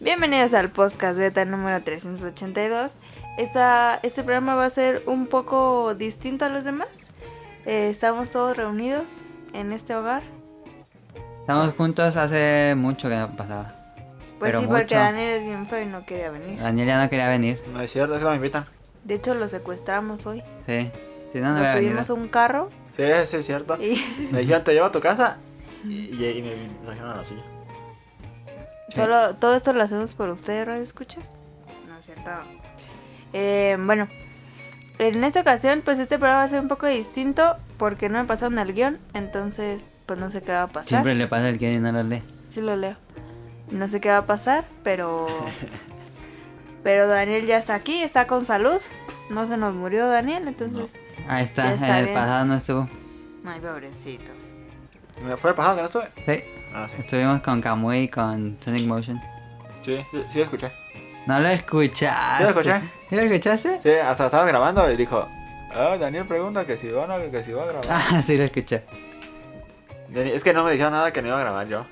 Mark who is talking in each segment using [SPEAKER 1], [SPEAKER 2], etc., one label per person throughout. [SPEAKER 1] Bienvenidos al podcast beta número 382. Esta, este programa va a ser un poco distinto a los demás. Eh, estamos todos reunidos en este hogar.
[SPEAKER 2] Estamos juntos hace mucho que no pasaba.
[SPEAKER 1] Pues
[SPEAKER 2] Pero
[SPEAKER 1] sí,
[SPEAKER 2] mucho. Ah.
[SPEAKER 1] porque Daniel es bien feo y no quería venir.
[SPEAKER 2] Daniel ya no quería venir.
[SPEAKER 3] No es cierto, es que me invitan.
[SPEAKER 1] De hecho, lo secuestramos hoy.
[SPEAKER 2] Sí. Si no, no
[SPEAKER 1] Lo
[SPEAKER 2] hubiera venido.
[SPEAKER 1] subimos a un carro
[SPEAKER 3] Sí, sí, es cierto.
[SPEAKER 1] y
[SPEAKER 3] Me dijeron, te llevo a tu casa. Y, y- y me trajeron a la suya.
[SPEAKER 1] Solo todo esto lo hacemos por ustedes, ¿radio escuchas? No es cierto. Eh, bueno, en esta ocasión, pues este programa va a ser un poco distinto porque no me pasaron el guión, entonces, pues no sé qué va a pasar.
[SPEAKER 2] Siempre le pasa el que no lo lee.
[SPEAKER 1] Sí lo leo. No sé qué va a pasar, pero. Pero Daniel ya está aquí, está con salud. No se nos murió Daniel, entonces. Ya
[SPEAKER 2] Ahí está,
[SPEAKER 1] está
[SPEAKER 2] en el
[SPEAKER 1] bien.
[SPEAKER 2] pasado no estuvo.
[SPEAKER 1] Ay, pobrecito.
[SPEAKER 3] ¿Me fue el pasado que no estuve?
[SPEAKER 2] Sí,
[SPEAKER 3] Ah, sí.
[SPEAKER 2] estuvimos con Kamui y con Sonic Motion.
[SPEAKER 3] Sí, sí, sí lo escuché.
[SPEAKER 2] No lo escuchaste.
[SPEAKER 3] Sí lo escuché.
[SPEAKER 2] ¿Sí lo escuchaste?
[SPEAKER 3] Sí, hasta estaba grabando y dijo, ah, Daniel pregunta que si van a, que si va a grabar.
[SPEAKER 2] Ah, sí lo escuché.
[SPEAKER 3] Dani- Es que no me dijeron nada que no iba a grabar yo.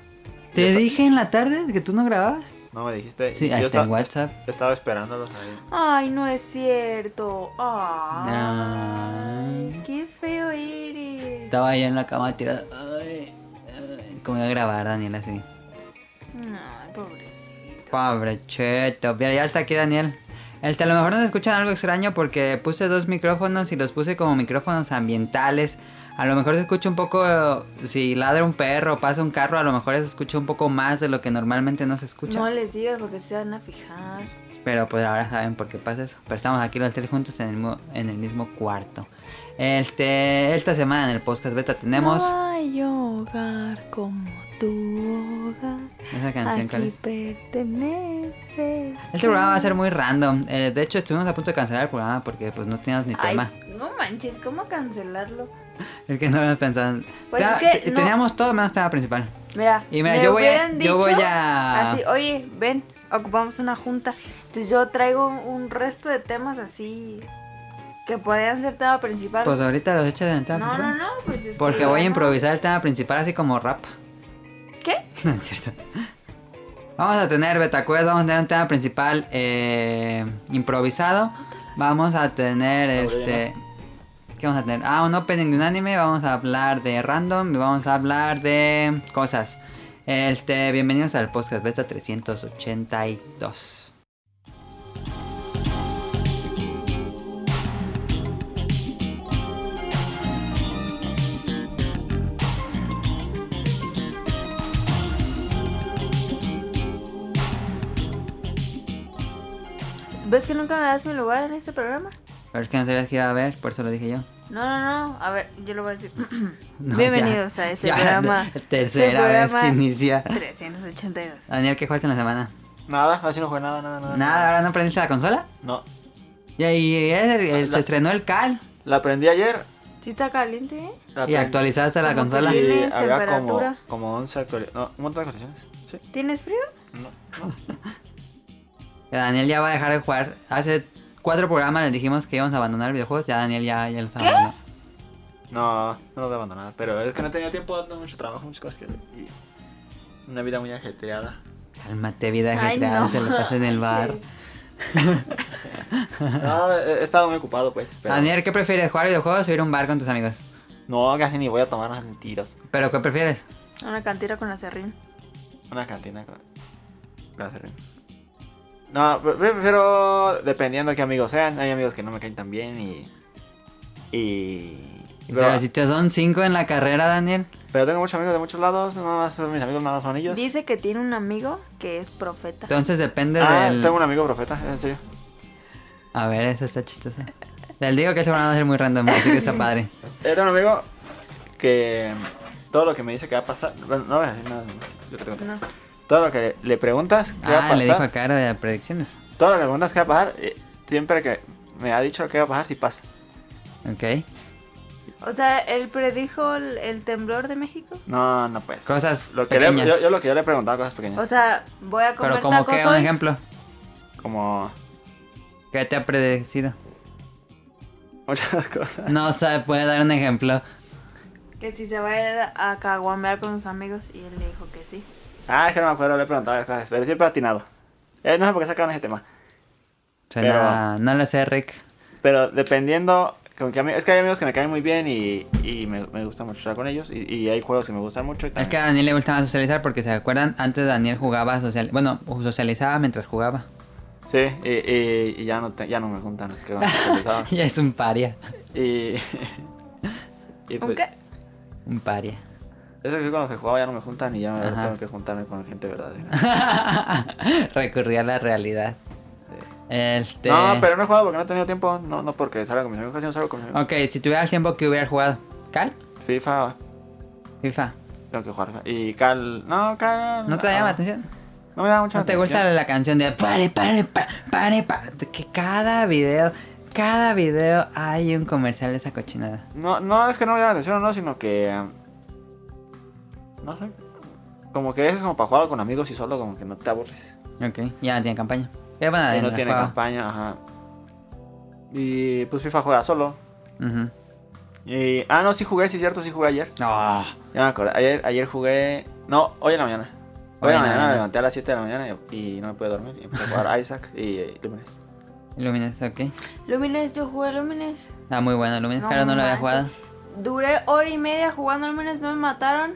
[SPEAKER 2] ¿Te
[SPEAKER 3] Yo-
[SPEAKER 2] dije en la tarde que tú no grababas?
[SPEAKER 3] No me dijiste.
[SPEAKER 2] Sí,
[SPEAKER 3] Y
[SPEAKER 2] ahí
[SPEAKER 3] yo
[SPEAKER 2] está
[SPEAKER 3] esta-
[SPEAKER 2] en WhatsApp.
[SPEAKER 3] Estaba esperándolos ahí.
[SPEAKER 1] Ay, no es cierto. Ay,
[SPEAKER 2] No.
[SPEAKER 1] qué feo eres.
[SPEAKER 2] Estaba ahí en la cama tirado. Ay, ay, ¿Cómo iba a grabar Daniel así?
[SPEAKER 1] Ay, pobrecito.
[SPEAKER 2] Pobre cheto. Mira, ya está aquí Daniel. Este, a lo mejor nos escuchan algo extraño porque puse dos micrófonos y los puse como micrófonos ambientales. A lo mejor se escucha un poco, eh, si ladra un perro, pasa un carro, a lo mejor se escucha un poco más de lo que normalmente no se escucha.
[SPEAKER 1] No les digas porque se van a fijar.
[SPEAKER 2] Pero pues ahora saben por qué pasa eso. Pero estamos aquí los tres juntos en el, mu- en el mismo cuarto. Este, esta semana en el podcast beta tenemos
[SPEAKER 1] No hay hogar como tu hogar.
[SPEAKER 2] esa canción ¿cuál
[SPEAKER 1] Aquí
[SPEAKER 2] es?
[SPEAKER 1] perteneces.
[SPEAKER 2] Este programa va a ser muy random. Eh, de hecho, estuvimos a punto de cancelar el programa porque pues no teníamos ni
[SPEAKER 1] Ay,
[SPEAKER 2] tema.
[SPEAKER 1] no manches, ¿cómo cancelarlo?
[SPEAKER 2] El que no habíamos pensado.
[SPEAKER 1] Pues
[SPEAKER 2] Te-
[SPEAKER 1] es que
[SPEAKER 2] te-
[SPEAKER 1] no.
[SPEAKER 2] Teníamos todo menos tema principal.
[SPEAKER 1] Mira,
[SPEAKER 2] Y mira,
[SPEAKER 1] me
[SPEAKER 2] yo voy a.
[SPEAKER 1] hubieran
[SPEAKER 2] Yo
[SPEAKER 1] dicho
[SPEAKER 2] voy a.
[SPEAKER 1] Así, oye, ven, ocupamos una junta. Entonces yo traigo un resto de temas así que podrían ser tema principal.
[SPEAKER 2] Pues ahorita los echas en el tema
[SPEAKER 1] Ah. no, no, no,
[SPEAKER 2] principal.
[SPEAKER 1] pues es que
[SPEAKER 2] Porque voy a
[SPEAKER 1] ya no.
[SPEAKER 2] improvisar el tema principal así como rap.
[SPEAKER 1] ¿Qué?
[SPEAKER 2] No es cierto. Vamos a tener Betacuez, vamos a tener un tema principal eh, improvisado. Vamos a tener
[SPEAKER 3] Ah, bueno,
[SPEAKER 2] este. ¿Qué vamos a tener? Ah, un opening de un anime. Vamos a hablar de random y vamos a hablar de cosas. Este, bienvenidos al podcast Beta 382.
[SPEAKER 1] ¿Ves que nunca me das mi lugar en este programa?
[SPEAKER 2] Pero es que no sabías que iba a ver, por eso lo dije yo.
[SPEAKER 1] No, no, no. A ver, yo lo voy a decir.
[SPEAKER 2] No,
[SPEAKER 1] Bienvenidos
[SPEAKER 2] ya,
[SPEAKER 1] a este
[SPEAKER 2] ya,
[SPEAKER 1] programa.
[SPEAKER 2] la Tercera
[SPEAKER 1] Este
[SPEAKER 2] vez que
[SPEAKER 1] programa
[SPEAKER 2] inicia.
[SPEAKER 1] 382.
[SPEAKER 2] Daniel, ¿qué jugaste en la semana?
[SPEAKER 3] Nada, así no fue nada, nada, nada.
[SPEAKER 2] Nada, ahora no prendiste la consola.
[SPEAKER 3] No.
[SPEAKER 2] Y ahí es el- el- se
[SPEAKER 3] La-
[SPEAKER 2] estrenó el CAL
[SPEAKER 3] La aprendí ayer.
[SPEAKER 1] Sí está caliente, ¿eh?
[SPEAKER 3] la
[SPEAKER 2] y
[SPEAKER 3] aprendí-
[SPEAKER 2] actualizaste la
[SPEAKER 1] ¿Cómo
[SPEAKER 2] consola.
[SPEAKER 1] que-
[SPEAKER 3] Y
[SPEAKER 1] Tienes
[SPEAKER 3] había como,
[SPEAKER 1] temperatura.
[SPEAKER 3] como 11 actualizaciones. No, un montón de actualizaciones. Sí,
[SPEAKER 1] ¿Tienes frío?
[SPEAKER 3] no.
[SPEAKER 2] Que Daniel ya va a dejar de jugar. Hace cuatro programas les dijimos que íbamos a abandonar videojuegos. Ya Daniel ya, ya los abandonó.
[SPEAKER 3] No, no los voy a abandonar, pero es que no he tenido tiempo, no mucho trabajo, muchas cosas que... y una vida muy ajetreada.
[SPEAKER 2] Cálmate, vida ajetreada. Se lo pasa en el bar.
[SPEAKER 3] No, he he estado muy ocupado, pues, pero...
[SPEAKER 2] Daniel, ¿qué prefieres? ¿Jugar videojuegos o ir a un bar con tus amigos?
[SPEAKER 3] No, casi ni voy a tomar las mentiras.
[SPEAKER 2] ¿Pero qué prefieres?
[SPEAKER 1] Una cantera con acerrín.
[SPEAKER 3] Una cantina con... Gracias, Rin. No, pre- pre- prefiero... Dependiendo qué amigos sean, hay amigos que no me caen tan bien y... Y...
[SPEAKER 2] Pero,
[SPEAKER 3] Pero,
[SPEAKER 2] si te son cinco en la carrera, Daniel.
[SPEAKER 3] pero tengo muchos amigos de muchos lados, nada más mis amigos nada más son ellos.
[SPEAKER 1] Dice que tiene un amigo que es profeta.
[SPEAKER 2] Entonces depende
[SPEAKER 3] Ah,
[SPEAKER 2] del...
[SPEAKER 3] tengo un amigo profeta, en serio.
[SPEAKER 2] A ver, esa está chistosa. Les digo que este programa va a ser muy random, así que está padre.
[SPEAKER 3] Era un amigo que todo lo que me dice que va a pasar. Bueno, no voy a decir nada. más, Yo te conté.
[SPEAKER 1] No.
[SPEAKER 3] Todo lo que le preguntas que va a
[SPEAKER 2] Ah,
[SPEAKER 3] pasar.
[SPEAKER 2] le dijo a Caro de las predicciones.
[SPEAKER 3] Todo lo que le preguntas que va a pasar. eh, Siempre que me ha dicho que va a pasar, si pasa.
[SPEAKER 2] Ok.
[SPEAKER 1] O sea, él predijo el, el temblor de México.
[SPEAKER 3] No, no pues.
[SPEAKER 2] Cosas
[SPEAKER 3] Lo que le-
[SPEAKER 2] pequeñas.
[SPEAKER 3] yo, yo lo que yo le he preguntado cosas pequeñas.
[SPEAKER 1] O sea, voy a comer
[SPEAKER 2] Pero como
[SPEAKER 1] tacos
[SPEAKER 2] que, un
[SPEAKER 1] hoy.
[SPEAKER 2] ejemplo.
[SPEAKER 3] Como
[SPEAKER 2] ¿Qué te ha predecido?
[SPEAKER 3] muchas cosas.
[SPEAKER 2] No se puede dar un ejemplo.
[SPEAKER 1] Que si se va a ir a caguamear con sus amigos. Y él le dijo que sí.
[SPEAKER 3] Ah, es que no me acuerdo, le he preguntado las cosas. Pero siempre atinado. Eh, no sé por qué sacaron ese tema.
[SPEAKER 2] Suena- No lo sé, Rick.
[SPEAKER 3] Pero dependiendo, con qué ami- es que hay amigos que me caen muy bien y, y me, me gusta mucho estar con ellos. Y, y hay juegos que me gustan mucho. y
[SPEAKER 2] Es que a
[SPEAKER 3] también-
[SPEAKER 2] Daniel le gusta más socializar porque se acuerdan, antes Daniel jugaba social, bueno, socializaba mientras jugaba.
[SPEAKER 3] Sí, y, y- y ya, no te- ya no me juntan, así que vamos a empezar.
[SPEAKER 2] ya es un paria,
[SPEAKER 3] Y. y pues,
[SPEAKER 1] Aunque
[SPEAKER 2] un paria.
[SPEAKER 3] Eso que con los que jugaba ya no me juntan y ya me
[SPEAKER 2] Ajá.
[SPEAKER 3] tengo que juntarme con gente verdadera.
[SPEAKER 2] Recurría a la realidad. Este...
[SPEAKER 3] No, pero no he jugado porque no he tenido tiempo. No, no porque salga con mis amigos, casi no salgo con mis amigos.
[SPEAKER 2] Ok, si tuvieras tiempo que hubiera jugado. ¿Cal?
[SPEAKER 3] FIFA,
[SPEAKER 2] FIFA.
[SPEAKER 3] tengo que jugar. Y Cal. No, Cal.
[SPEAKER 2] ¿No te llama la
[SPEAKER 3] ah,
[SPEAKER 2] atención?
[SPEAKER 3] No me llama mucho
[SPEAKER 2] ¿No
[SPEAKER 3] la
[SPEAKER 2] te
[SPEAKER 3] atención.
[SPEAKER 2] gusta la canción de pare, pare, pa, pare, pa? De Que cada video, cada video hay un comercial de esa cochinada.
[SPEAKER 3] No, no es que no me llama la atención o no, sino que. um, No sé. Como que es como para jugar con amigos y solo, como que no te aburres.
[SPEAKER 2] Ok, ya no tiene campaña. Ya van a
[SPEAKER 3] Y no
[SPEAKER 2] la
[SPEAKER 3] tiene
[SPEAKER 2] juego.
[SPEAKER 3] campaña, ajá. Y pues FIFA juega solo.
[SPEAKER 2] Ujú.
[SPEAKER 3] Y, ah, no, sí jugué, sí, cierto, sí jugué ayer.
[SPEAKER 2] Ah,
[SPEAKER 3] Ya me acordé. Ayer, ayer jugué. No, hoy en la mañana. Hoy, en la mañana me levanté a las 7 de la mañana y, y no me pude dormir. Y empecé a jugar Isaac y eh, Lumines.
[SPEAKER 2] Lumines, ok.
[SPEAKER 1] Lumines, yo jugué Lumines.
[SPEAKER 2] Está muy bueno, Lumines,
[SPEAKER 1] No
[SPEAKER 2] claro, no lo había jugado.
[SPEAKER 1] manches. Duré hora y media jugando Lumines, no me mataron.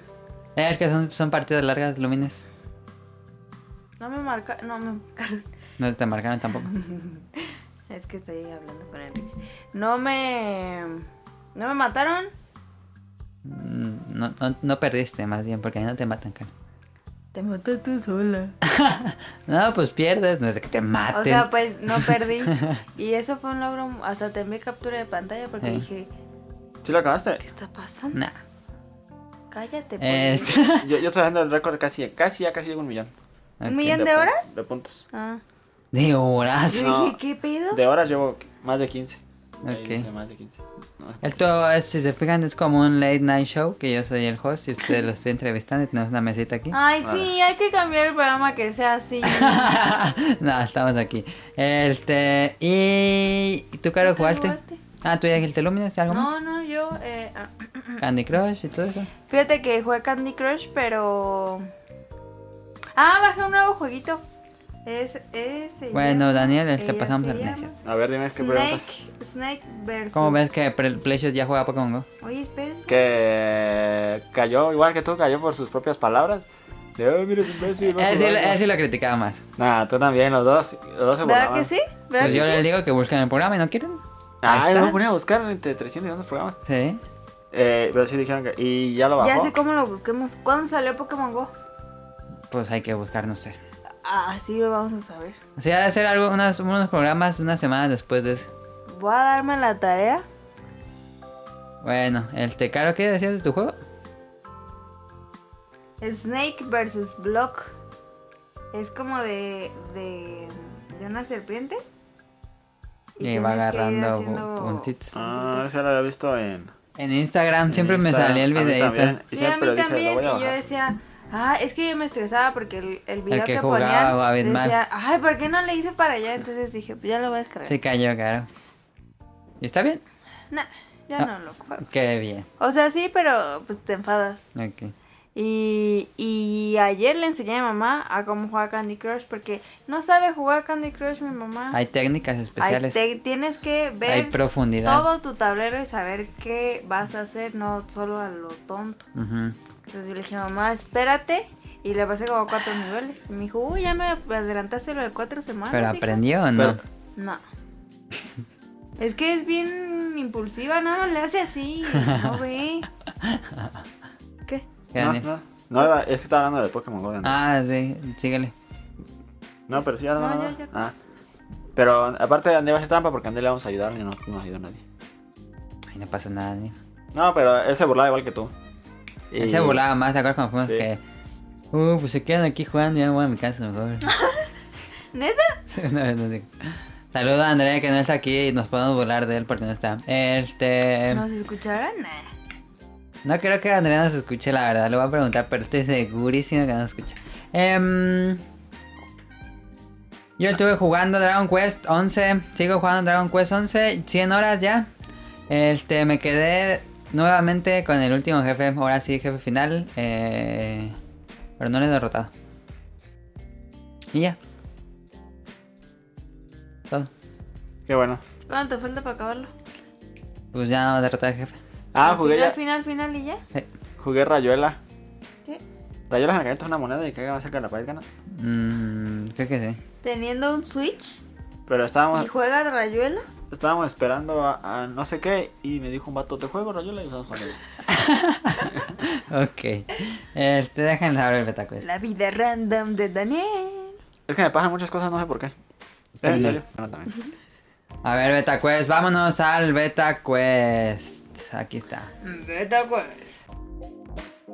[SPEAKER 2] Eh, Es que son, son partidas largas, Lumines.
[SPEAKER 1] No me marcaron, no me marcaron.
[SPEAKER 2] No te marcaron tampoco.
[SPEAKER 1] Es que estoy hablando con Enrique. No me. No me mataron.
[SPEAKER 2] Mm, No, no, no perdiste, más bien, porque ahí no te matan, cara.
[SPEAKER 1] Te maté tú sola.
[SPEAKER 2] No, pues pierdes, no es que te maten.
[SPEAKER 1] O sea, pues no perdí. Y eso fue un logro. Hasta te envié captura de pantalla porque
[SPEAKER 2] Ey.
[SPEAKER 1] dije,
[SPEAKER 3] ¿Sí lo acabaste?
[SPEAKER 1] ¿qué está pasando?
[SPEAKER 2] Eh. Nah.
[SPEAKER 1] Cállate. pues.
[SPEAKER 2] Este-
[SPEAKER 3] Yo, yo estoy haciendo el récord casi, casi, ya casi llego a un millón.
[SPEAKER 1] ¿Un
[SPEAKER 2] Ok.
[SPEAKER 1] millón de,
[SPEAKER 3] pu-
[SPEAKER 1] horas?
[SPEAKER 3] De puntos.
[SPEAKER 1] Ah.
[SPEAKER 2] De horas.
[SPEAKER 1] Yo
[SPEAKER 3] No.
[SPEAKER 1] dije, ¿qué pedo?
[SPEAKER 3] De horas llevo más de 15. Ahí
[SPEAKER 2] Ok.
[SPEAKER 3] dice más de 15. No.
[SPEAKER 2] Esto, es, eh, si se fijan, es como un late night show que yo soy el host y ustedes lo estoy entrevistando y tenemos una mesita aquí.
[SPEAKER 1] Ay, sí, hay que cambiar el programa que sea así. Ah.
[SPEAKER 2] no, estamos aquí. Este, y ¿y tú, Caro,
[SPEAKER 1] ¿Tú qué
[SPEAKER 2] jugaste?
[SPEAKER 1] jugaste?
[SPEAKER 2] Ah, tú ya dijiste Lumines, algo
[SPEAKER 1] No,
[SPEAKER 2] más.
[SPEAKER 1] no, yo. eh, ah.
[SPEAKER 2] Candy Crush y todo eso.
[SPEAKER 1] Fíjate que jugué Candy Crush, pero. Ah, bajé un nuevo jueguito. Es, es, se
[SPEAKER 2] Bueno,
[SPEAKER 1] llama-
[SPEAKER 2] Daniel, este,
[SPEAKER 1] ella
[SPEAKER 2] pasamos
[SPEAKER 1] se
[SPEAKER 2] al
[SPEAKER 1] llama
[SPEAKER 2] necio.
[SPEAKER 3] A ver, dime qué preguntas.
[SPEAKER 1] Snake, Snake versus.
[SPEAKER 2] ¿Cómo ves que Pre- Precious ya juega Pokémon Go?
[SPEAKER 1] Oye, espérense.
[SPEAKER 3] Que cayó, igual que tú, cayó por sus propias palabras. De, oh, mira, es un imbécil.
[SPEAKER 1] Eh,
[SPEAKER 2] Él Eh, sí, él
[SPEAKER 3] no
[SPEAKER 2] sí lo criticaba más.
[SPEAKER 3] Nah, tú también, los dos. Los dos se
[SPEAKER 1] ¿Verdad
[SPEAKER 3] burlaban.
[SPEAKER 1] que sí? ¿Verdad
[SPEAKER 2] Pues
[SPEAKER 1] que
[SPEAKER 2] yo
[SPEAKER 1] sí?
[SPEAKER 2] les digo que busquen el programa y no quieren.
[SPEAKER 3] Ah,
[SPEAKER 2] Ahí
[SPEAKER 3] yo
[SPEAKER 2] está.
[SPEAKER 3] me ponía a buscar entre 300 y 200 programas.
[SPEAKER 2] Sí.
[SPEAKER 3] Eh, pero sí dijeron que. Y ya lo bajó.
[SPEAKER 1] Ya sé cómo lo busquemos. ¿Cuándo salió Pokémon Go?
[SPEAKER 2] Pues hay que buscar, no sé.
[SPEAKER 1] Ah, sí, lo vamos a saber.
[SPEAKER 2] O sea, ha de hacer algo, unas- unos programas una semana después de eso.
[SPEAKER 1] Voy a darme la tarea.
[SPEAKER 2] Bueno, este, Caro, ¿qué decías de tu juego?
[SPEAKER 1] Snake versus Block. Es como de. de. de una serpiente.
[SPEAKER 2] Y
[SPEAKER 1] tienes
[SPEAKER 2] va
[SPEAKER 1] que ir
[SPEAKER 2] agarrando
[SPEAKER 1] haciendo-
[SPEAKER 2] pu- puntitos.
[SPEAKER 3] Ah, ese lo había visto en.
[SPEAKER 2] En Instagram
[SPEAKER 3] en
[SPEAKER 2] siempre me
[SPEAKER 3] Instagram.
[SPEAKER 2] salía el
[SPEAKER 3] A mí
[SPEAKER 2] videito.
[SPEAKER 3] también. Y
[SPEAKER 1] Sí, a
[SPEAKER 3] siempre
[SPEAKER 1] mí
[SPEAKER 3] lo dije,
[SPEAKER 1] también.
[SPEAKER 3] lo voy a
[SPEAKER 1] y yo
[SPEAKER 3] bajar.
[SPEAKER 1] decía, ah, es que yo me estresaba porque el, el video
[SPEAKER 2] El que
[SPEAKER 1] que,
[SPEAKER 2] jugaba
[SPEAKER 1] ponían
[SPEAKER 2] jugaba bien mal.
[SPEAKER 1] decía, ay, ¿por qué no le hice para allá? Entonces dije, pues ya lo voy a descargar.
[SPEAKER 2] Se cayó, Caro. ¿Y está bien?
[SPEAKER 1] Nah, ya
[SPEAKER 2] Ah.
[SPEAKER 1] no lo juego.
[SPEAKER 2] Qué bien.
[SPEAKER 1] O sea, sí, pero pues te enfadas.
[SPEAKER 2] Ok.
[SPEAKER 1] Ah. Y, y ayer le enseñé a mi mamá a cómo jugar Candy Crush porque no sabe jugar Candy Crush mi mamá.
[SPEAKER 2] Hay técnicas
[SPEAKER 1] Ay,
[SPEAKER 2] especiales.
[SPEAKER 1] te- tienes que
[SPEAKER 2] Hay
[SPEAKER 1] ver
[SPEAKER 2] profundidad.
[SPEAKER 1] todo tu tablero y saber qué vas a hacer, no solo a lo tonto.
[SPEAKER 2] Ujú.
[SPEAKER 1] Entonces yo le dije, mamá, espérate. Y le pasé como cuatro niveles. Y me dijo, uy, ya me adelantaste lo de cuatro semanas.
[SPEAKER 2] Pero
[SPEAKER 1] hija".
[SPEAKER 2] aprendió o no.
[SPEAKER 3] Pero-
[SPEAKER 1] No. Es que es bien impulsiva, no, le hace así. No ve. ¿Qué?
[SPEAKER 2] ¿Qué,
[SPEAKER 3] No,
[SPEAKER 2] Daniel?
[SPEAKER 3] no, no, era- es que estaba hablando de Pokémon Go. Daniel.
[SPEAKER 2] Ah, sí, síguele.
[SPEAKER 3] No, pero sí, ya no,
[SPEAKER 1] No,
[SPEAKER 3] no,
[SPEAKER 1] ya,
[SPEAKER 3] no.
[SPEAKER 1] ya.
[SPEAKER 3] Ah. Pero aparte de André va a hacer trampa porque a André le vamos a ayudar y no no nos ayuda nadie.
[SPEAKER 2] Ay, no pasa nada, Daniel.
[SPEAKER 3] No, pero él se burlaba igual que tú.
[SPEAKER 2] Él se burlaba más, ¿te acuerdas cuando fuimos
[SPEAKER 3] Sí.
[SPEAKER 2] que... Uh, pues se quedan aquí jugando y ya me voy a mi casa mejor.
[SPEAKER 1] ¿Neta?
[SPEAKER 2] Una vez nos dijo. Saluda a Andrea que no está aquí y nos podemos burlar de él porque no está. Este...
[SPEAKER 1] ¿Nos escucharán? Nah.
[SPEAKER 2] No creo que Andrea nos escuche, la verdad. Le voy a preguntar, pero estoy segurísimo que no nos escucha. Em, yo estuve jugando Dragon Quest 11. Sigo jugando Dragon Quest 11. 100 horas ya. Este, me quedé nuevamente con el último jefe. Ahora sí, jefe final. eh, pero no lo he derrotado. Y ya. todo.
[SPEAKER 3] Qué bueno.
[SPEAKER 1] ¿Cuánto te falta para acabarlo?
[SPEAKER 2] Pues ya nada más derrotar al jefe.
[SPEAKER 3] Ah,
[SPEAKER 1] Al
[SPEAKER 3] jugué
[SPEAKER 1] final,
[SPEAKER 3] ya.
[SPEAKER 1] final, final y ya.
[SPEAKER 2] Eh,
[SPEAKER 3] Jugué Rayuela.
[SPEAKER 1] ¿Qué?
[SPEAKER 3] Rayuela en la cabeza es una moneda y caiga más cerca de la pared, gana.
[SPEAKER 2] mm, creo que sí.
[SPEAKER 1] Teniendo un Switch
[SPEAKER 3] Pero
[SPEAKER 2] Ah.
[SPEAKER 3] estábamos,
[SPEAKER 1] y juega de Rayuela.
[SPEAKER 3] estábamos esperando a, a no sé qué y me dijo un vato, ¿te juego Rayuela? Y usamos Rayuela.
[SPEAKER 2] Ok. Este, déjenles abrir el beta quest.
[SPEAKER 1] La vida random de Daniel.
[SPEAKER 3] Es que me pasan muchas cosas, no sé por qué.
[SPEAKER 2] Sí,
[SPEAKER 3] ¿En
[SPEAKER 2] sí.
[SPEAKER 3] serio? Bueno, también.
[SPEAKER 2] A ver, beta quest, vámonos al beta quest. Aquí está.
[SPEAKER 1] Beta Quest.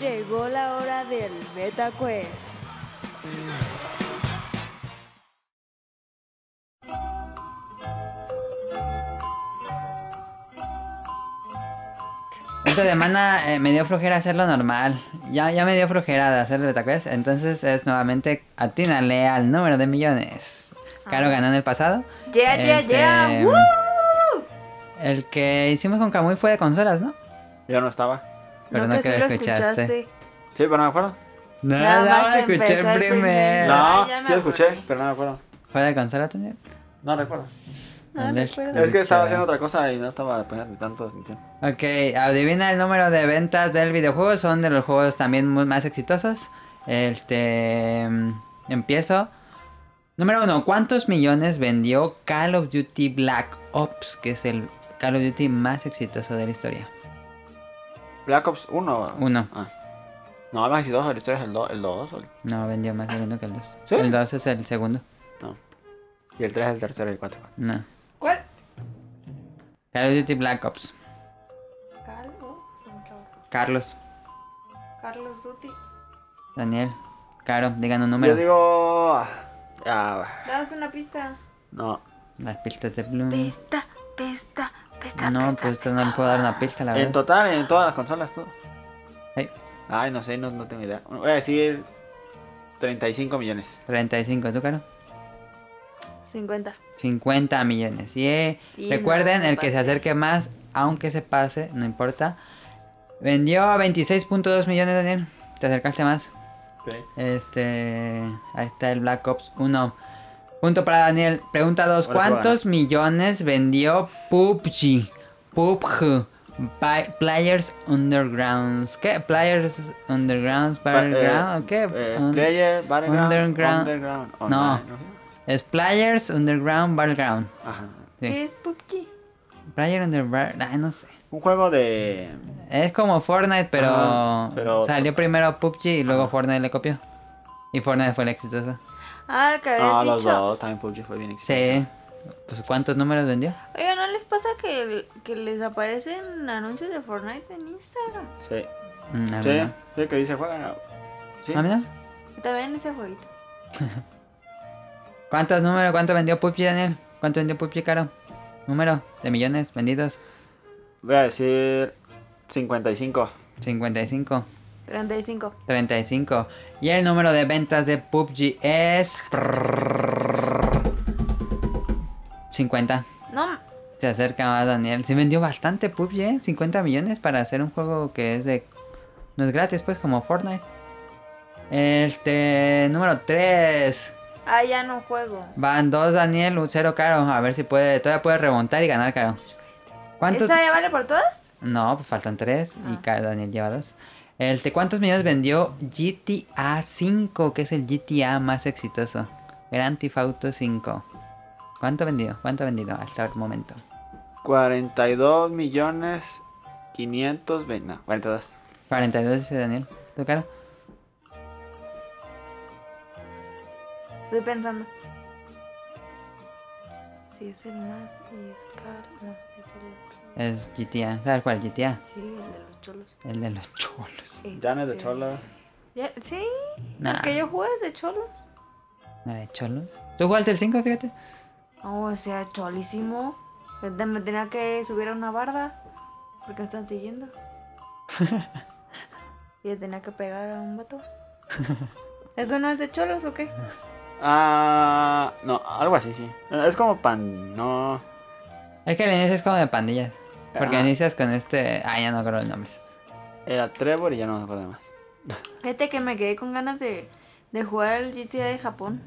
[SPEAKER 1] Llegó la hora del Beta Quest.
[SPEAKER 2] Esta semana eh, me dio flojera hacerlo normal. Ya, ya me dio flojera de hacer el beta quest. Entonces es nuevamente atínale al número de millones. Caro ganó en el pasado.
[SPEAKER 1] Ah.
[SPEAKER 2] Este,
[SPEAKER 1] Yeah, yeah, yeah. Woo.
[SPEAKER 2] El que hicimos con Camuy fue de consolas, ¿no?
[SPEAKER 3] Yo no estaba.
[SPEAKER 2] Pero no,
[SPEAKER 1] que
[SPEAKER 2] que
[SPEAKER 1] sí
[SPEAKER 2] lo escuchaste.
[SPEAKER 3] Sí, pero no me acuerdo.
[SPEAKER 1] Nada más
[SPEAKER 2] lo
[SPEAKER 1] empezó el primero.
[SPEAKER 3] No,
[SPEAKER 1] Ah, ya me
[SPEAKER 3] sí lo escuché,
[SPEAKER 1] acordé.
[SPEAKER 3] pero no me acuerdo.
[SPEAKER 2] ¿Fue de consola también?
[SPEAKER 3] No recuerdo.
[SPEAKER 1] No
[SPEAKER 2] El-
[SPEAKER 1] recuerdo.
[SPEAKER 3] Es que estaba
[SPEAKER 2] Chévere.
[SPEAKER 3] haciendo otra cosa y no estaba poniendo tanto atención.
[SPEAKER 2] Ok, adivina el número de ventas del videojuego. Son de los juegos también mu- más exitosos. Este. mm, Empiezo. Número uno, ¿cuántos millones vendió Call of Duty Black Ops? Que es el Call of Duty más exitoso de la historia.
[SPEAKER 3] Black Ops 1.
[SPEAKER 2] Uno.
[SPEAKER 3] Ah. No, el más exitoso de la historia es el 2. El dos, ¿o el-
[SPEAKER 2] No, vendió más el uno que el dos.
[SPEAKER 3] ¿Sí?
[SPEAKER 2] El dos es el segundo.
[SPEAKER 3] No. Y el 3 es el tercero y el 4.
[SPEAKER 2] No.
[SPEAKER 1] ¿Cuál?
[SPEAKER 2] Call of Duty Black Ops.
[SPEAKER 1] Calvo. son chavos.
[SPEAKER 2] Carlos,
[SPEAKER 1] Carlos Duty.
[SPEAKER 2] Daniel, Caro, digan un
[SPEAKER 3] Yo
[SPEAKER 2] número.
[SPEAKER 3] digo. ah, ah,
[SPEAKER 1] Danos una pista.
[SPEAKER 3] no.
[SPEAKER 2] Las pistas de Bloom.
[SPEAKER 1] Pesta, pesta, pesta.
[SPEAKER 2] No, pues esto no le puedo dar una pista, la
[SPEAKER 3] En
[SPEAKER 2] verdad.
[SPEAKER 3] total, en todas las consolas, todo.
[SPEAKER 2] Ey,
[SPEAKER 3] Ay, no sé, no, no tengo idea. Voy a decir 35 millones.
[SPEAKER 2] 35, ¿tú, Caro?
[SPEAKER 1] 50.
[SPEAKER 2] 50 millones. Yeah.
[SPEAKER 1] Y
[SPEAKER 2] Recuerden,
[SPEAKER 1] no se
[SPEAKER 2] el que se
[SPEAKER 1] pase.
[SPEAKER 2] acerque más, aunque se pase, no importa. Vendió a 26.2 millones, Daniel. Te acercaste más.
[SPEAKER 3] Sí.
[SPEAKER 2] Este. Ahí está el Black Ops 1. Punto para Daniel. Pregunta 2.
[SPEAKER 3] Ahora sí va a
[SPEAKER 2] ¿Cuántos millones vendió PUBG? PUBG. Pi- Players Undergrounds. ¿Qué? Players Undergrounds. Battleground. ¿o ¿Qué?
[SPEAKER 3] Eh,
[SPEAKER 2] Un-
[SPEAKER 3] player, Battleground.
[SPEAKER 2] Underground.
[SPEAKER 3] Underground,
[SPEAKER 2] No.
[SPEAKER 3] Online, no. sé.
[SPEAKER 2] Es Players Underground Battleground.
[SPEAKER 3] Ajá.
[SPEAKER 2] Sí.
[SPEAKER 1] ¿Qué es PUBG?
[SPEAKER 2] Player Underground. Ay, no sé.
[SPEAKER 3] Un juego de.
[SPEAKER 2] Es como Fortnite, pero,
[SPEAKER 3] Ajá, pero-
[SPEAKER 2] salió primero PUBG y luego Fortnite le copió. Y Fortnite fue el exitoso.
[SPEAKER 1] Ah, el que habías
[SPEAKER 3] No, los
[SPEAKER 1] dicho.
[SPEAKER 3] dos. También PUBG fue bien exitoso.
[SPEAKER 2] Sí. Pues ¿cuántos números vendió?
[SPEAKER 1] Oiga, ¿no les pasa que, que les aparecen anuncios de Fortnite en Instagram?
[SPEAKER 3] Sí.
[SPEAKER 2] Mm, Ah, a
[SPEAKER 3] Sí,
[SPEAKER 2] mí
[SPEAKER 3] sí, que dice juega. Sí.
[SPEAKER 2] no. ¿A mí no?
[SPEAKER 1] También ese jueguito.
[SPEAKER 2] ¿Cuántos números? ¿Cuánto vendió PUBG, Daniel? ¿Cuánto vendió PUBG, Caro? Número de millones vendidos.
[SPEAKER 3] Voy a decir 55.
[SPEAKER 2] 55.
[SPEAKER 1] 35.
[SPEAKER 2] 35. Y el número de ventas de PUBG es... 50.
[SPEAKER 1] No,
[SPEAKER 2] Se acerca más Daniel. Se vendió bastante PUBG, ¿eh? 50 millones para hacer un juego que es de... No es gratis, pues, como Fortnite. Este... Número 3.
[SPEAKER 1] ah, ya no juego.
[SPEAKER 2] Van 2 Daniel, 0 Caro. A ver si puede... Todavía puede remontar y ganar Caro. ¿Cuántos?
[SPEAKER 1] ¿Esa ya vale por todas?
[SPEAKER 2] No, pues faltan 3 y
[SPEAKER 1] Ah.
[SPEAKER 2] Caro Daniel lleva 2. Este, ¿Cuántos millones vendió GTA 5? Que es el GTA más exitoso. Grand Theft Auto 5. ¿Cuánto vendió? ¿Cuánto ha vendido hasta el momento?
[SPEAKER 3] 42 millones 520. No, 42.
[SPEAKER 2] 42 dice Daniel. ¿Tú, Caro?
[SPEAKER 1] Estoy pensando. Si es el más y es caro. No, es el otro.
[SPEAKER 2] Es GTA. ¿Sabes cuál GTA?
[SPEAKER 1] Sí, el de los cholos.
[SPEAKER 2] El de los cholos.
[SPEAKER 3] Ya no es de
[SPEAKER 1] Este,
[SPEAKER 3] cholas.
[SPEAKER 1] ya- sí,
[SPEAKER 2] Nah.
[SPEAKER 1] porque yo jugué es de cholos.
[SPEAKER 2] ¿No era de cholos? ¿Tú jugaste el 5, fíjate?
[SPEAKER 1] Oh, o sea, cholísimo. Me te- me tenía que subir a una barda. Porque me están siguiendo. y le tenía que pegar a un vato. ¿Eso no es de cholos o qué?
[SPEAKER 3] Ah. No, algo así, sí. Es como pan. No.
[SPEAKER 2] Es que el inicio es como de pandillas. Porque
[SPEAKER 3] Ajá.
[SPEAKER 2] inicias con este. Ah, ya no acuerdo los nombres.
[SPEAKER 3] Era Trevor y ya no me acuerdo de más.
[SPEAKER 1] Fíjate que me quedé con ganas de, de jugar el GTA de Japón.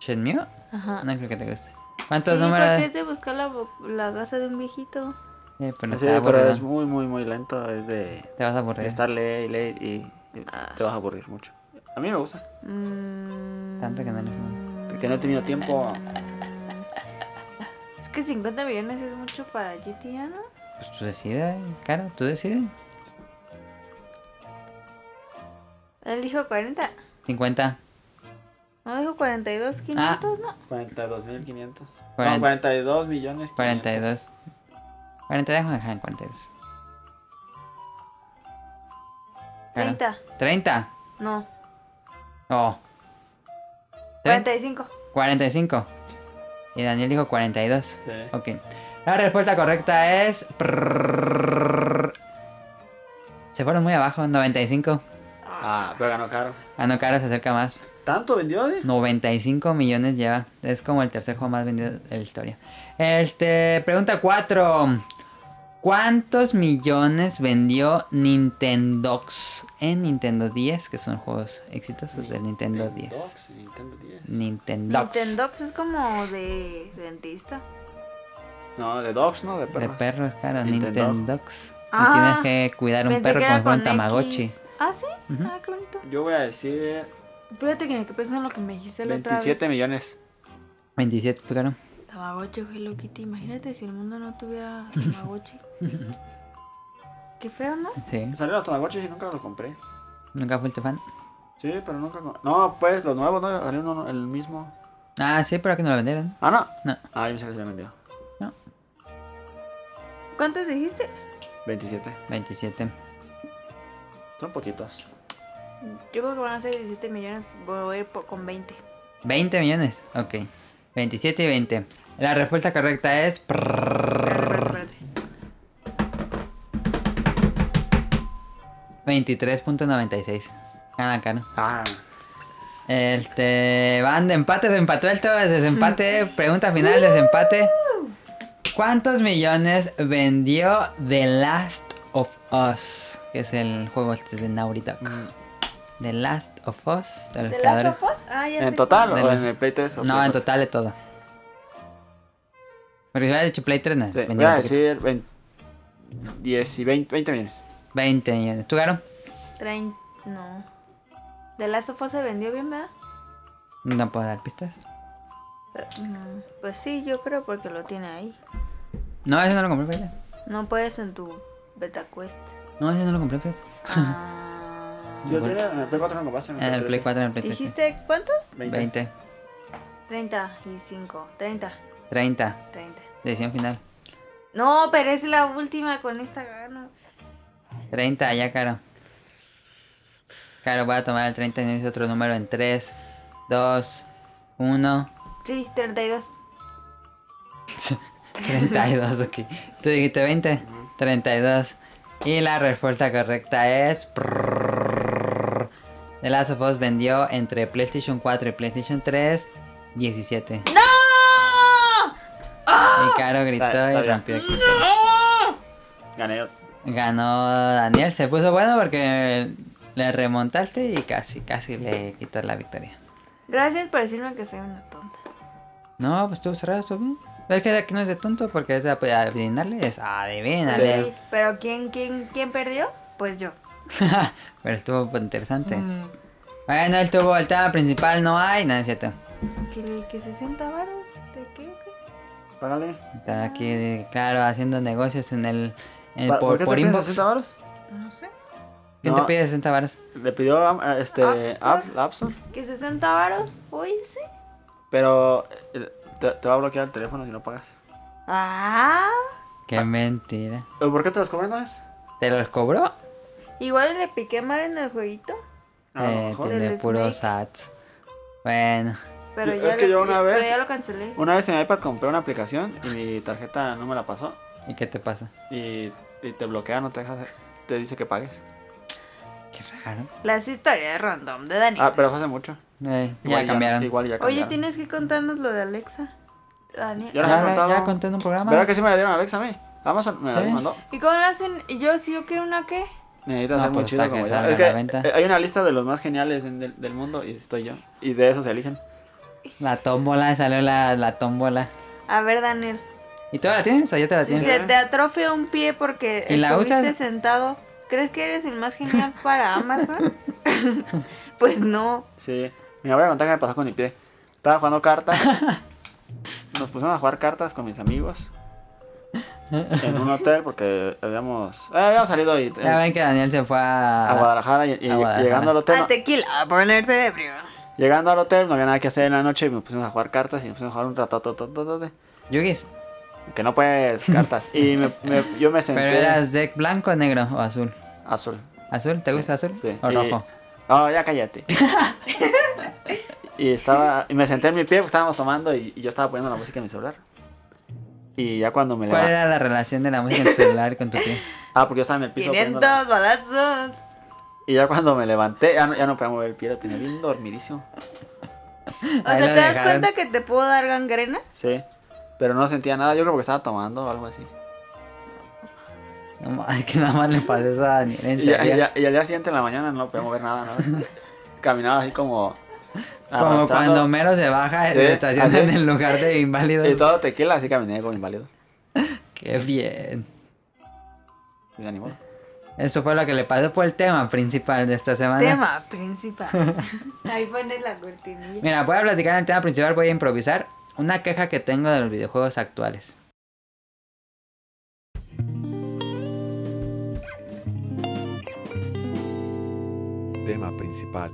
[SPEAKER 2] ¿Shenmue?
[SPEAKER 3] Ah.
[SPEAKER 1] Ajá.
[SPEAKER 2] No creo que te guste. ¿Cuántos
[SPEAKER 1] Sí,
[SPEAKER 2] números?
[SPEAKER 1] porque es de buscar la, bo- la casa de un viejito.
[SPEAKER 2] Eh, pero
[SPEAKER 3] pues Sí,
[SPEAKER 2] está
[SPEAKER 3] pero
[SPEAKER 2] aburrido.
[SPEAKER 3] es muy, muy, muy lento. Es de
[SPEAKER 2] Te vas a aburrir.
[SPEAKER 3] estar ley, ley y, y te vas a aburrir mucho. A mí me gusta.
[SPEAKER 1] Mm,
[SPEAKER 2] Tanto que no le fue.
[SPEAKER 3] Porque no he tenido tiempo.
[SPEAKER 1] Es que 50 millones es mucho para GTA, ¿no?
[SPEAKER 2] Pues tú decides, cara, tú decides.
[SPEAKER 1] Él dijo 40.
[SPEAKER 2] 50.
[SPEAKER 1] No dijo
[SPEAKER 2] Ah.
[SPEAKER 1] 42, 500, ¿no?
[SPEAKER 3] 42.500.
[SPEAKER 2] Cuarenta-
[SPEAKER 3] No, 42 millones.
[SPEAKER 2] 42. 40, déjame dejar en 42. Cara,
[SPEAKER 1] 30.
[SPEAKER 2] 30.
[SPEAKER 1] No.
[SPEAKER 2] Oh. Tre-
[SPEAKER 1] 45.
[SPEAKER 2] 45. Y Daniel dijo 42.
[SPEAKER 3] Sí.
[SPEAKER 2] Ok. La respuesta correcta es. Se fueron muy abajo, 95.
[SPEAKER 3] Ah, pero ganó caro.
[SPEAKER 2] Ah, no, Caro se acerca más.
[SPEAKER 3] ¿Tanto vendió? eh?
[SPEAKER 2] 95 millones lleva. Es como el tercer juego más vendido de la historia. Este, pregunta 4. ¿Cuántos millones vendió Nintendox en Nintendo 10? Que son juegos exitosos del Nintendo 10.
[SPEAKER 3] Docs, Nintendo 10.
[SPEAKER 2] Nintendox.
[SPEAKER 1] Nintendox es como de dentista.
[SPEAKER 3] No, de Dogs, ¿no? De
[SPEAKER 2] De
[SPEAKER 3] perros.
[SPEAKER 2] perros, claro.
[SPEAKER 3] Nintendo.
[SPEAKER 2] Nintendox.
[SPEAKER 1] Ah,
[SPEAKER 2] y tienes que cuidar un
[SPEAKER 1] Pensé
[SPEAKER 2] perro
[SPEAKER 1] que
[SPEAKER 2] como
[SPEAKER 1] era
[SPEAKER 2] si fuera un
[SPEAKER 1] con
[SPEAKER 2] Tamagotchi.
[SPEAKER 1] X. Ah, sí.
[SPEAKER 2] Ujú.
[SPEAKER 1] Ah, qué bonito.
[SPEAKER 3] Yo voy a decir
[SPEAKER 1] Fíjate que me quedé pensando en lo que me dijiste la otra vez.
[SPEAKER 3] 27 millones.
[SPEAKER 2] 27, tú, claro.
[SPEAKER 1] Tamagotchi o Hello Kitty. Imagínate si el mundo no tuviera Tamagotchi. Qué feo, ¿no?
[SPEAKER 2] Sí.
[SPEAKER 3] Salieron los Tamagotchis y nunca los compré.
[SPEAKER 2] Nunca fuiste fan.
[SPEAKER 3] Sí, pero nunca. co- No, pues los nuevos, ¿no? Salió uno, el mismo.
[SPEAKER 2] Ah, sí, pero que no lo vendieron.
[SPEAKER 3] Ah, no.
[SPEAKER 2] No.
[SPEAKER 3] Ah, yo me sé que se lo vendió.
[SPEAKER 1] ¿Cuántos dijiste?
[SPEAKER 3] 27.
[SPEAKER 2] 27.
[SPEAKER 3] Son poquitos.
[SPEAKER 1] Yo creo que van a ser 17 millones. Voy a ir po- con 20.
[SPEAKER 2] 20 millones. Ok. 27 y 20. La respuesta correcta es.
[SPEAKER 1] Espérate, espérate, espérate.
[SPEAKER 2] 23.96. Gana caro.
[SPEAKER 3] Ah.
[SPEAKER 2] Este. Van de empate, se empató esto. Desempate. Pregunta final, desempate. ¿Cuántos millones vendió The Last of Us? Que es el juego este de Naughty Dog.
[SPEAKER 3] Mm.
[SPEAKER 2] The Last of Us. De los
[SPEAKER 1] ¿De
[SPEAKER 2] creadores.
[SPEAKER 1] las sofás? Ah, ya
[SPEAKER 3] ¿En
[SPEAKER 1] sé.
[SPEAKER 3] total
[SPEAKER 2] De
[SPEAKER 3] o
[SPEAKER 2] los-
[SPEAKER 3] en el Play 3? o
[SPEAKER 2] No, en
[SPEAKER 3] Play 4?
[SPEAKER 2] total de todo. Porque si hubiera dicho Play 3, no.
[SPEAKER 3] Sí, voy
[SPEAKER 2] vendía
[SPEAKER 3] a
[SPEAKER 2] un poquito.
[SPEAKER 3] decir 20, 10 y 20, 20 millones.
[SPEAKER 2] 20 millones. ¿Tú, Garo?
[SPEAKER 1] Trein- No. ¿De las sofás se vendió bien, verdad?
[SPEAKER 2] No puedo dar pistas.
[SPEAKER 1] Pero, mm, Pues sí, yo creo porque lo tiene ahí.
[SPEAKER 2] No, ese no lo compré, fíjate.
[SPEAKER 1] No puedes en tu beta quest.
[SPEAKER 2] No, ese no lo compré, fíjate.
[SPEAKER 1] Ah,
[SPEAKER 3] Si lo tiene en el Play 4 no lo compraste.
[SPEAKER 2] En el Play 4, en el Play 3.
[SPEAKER 1] ¿Dijiste cuántos?
[SPEAKER 3] 20.
[SPEAKER 2] 20.
[SPEAKER 1] 35. 30.
[SPEAKER 2] 30.
[SPEAKER 1] 30.
[SPEAKER 2] Decisión final.
[SPEAKER 1] No, pero es la última con esta gana.
[SPEAKER 2] 30, ya, Caro. Caro, voy a tomar el 30 y no hice otro número en 3, 2, 1,
[SPEAKER 1] Sí, 32.
[SPEAKER 2] 32. Ok. Tú dijiste 20, 32. Y la respuesta correcta es. The Last of Us vendió entre PlayStation 4 y PlayStation 3 17.
[SPEAKER 1] ¡No!
[SPEAKER 2] Y Caro gritó
[SPEAKER 3] Está- está
[SPEAKER 2] y
[SPEAKER 3] bien.
[SPEAKER 2] rompió.
[SPEAKER 3] Gané.
[SPEAKER 2] Ganó Daniel, se puso bueno porque le remontaste y casi, casi le quitas la victoria.
[SPEAKER 1] Gracias por decirme que soy una tonta.
[SPEAKER 2] No, pues estuvo cerrado, estuvo bien. Pero es que aquí no es de tonto porque es de ap- adivinarle, es adivinarle.
[SPEAKER 1] Sí, pero ¿quién, quién, ¿quién perdió? Pues yo.
[SPEAKER 2] Pero estuvo pues, interesante.
[SPEAKER 3] Mm.
[SPEAKER 2] Bueno, él tuvo el tema principal, no hay, nada, es cierto.
[SPEAKER 1] ¿Que, que 60 varos? ¿De qué? o qué?
[SPEAKER 3] Págale.
[SPEAKER 2] Está aquí, claro, haciendo negocios en el. en-
[SPEAKER 3] Pa-
[SPEAKER 2] por,
[SPEAKER 3] qué te
[SPEAKER 2] por
[SPEAKER 3] pides
[SPEAKER 2] inbox.
[SPEAKER 3] 60 varos?
[SPEAKER 1] No sé.
[SPEAKER 2] ¿Quién te
[SPEAKER 3] No.
[SPEAKER 2] pide 60 varas?
[SPEAKER 3] Le pidió a este,
[SPEAKER 1] App Store.
[SPEAKER 3] App, App Store.
[SPEAKER 1] ¿Que 60 varos? Hoy sí.
[SPEAKER 3] Pero eh, te, te va a bloquear el teléfono si no pagas.
[SPEAKER 1] Ah.
[SPEAKER 2] Qué mentira.
[SPEAKER 3] ¿Eh, ¿Por qué te las cobran más?
[SPEAKER 2] ¿Te los cobró?
[SPEAKER 1] Igual le piqué mal en el jueguito.
[SPEAKER 3] A lo
[SPEAKER 2] Eh,
[SPEAKER 3] mejor.
[SPEAKER 1] tiene-
[SPEAKER 2] tiene
[SPEAKER 1] Del
[SPEAKER 2] puros ads. Bueno.
[SPEAKER 1] Pero
[SPEAKER 3] Es
[SPEAKER 1] ya
[SPEAKER 3] que
[SPEAKER 1] le-
[SPEAKER 3] yo una
[SPEAKER 1] pero
[SPEAKER 3] vez-
[SPEAKER 1] ya lo cancelé.
[SPEAKER 3] Una vez en mi iPad compré una aplicación y mi tarjeta no me la pasó.
[SPEAKER 2] ¿Y qué te pasa?
[SPEAKER 3] Y, y te bloquea, no te deja hacer- Te dice que pagues.
[SPEAKER 2] Qué raro.
[SPEAKER 1] Las historias random de Dani.
[SPEAKER 3] Ah, pero fue hace mucho.
[SPEAKER 2] Eh,
[SPEAKER 3] Igual
[SPEAKER 2] ya cambiaron.
[SPEAKER 3] Igual ya cambiaron.
[SPEAKER 1] Oye, tienes que contarnos lo de Alexa. Daniel.
[SPEAKER 2] Ya,
[SPEAKER 3] Ya lo he
[SPEAKER 2] Ah, ya
[SPEAKER 3] contado.
[SPEAKER 2] conté en un programa.
[SPEAKER 3] ¿Verdad que sí me la dieron a Alexa a mí? Amazon me
[SPEAKER 2] Sí.
[SPEAKER 3] lo mandó.
[SPEAKER 1] ¿Y cómo lo hacen? ¿Y yo si yo quiero una qué?
[SPEAKER 3] Necesito
[SPEAKER 2] No,
[SPEAKER 3] hacer muy
[SPEAKER 2] pues,
[SPEAKER 3] chido
[SPEAKER 2] está
[SPEAKER 3] como
[SPEAKER 2] que
[SPEAKER 3] ya.
[SPEAKER 2] salga
[SPEAKER 3] Es
[SPEAKER 2] a la
[SPEAKER 3] que,
[SPEAKER 2] venta.
[SPEAKER 3] eh, Hay una lista de los más geniales en- del, del mundo y estoy yo. Y de esos se eligen.
[SPEAKER 2] La tómbola, salió la, la tómbola.
[SPEAKER 1] A ver, Daniel.
[SPEAKER 2] ¿Y tú la tienes o ya te la
[SPEAKER 1] Si
[SPEAKER 2] tienes?
[SPEAKER 1] se te atrofia un pie porque
[SPEAKER 2] ¿Y la
[SPEAKER 1] estuviste
[SPEAKER 2] usas?
[SPEAKER 1] sentado, ¿crees que eres el más genial para Amazon? pues no.
[SPEAKER 3] Sí. Me voy a contar qué me pasó con mi pie. Estaba jugando cartas. Nos pusimos a jugar cartas con mis amigos. En un hotel porque habíamos... eh, habíamos salido y,
[SPEAKER 2] Ya ven que Daniel se fue a...
[SPEAKER 3] a Guadalajara y, y
[SPEAKER 2] A Guadalajara.
[SPEAKER 3] llegando al hotel...
[SPEAKER 1] A Ah, tequila, a ponerse de frío.
[SPEAKER 3] Llegando al hotel no había nada que hacer en la noche y nos pusimos a jugar cartas y nos pusimos a jugar un ratatotototote.
[SPEAKER 2] Yugis.
[SPEAKER 3] Que no puedes cartas. Y me- me- yo me senté...
[SPEAKER 2] ¿Pero eras deck blanco, negro o azul?
[SPEAKER 3] Azul.
[SPEAKER 2] ¿Azul? ¿Te gusta azul?
[SPEAKER 3] Sí.
[SPEAKER 2] ¿O
[SPEAKER 3] Y-
[SPEAKER 2] rojo?
[SPEAKER 3] Oh, ya cállate. y estaba. Y me senté en mi pie, porque estábamos tomando y, y yo estaba poniendo la música en mi celular. Y ya cuando me
[SPEAKER 2] ¿Cuál
[SPEAKER 3] levanté.
[SPEAKER 2] era la relación de la música en tu celular con tu pie?
[SPEAKER 3] Ah, porque yo estaba en el piso. poniendo
[SPEAKER 1] 500
[SPEAKER 3] la-
[SPEAKER 1] balazos.
[SPEAKER 3] Y ya cuando me levanté, ya no, ya no podía mover el pie, lo tenía bien dormidísimo.
[SPEAKER 1] O sea,
[SPEAKER 2] Ahí la
[SPEAKER 1] ¿te das
[SPEAKER 2] dejaron.
[SPEAKER 1] cuenta que te puedo dar gangrena?
[SPEAKER 3] Sí. Pero no sentía nada, yo creo porque estaba tomando o algo así.
[SPEAKER 2] No, ma- que nada más le pasó eso a Daniel. En
[SPEAKER 3] Y, ya-
[SPEAKER 2] serio.
[SPEAKER 3] y ya- y al día siguiente en la mañana no podía mover nada, nada. Caminaba así como.
[SPEAKER 2] Como
[SPEAKER 3] arrastrando.
[SPEAKER 2] cuando Homero se baja
[SPEAKER 3] Sí,
[SPEAKER 2] de estación
[SPEAKER 3] así.
[SPEAKER 2] en el lugar de
[SPEAKER 3] Y
[SPEAKER 2] inválidos.
[SPEAKER 3] todo tequila, así caminé como inválido.
[SPEAKER 2] Qué bien.
[SPEAKER 3] Y Pues ni modo.
[SPEAKER 2] Eso fue lo que le pasó, fue el tema principal de esta semana.
[SPEAKER 1] Tema principal. Ahí pones la cortinilla.
[SPEAKER 2] Mira, voy a platicar el tema principal, voy a improvisar una queja que tengo de los videojuegos actuales.
[SPEAKER 4] Tema principal.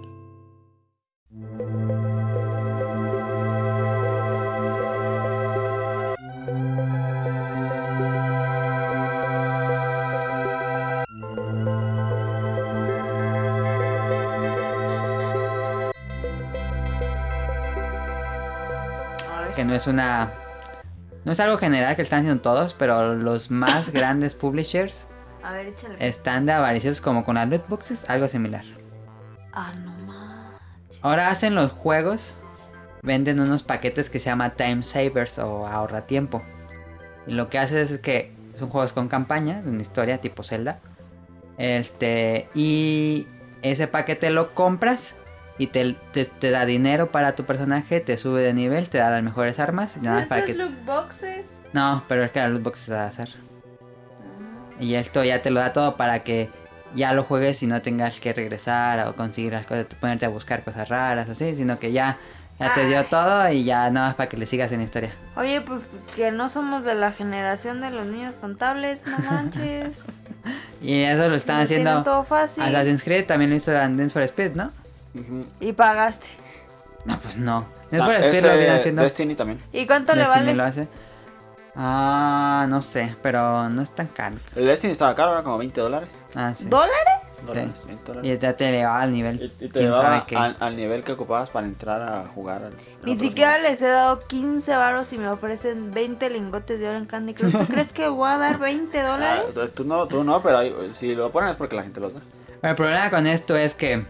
[SPEAKER 2] Que no es una... No es algo general que están haciendo todos, pero los más grandes publishers
[SPEAKER 1] A ver, échale.
[SPEAKER 2] están de avariciosos como con las loot boxes, algo similar.
[SPEAKER 1] Ah, no más.
[SPEAKER 2] Ahora hacen los juegos, venden unos paquetes que se llama Time Savers o ahorra tiempo. Y lo que haces es que son juegos con campaña, una historia tipo Zelda. Este, y ese paquete lo compras y te, te- te da dinero para tu personaje, te sube de nivel, te da las mejores armas. y nada más para que...
[SPEAKER 1] loot boxes?
[SPEAKER 2] No, pero es que la loot box es al azar. Y esto ya te lo da todo para que ya lo juegues y no tengas que regresar o conseguir las cosas, ponerte a buscar cosas raras, así, sino que ya, ya te dio
[SPEAKER 1] Ay.
[SPEAKER 2] todo y ya nada más para que le sigas en la historia.
[SPEAKER 1] Oye, pues que no somos de la generación de los niños contables, no manches.
[SPEAKER 2] Y eso lo están
[SPEAKER 1] Lo tienen
[SPEAKER 2] haciendo.
[SPEAKER 1] todo fácil.
[SPEAKER 2] Assassin's Creed también lo hizo en Dance for Speed, ¿no?
[SPEAKER 3] Ujú.
[SPEAKER 1] Y pagaste.
[SPEAKER 2] No, pues no. Dance
[SPEAKER 3] Ah,
[SPEAKER 2] for Speed
[SPEAKER 3] este,
[SPEAKER 2] lo viene haciendo.
[SPEAKER 3] Destiny también.
[SPEAKER 1] ¿Y cuánto le
[SPEAKER 2] Destiny
[SPEAKER 1] vale?
[SPEAKER 2] lo hace. Ah, no sé, pero no es tan caro.
[SPEAKER 3] El Destiny estaba caro, era como 20 dólares.
[SPEAKER 2] Ah, sí.
[SPEAKER 1] ¿Dólares?
[SPEAKER 3] Dólares, 20 dólares.
[SPEAKER 2] Y ya te elevaba al nivel.
[SPEAKER 3] Y, y te
[SPEAKER 2] quién sabe
[SPEAKER 3] llevaba
[SPEAKER 2] qué.
[SPEAKER 3] al, al nivel que ocupabas para entrar a jugar. Al, al
[SPEAKER 1] Ni
[SPEAKER 3] otro
[SPEAKER 1] siquiera
[SPEAKER 3] juego.
[SPEAKER 1] les he dado 15 varos y me ofrecen 20 lingotes de oro en Candy Crush. ¿Tú crees que voy a dar 20
[SPEAKER 3] Ah,
[SPEAKER 1] dólares?
[SPEAKER 3] entonces tú no, tú no, pero hay- si lo ponen es porque la gente los da.
[SPEAKER 2] Pero el problema con esto es que.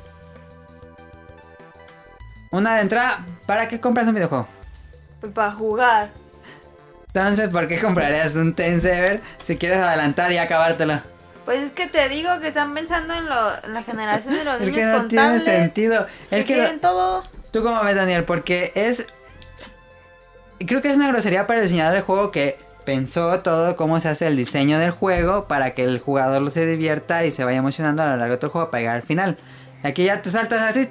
[SPEAKER 2] Una de entrada, ¿para qué compras un videojuego?
[SPEAKER 1] Pues para jugar.
[SPEAKER 2] Entonces, ¿por qué comprarías un Ten Sever si quieres adelantar y acabártelo?
[SPEAKER 1] Pues es que te digo que están pensando en, lo- en la generación de los
[SPEAKER 2] El
[SPEAKER 1] niños
[SPEAKER 2] que no tiene
[SPEAKER 1] contables.
[SPEAKER 2] sentido. El que.
[SPEAKER 1] quieren todo.
[SPEAKER 2] ¿Tú cómo ves, Daniel? Porque es. Creo que es una grosería para el diseñador del juego que pensó todo cómo se hace el diseño del juego para que el jugador lo se divierta y se vaya emocionando a lo largo del juego para llegar al final. Aquí ya te saltas así.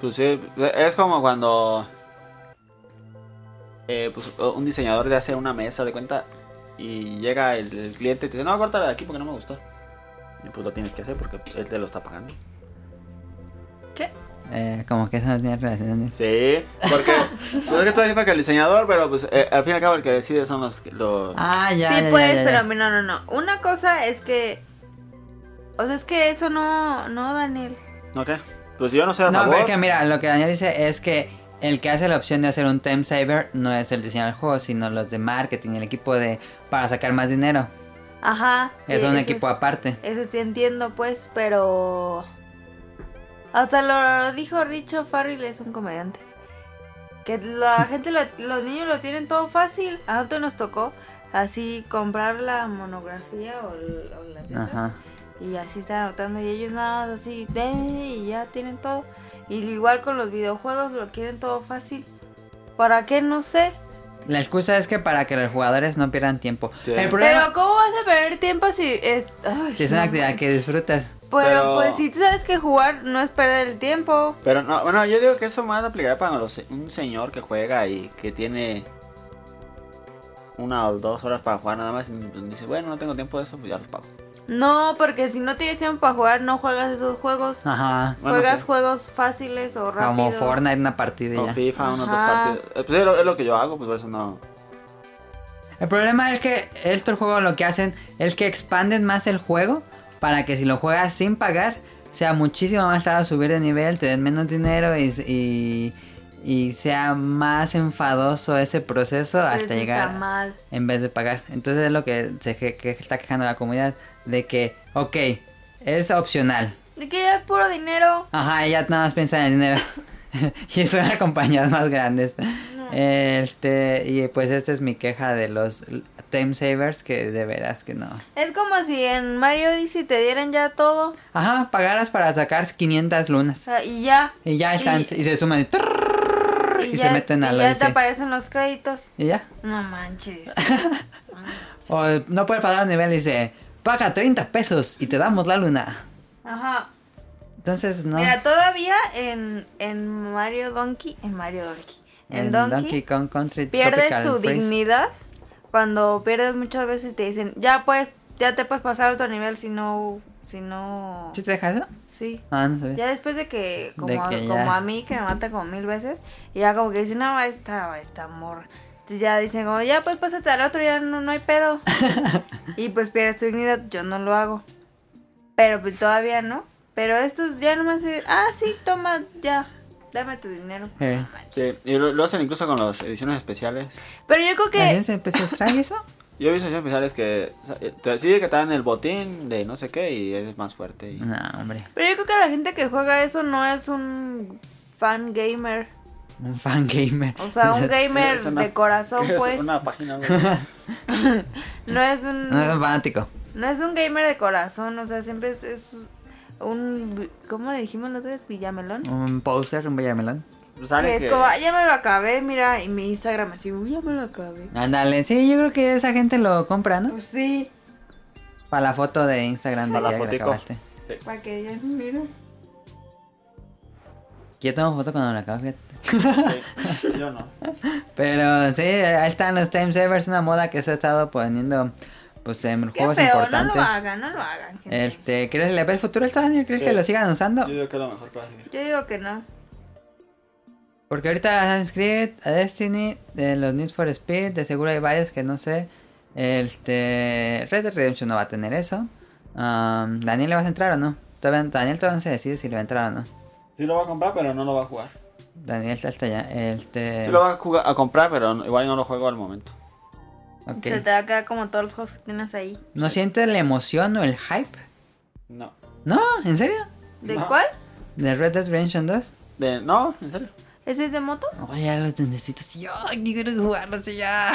[SPEAKER 3] Pues sí, es como cuando eh, pues, o- un diseñador le hace una mesa de cuenta y llega el, el cliente y te dice, no, córtala de aquí porque no me gustó. Y pues lo tienes que hacer porque él te lo está pagando.
[SPEAKER 2] Eh, como que eso no tiene relación. Daniel.
[SPEAKER 3] Sí, porque pues es que estoy diciendo que el diseñador, pero pues eh, al fin y al cabo el que decide son los... los...
[SPEAKER 2] Ah, ya.
[SPEAKER 1] sí,
[SPEAKER 2] ya, ya,
[SPEAKER 1] pues,
[SPEAKER 2] ya, ya.
[SPEAKER 1] pero a mí no, no, no. Una cosa es que. O sea, es que eso no, no, Daniel.
[SPEAKER 3] ¿No qué? Pues yo no sé a
[SPEAKER 2] No,
[SPEAKER 3] favor.
[SPEAKER 2] pero que mira, lo que Daniel dice es que el que hace la opción de hacer un time saver no es el diseñador del juego, sino los de marketing, el equipo de para sacar más dinero.
[SPEAKER 1] Ajá. sí,
[SPEAKER 2] es un
[SPEAKER 1] eso
[SPEAKER 2] equipo aparte.
[SPEAKER 1] Eso sí entiendo, pues, pero. Hasta lo dijo Richo Farrell, es un comediante. Que la gente, lo- los niños lo tienen todo fácil. A nosotros nos tocó así comprar la monografía o, el- o la pieza,
[SPEAKER 2] Ajá.
[SPEAKER 1] y así están anotando y ellos nada más así "Den", y ya tienen todo y igual con los videojuegos lo quieren todo fácil para qué no sé
[SPEAKER 2] La excusa es que para que los jugadores no pierdan tiempo.
[SPEAKER 3] Sí.
[SPEAKER 2] El
[SPEAKER 1] pero
[SPEAKER 2] problema
[SPEAKER 1] cómo vas a perder tiempo si es ay,
[SPEAKER 2] si es una
[SPEAKER 1] no
[SPEAKER 2] actividad que disfrutas.
[SPEAKER 1] Pero,
[SPEAKER 3] Pero-
[SPEAKER 1] pues si tú sabes que jugar no es perder el tiempo.
[SPEAKER 3] Pero no, bueno, yo digo que eso más aplicable para los se- un señor que juega y que tiene una o dos horas para jugar nada más y dice, bueno, no tengo tiempo de eso, pues ya los pago.
[SPEAKER 1] No, porque si no tienes tiempo para jugar, no juegas esos juegos.
[SPEAKER 2] Ajá.
[SPEAKER 3] Bueno,
[SPEAKER 1] Juegas
[SPEAKER 3] sí.
[SPEAKER 1] juegos fáciles o rápidos.
[SPEAKER 2] Ah, Como Fortnite una partida y
[SPEAKER 3] O
[SPEAKER 2] ya.
[SPEAKER 3] FIFA, unos dos
[SPEAKER 1] Ajá.
[SPEAKER 3] partidos. Eh, Pues es lo, es lo que yo hago, pues por eso no.
[SPEAKER 2] El problema es que estos juegos lo que hacen es que expanden más el juego para que si lo juegas sin pagar sea muchísimo más tarde subir de nivel, te den menos dinero y, y- y sea más enfadoso ese proceso
[SPEAKER 1] Pero
[SPEAKER 2] hasta
[SPEAKER 1] sí
[SPEAKER 2] llegar
[SPEAKER 1] Está mal.
[SPEAKER 2] en vez de pagar. Entonces es lo que se que- que está quejando la comunidad de que, ok, es opcional.
[SPEAKER 1] De que ya es puro dinero.
[SPEAKER 2] Ajá, ya nada más piensan en el dinero. y son las compañías más grandes. Este, y pues esta es mi queja de los l- time savers que de veras que no.
[SPEAKER 1] Es como si en Mario Odyssey te dieran ya todo.
[SPEAKER 2] Ajá, pagaras para sacar 500
[SPEAKER 1] o
[SPEAKER 2] lunas.
[SPEAKER 1] sea, y ya.
[SPEAKER 2] Y ya están, y,
[SPEAKER 1] Y-
[SPEAKER 2] se suman y, y se
[SPEAKER 1] ya-
[SPEAKER 2] meten al
[SPEAKER 1] Y ya te
[SPEAKER 2] Odyssey.
[SPEAKER 1] aparecen los créditos.
[SPEAKER 2] y ya.
[SPEAKER 1] No manches.
[SPEAKER 2] O no puedes pagar un nivel y dice, paga 30 pesos y te damos la luna.
[SPEAKER 1] Ajá.
[SPEAKER 2] Entonces no.
[SPEAKER 1] Mira, todavía en, en Mario Donkey. En Mario Donkey. En,
[SPEAKER 2] En
[SPEAKER 1] Donkey,
[SPEAKER 2] Donkey Kong Country
[SPEAKER 1] pierdes
[SPEAKER 2] Tropical
[SPEAKER 1] tu
[SPEAKER 2] Freeze.
[SPEAKER 1] dignidad cuando pierdes muchas veces y te dicen ya puedes ya te puedes pasar a otro nivel si no si no
[SPEAKER 2] ¿Sí te deja eso?
[SPEAKER 1] sí
[SPEAKER 2] Ah, no sabía.
[SPEAKER 1] ya después de que como,
[SPEAKER 2] De
[SPEAKER 1] a,
[SPEAKER 2] que ya.
[SPEAKER 1] como a mí que me mata como mil veces y ya como que dicen no esta esta morra entonces ya dicen como ya pues pásate al otro ya no, no hay pedo y pues pierdes tu dignidad yo no lo hago pero pues todavía no pero estos ya nomás es, ah sí toma ya dame tu dinero
[SPEAKER 2] Eh.
[SPEAKER 3] Sí, y lo, lo hacen incluso con las ediciones especiales.
[SPEAKER 1] pero yo creo
[SPEAKER 2] ¿La
[SPEAKER 1] que
[SPEAKER 2] gente empezó a traer eso?
[SPEAKER 3] Yo he visto ediciones especiales que o sea, eh, te deciden que te dan el botín de no sé qué y eres más fuerte. y-
[SPEAKER 2] No, hombre.
[SPEAKER 1] Pero yo creo que la gente que juega eso no es un fan gamer.
[SPEAKER 2] Un fan gamer.
[SPEAKER 1] O sea, un gamer
[SPEAKER 3] Es una-
[SPEAKER 1] de corazón,
[SPEAKER 3] que es
[SPEAKER 1] pues.
[SPEAKER 3] Una página güey.
[SPEAKER 1] No es un
[SPEAKER 2] No es un fanático.
[SPEAKER 1] no es un gamer de corazón, o sea, siempre es, es un ¿cómo dijimos nosotros? Villamelón.
[SPEAKER 2] Un poser, un bellamelón.
[SPEAKER 3] Saben
[SPEAKER 1] Que
[SPEAKER 3] que-
[SPEAKER 1] es como, "Ah, ya me lo acabé, mira, y mi Instagram así, uy, ya me lo acabé.
[SPEAKER 2] Ándale, sí, yo creo que esa gente lo compra, ¿no?
[SPEAKER 1] Pues sí,
[SPEAKER 2] Para la foto de Instagram de
[SPEAKER 3] Para la
[SPEAKER 2] ya que lo
[SPEAKER 3] fotico.
[SPEAKER 2] acabaste.
[SPEAKER 1] para que digan, mira.
[SPEAKER 2] Yo tomo foto cuando lo acabo, fíjate.
[SPEAKER 3] Sí, yo no.
[SPEAKER 2] Pero sí, ahí están los time savers, una moda que se ha estado poniendo pues en
[SPEAKER 1] Qué
[SPEAKER 2] juegos
[SPEAKER 1] feo, no lo
[SPEAKER 2] importantes.
[SPEAKER 1] hagan, no lo hagan, gente.
[SPEAKER 2] este, ¿crees que le ve el futuro al Daniel? ¿Crees
[SPEAKER 3] Sí.
[SPEAKER 2] que lo sigan usando?
[SPEAKER 3] Yo digo que es lo mejor que va a seguir.
[SPEAKER 1] Yo digo que no.
[SPEAKER 2] Porque ahorita Assassin's Creed, a Destiny, de los Need for Speed, de seguro hay varios que no sé. Este. Red Dead Redemption no va a tener eso. Am, ¿Daniel le vas a entrar o no? Todavía- Daniel todavía no se decide si le va a entrar o no.
[SPEAKER 3] Sí lo va a comprar, pero no lo va a jugar.
[SPEAKER 2] Daniel está hasta allá. Este.
[SPEAKER 3] Sí lo va a, jugar- a comprar, pero no- igual no lo juego al momento.
[SPEAKER 2] ok.
[SPEAKER 1] Se te va a quedar como todos los juegos que tienes ahí.
[SPEAKER 2] ¿No sientes la emoción o el hype?
[SPEAKER 3] No.
[SPEAKER 2] No, ¿en serio?
[SPEAKER 1] ¿De
[SPEAKER 3] No.
[SPEAKER 1] cuál?
[SPEAKER 2] ¿De Red Dead Redemption 2?
[SPEAKER 3] De, no, en serio.
[SPEAKER 1] ¿Ese es de moto?
[SPEAKER 2] Oye, ya lo necesito. Sí, yo quiero jugarlo. Sí, ya.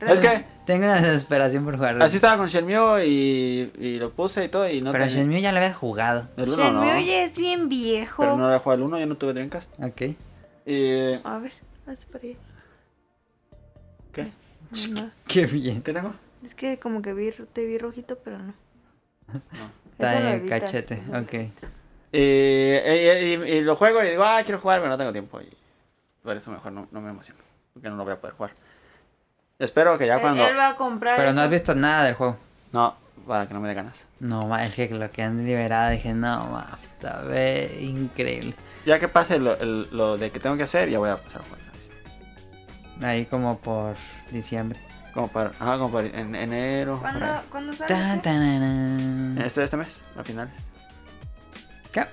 [SPEAKER 3] Es que
[SPEAKER 2] Tengo una desesperación por jugarlo.
[SPEAKER 3] Eh. así estaba con Shenmue y, y lo puse y todo y no
[SPEAKER 2] Pero
[SPEAKER 3] tenía-
[SPEAKER 2] Shenmue ya lo había jugado.
[SPEAKER 3] El uno no.
[SPEAKER 1] Shenmue ya es bien viejo.
[SPEAKER 3] Pero no lo jugué el 1, yo no tuve Dreamcast. Eh,
[SPEAKER 2] Ok.
[SPEAKER 3] Y...
[SPEAKER 1] A ver, vas por ahí.
[SPEAKER 3] ¿Qué?
[SPEAKER 1] No, no.
[SPEAKER 2] Qué bien.
[SPEAKER 3] ¿Qué tengo?
[SPEAKER 1] Es que como que vi, te vi rojito, pero no.
[SPEAKER 3] No.
[SPEAKER 1] Eso
[SPEAKER 2] Está
[SPEAKER 1] lo
[SPEAKER 2] en el
[SPEAKER 1] evitas.
[SPEAKER 2] cachete. Ok.
[SPEAKER 3] Y, Eh, y- y- y lo juego y digo, ah, quiero jugar, pero no tengo tiempo. Y por eso mejor no, no me emociono, porque no lo voy a poder jugar. Espero que ya
[SPEAKER 1] Él-
[SPEAKER 3] cuando...
[SPEAKER 1] Él va a comprar.
[SPEAKER 2] Pero no
[SPEAKER 1] eso.
[SPEAKER 2] has visto nada del juego.
[SPEAKER 3] No, para que no me dé ganas.
[SPEAKER 2] No, ma, es que lo que han liberado, dije, no, ma, está ve- increíble.
[SPEAKER 3] Ya que pase lo, el- lo de que tengo que hacer, ya voy a pasar a jugar.
[SPEAKER 2] Ahí como por diciembre.
[SPEAKER 3] Como para, ajá, como para en enero. por
[SPEAKER 1] ¿Cuándo,
[SPEAKER 3] ahí.
[SPEAKER 1] ¿cuándo sale?
[SPEAKER 2] Tan,
[SPEAKER 1] ese?
[SPEAKER 2] tan, tan.
[SPEAKER 3] Este, este mes, a finales.
[SPEAKER 2] ¿Qué?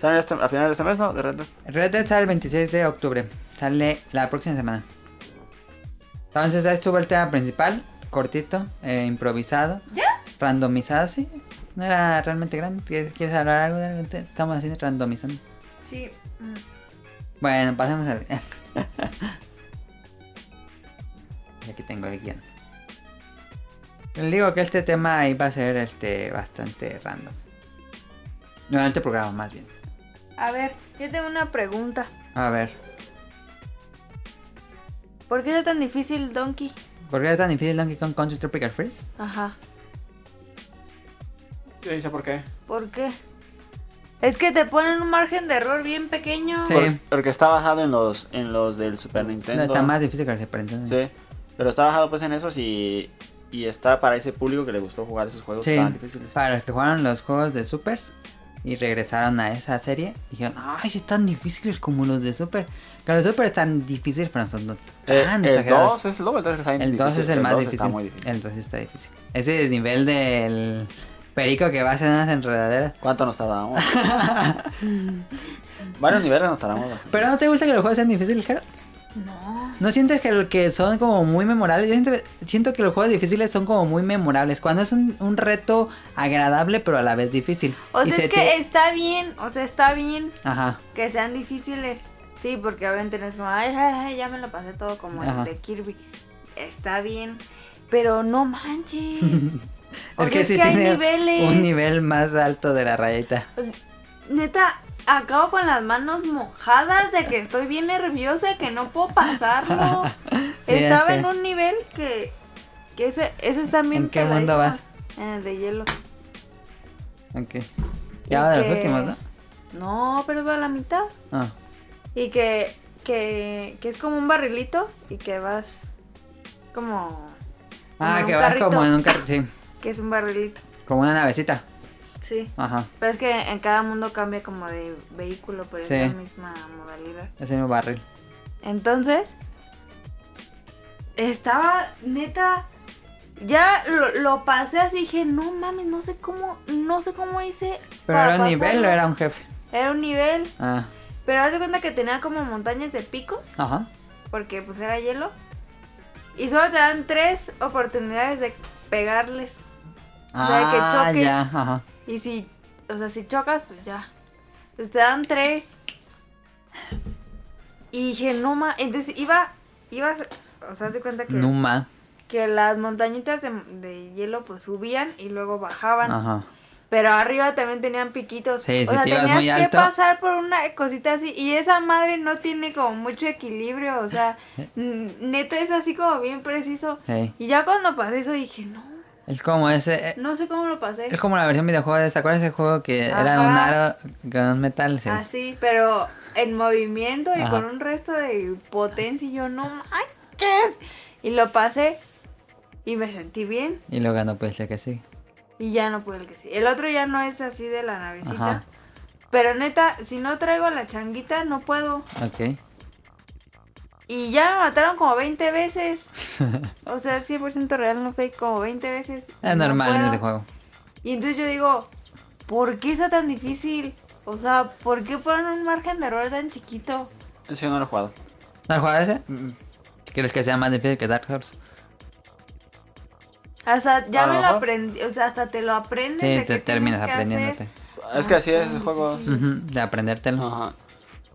[SPEAKER 3] ¿Saben este- a finales de este mes? No, de repente.
[SPEAKER 2] Red Dead sale el 26 de octubre. Sale la próxima semana. Entonces, ahí estuvo el tema principal. Cortito, eh, improvisado. ¿Ya? Randomizado, sí. No era realmente grande. ¿Quieres quieres hablar algo de algo? Te- Estamos así randomizando.
[SPEAKER 1] Sí. mm.
[SPEAKER 2] Bueno, pasemos al. Y aquí tengo el guión. Digo que este tema iba a ser este bastante random. No, este programa más bien.
[SPEAKER 1] A ver, yo tengo una pregunta.
[SPEAKER 2] A ver,
[SPEAKER 1] ¿Por qué es tan difícil Donkey?
[SPEAKER 2] ¿por qué es tan difícil Donkey Kong Country Tropical Freeze?
[SPEAKER 1] Ajá.
[SPEAKER 3] Yo no sé por qué.
[SPEAKER 1] ¿Por qué? Es que te ponen un margen de error bien pequeño.
[SPEAKER 2] Sí.
[SPEAKER 3] Por- porque está bajado en los, en los del Super Nintendo.
[SPEAKER 2] No, está más difícil que el Super Nintendo.
[SPEAKER 3] Sí. Pero está bajado pues en esos y, y está para ese público que le gustó jugar esos juegos
[SPEAKER 2] Sí,
[SPEAKER 3] tan difíciles.
[SPEAKER 2] para los que jugaron los juegos de Super y regresaron a esa serie, dijeron, ay, sí están difíciles como los de Super. Que los de Super están difíciles, pero no son
[SPEAKER 3] Eh,
[SPEAKER 2] tan
[SPEAKER 3] el
[SPEAKER 2] exagerados.
[SPEAKER 3] 2 es lo, el 3 está bien
[SPEAKER 2] El 2
[SPEAKER 3] difícil,
[SPEAKER 2] es el más
[SPEAKER 3] dos
[SPEAKER 2] difícil.
[SPEAKER 3] Está muy difícil.
[SPEAKER 2] El 2 está difícil. Ese nivel del perico que va a hacer unas enredaderas.
[SPEAKER 3] ¿Cuánto nos tardamos? Varios niveles nos tardamos bastante.
[SPEAKER 2] Pero ¿no te gusta que los juegos sean difíciles, Jero?
[SPEAKER 1] No.
[SPEAKER 2] ¿No sientes que, que son como muy memorables? Yo siento, siento que los juegos difíciles son como muy memorables. Cuando es un, un reto agradable, pero a la vez difícil.
[SPEAKER 1] O
[SPEAKER 2] Y
[SPEAKER 1] sea,
[SPEAKER 2] se
[SPEAKER 1] es que
[SPEAKER 2] te-
[SPEAKER 1] está bien, o sea, está bien
[SPEAKER 2] Ajá.
[SPEAKER 1] que sean difíciles. Sí, porque obviamente no es como, ay, ay, ay, ya me lo pasé todo como
[SPEAKER 2] Ajá.
[SPEAKER 1] el de Kirby. Está bien, pero no manches.
[SPEAKER 2] El
[SPEAKER 1] Porque
[SPEAKER 2] que
[SPEAKER 1] es
[SPEAKER 2] sí
[SPEAKER 1] que hay
[SPEAKER 2] tiene
[SPEAKER 1] niveles.
[SPEAKER 2] un nivel más alto de la rayita.
[SPEAKER 1] Neta, acabo con las manos mojadas de que estoy bien nerviosa, que no puedo pasarlo.
[SPEAKER 2] Sí,
[SPEAKER 1] Estaba
[SPEAKER 2] ya sé.
[SPEAKER 1] en un nivel que, que ese, eso está bien.
[SPEAKER 2] ¿En qué mundo
[SPEAKER 1] peladito. En el de hielo.
[SPEAKER 2] Ok. Ya va de los
[SPEAKER 1] que-
[SPEAKER 2] últimos, ¿no?
[SPEAKER 1] No, pero va a la mitad.
[SPEAKER 2] Ah,
[SPEAKER 1] Y que, que, que es como un barrilito y que vas como...
[SPEAKER 2] Ah,
[SPEAKER 1] en un
[SPEAKER 2] que vas
[SPEAKER 1] carrito,
[SPEAKER 2] como en un carro. Sí,
[SPEAKER 1] Que es un barrilito,
[SPEAKER 2] como una navecita.
[SPEAKER 1] sí.
[SPEAKER 2] Ajá.
[SPEAKER 1] Pero es que en cada mundo cambia como de vehículo, pero
[SPEAKER 2] Sí.
[SPEAKER 1] es la misma modalidad.
[SPEAKER 2] Ese mismo barril.
[SPEAKER 1] Entonces, estaba neta. Ya lo, lo pasé así, dije, no mames, no sé cómo, no sé cómo hice.
[SPEAKER 2] ¿Pero
[SPEAKER 1] para
[SPEAKER 2] era un nivel
[SPEAKER 1] pasarlo".
[SPEAKER 2] o era un jefe?
[SPEAKER 1] Era un nivel,
[SPEAKER 2] Ah,
[SPEAKER 1] pero haz de cuenta que tenía como montañas de picos,
[SPEAKER 2] ajá.
[SPEAKER 1] porque pues era hielo. Y solo te dan tres oportunidades de pegarles. O sea, que
[SPEAKER 2] Ah,
[SPEAKER 1] choques.
[SPEAKER 2] ya, ajá.
[SPEAKER 1] Y si, o sea, si chocas, pues ya. Entonces te dan tres. Y dije, no ma. Entonces iba, iba, o sea, haz de cuenta que,
[SPEAKER 2] Numa.
[SPEAKER 1] que las montañitas de, de hielo pues subían y luego bajaban.
[SPEAKER 2] Ajá.
[SPEAKER 1] Pero arriba también tenían piquitos.
[SPEAKER 2] Sí,
[SPEAKER 1] o
[SPEAKER 2] si
[SPEAKER 1] sea,
[SPEAKER 2] te ibas
[SPEAKER 1] tenías
[SPEAKER 2] muy
[SPEAKER 1] que
[SPEAKER 2] alto.
[SPEAKER 1] pasar por una cosita así. Y esa madre no tiene como mucho equilibrio. O sea,
[SPEAKER 2] Eh.
[SPEAKER 1] n- neta es así como bien preciso.
[SPEAKER 2] Sí.
[SPEAKER 1] Y ya cuando pasé eso dije, no,
[SPEAKER 2] Es como ese.
[SPEAKER 1] no sé cómo lo pasé.
[SPEAKER 2] Es como la versión videojuego de. ¿Se acuerdan de ese juego que era
[SPEAKER 1] Ajá.
[SPEAKER 2] un aro con un metal? Sí.
[SPEAKER 1] Así, pero en movimiento y
[SPEAKER 2] Ajá.
[SPEAKER 1] con un resto de potencia. Y yo, no manches. Y lo pasé y me sentí bien.
[SPEAKER 2] Y luego no puede ser que sí.
[SPEAKER 1] Y ya no pude el que sí. El otro ya no es así de la navecita.
[SPEAKER 2] Ajá.
[SPEAKER 1] Pero neta, si no traigo la changuita, no puedo.
[SPEAKER 2] Ok.
[SPEAKER 1] Y ya me mataron como 20 veces. O sea, 100% real, no fake, como 20 veces.
[SPEAKER 2] Es
[SPEAKER 1] No
[SPEAKER 2] normal en
[SPEAKER 1] puedo.
[SPEAKER 2] ese juego.
[SPEAKER 1] Y entonces yo digo, ¿por qué está tan difícil? O sea, ¿por qué ponen un margen de error tan chiquito?
[SPEAKER 3] Ese yo no lo he jugado.
[SPEAKER 2] ¿No has jugado ese?
[SPEAKER 3] Mm, mm.
[SPEAKER 2] ¿Crees que sea más difícil que Dark Souls?
[SPEAKER 1] Hasta
[SPEAKER 3] A
[SPEAKER 1] ya
[SPEAKER 3] lo
[SPEAKER 1] me lo
[SPEAKER 3] mejor.
[SPEAKER 1] aprendí, o sea, hasta te lo aprendes. de
[SPEAKER 2] Sí,
[SPEAKER 1] qué
[SPEAKER 2] te terminas
[SPEAKER 1] tienes que
[SPEAKER 2] aprendiéndote.
[SPEAKER 3] Es que así es ese juego.
[SPEAKER 1] Sí.
[SPEAKER 2] Ujú, de aprendértelo.
[SPEAKER 3] Ajá.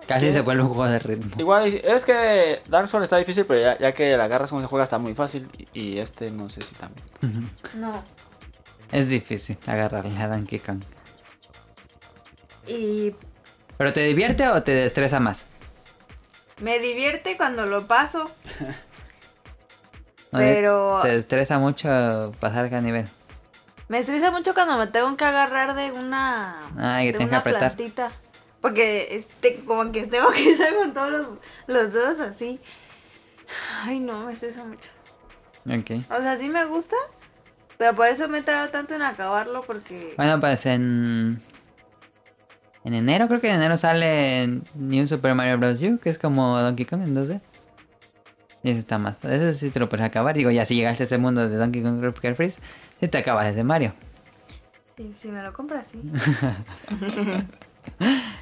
[SPEAKER 2] Casi se vuelve un juego de ritmo.
[SPEAKER 3] Igual es que Dark Souls está difícil, pero ya, ya que la agarras como se juega está muy fácil. Y y este no sé si también.
[SPEAKER 1] hacer. No.
[SPEAKER 2] Es difícil agarrarle a Donkey Kong.
[SPEAKER 1] Y
[SPEAKER 2] ¿Pero te divierte o te estresa más?
[SPEAKER 1] me divierte cuando lo paso.
[SPEAKER 2] ¿No te-
[SPEAKER 1] Pero-
[SPEAKER 2] ¿Te estresa mucho pasar cada nivel?
[SPEAKER 1] Me estresa mucho cuando me tengo que agarrar de una.
[SPEAKER 2] Ah, que
[SPEAKER 1] de
[SPEAKER 2] tengo que
[SPEAKER 1] una
[SPEAKER 2] apretar.
[SPEAKER 1] plantita. Porque este, como que tengo que estar con todos los, los dedos así. Ay, no, me estresa mucho.
[SPEAKER 2] Ok.
[SPEAKER 1] O sea, sí me gusta. Pero por eso me he tardado tanto en acabarlo. Porque.
[SPEAKER 2] Bueno, pues en... En enero, creo que en enero sale New Super Mario Bros. U, que es como Donkey Kong en 2D. Y ese está más... Ese sí te lo puedes acabar. Digo, ya si llegaste a ese mundo de Donkey Kong Tropical Freeze, sí te acabas ese Mario.
[SPEAKER 1] Si, si me lo compras, sí.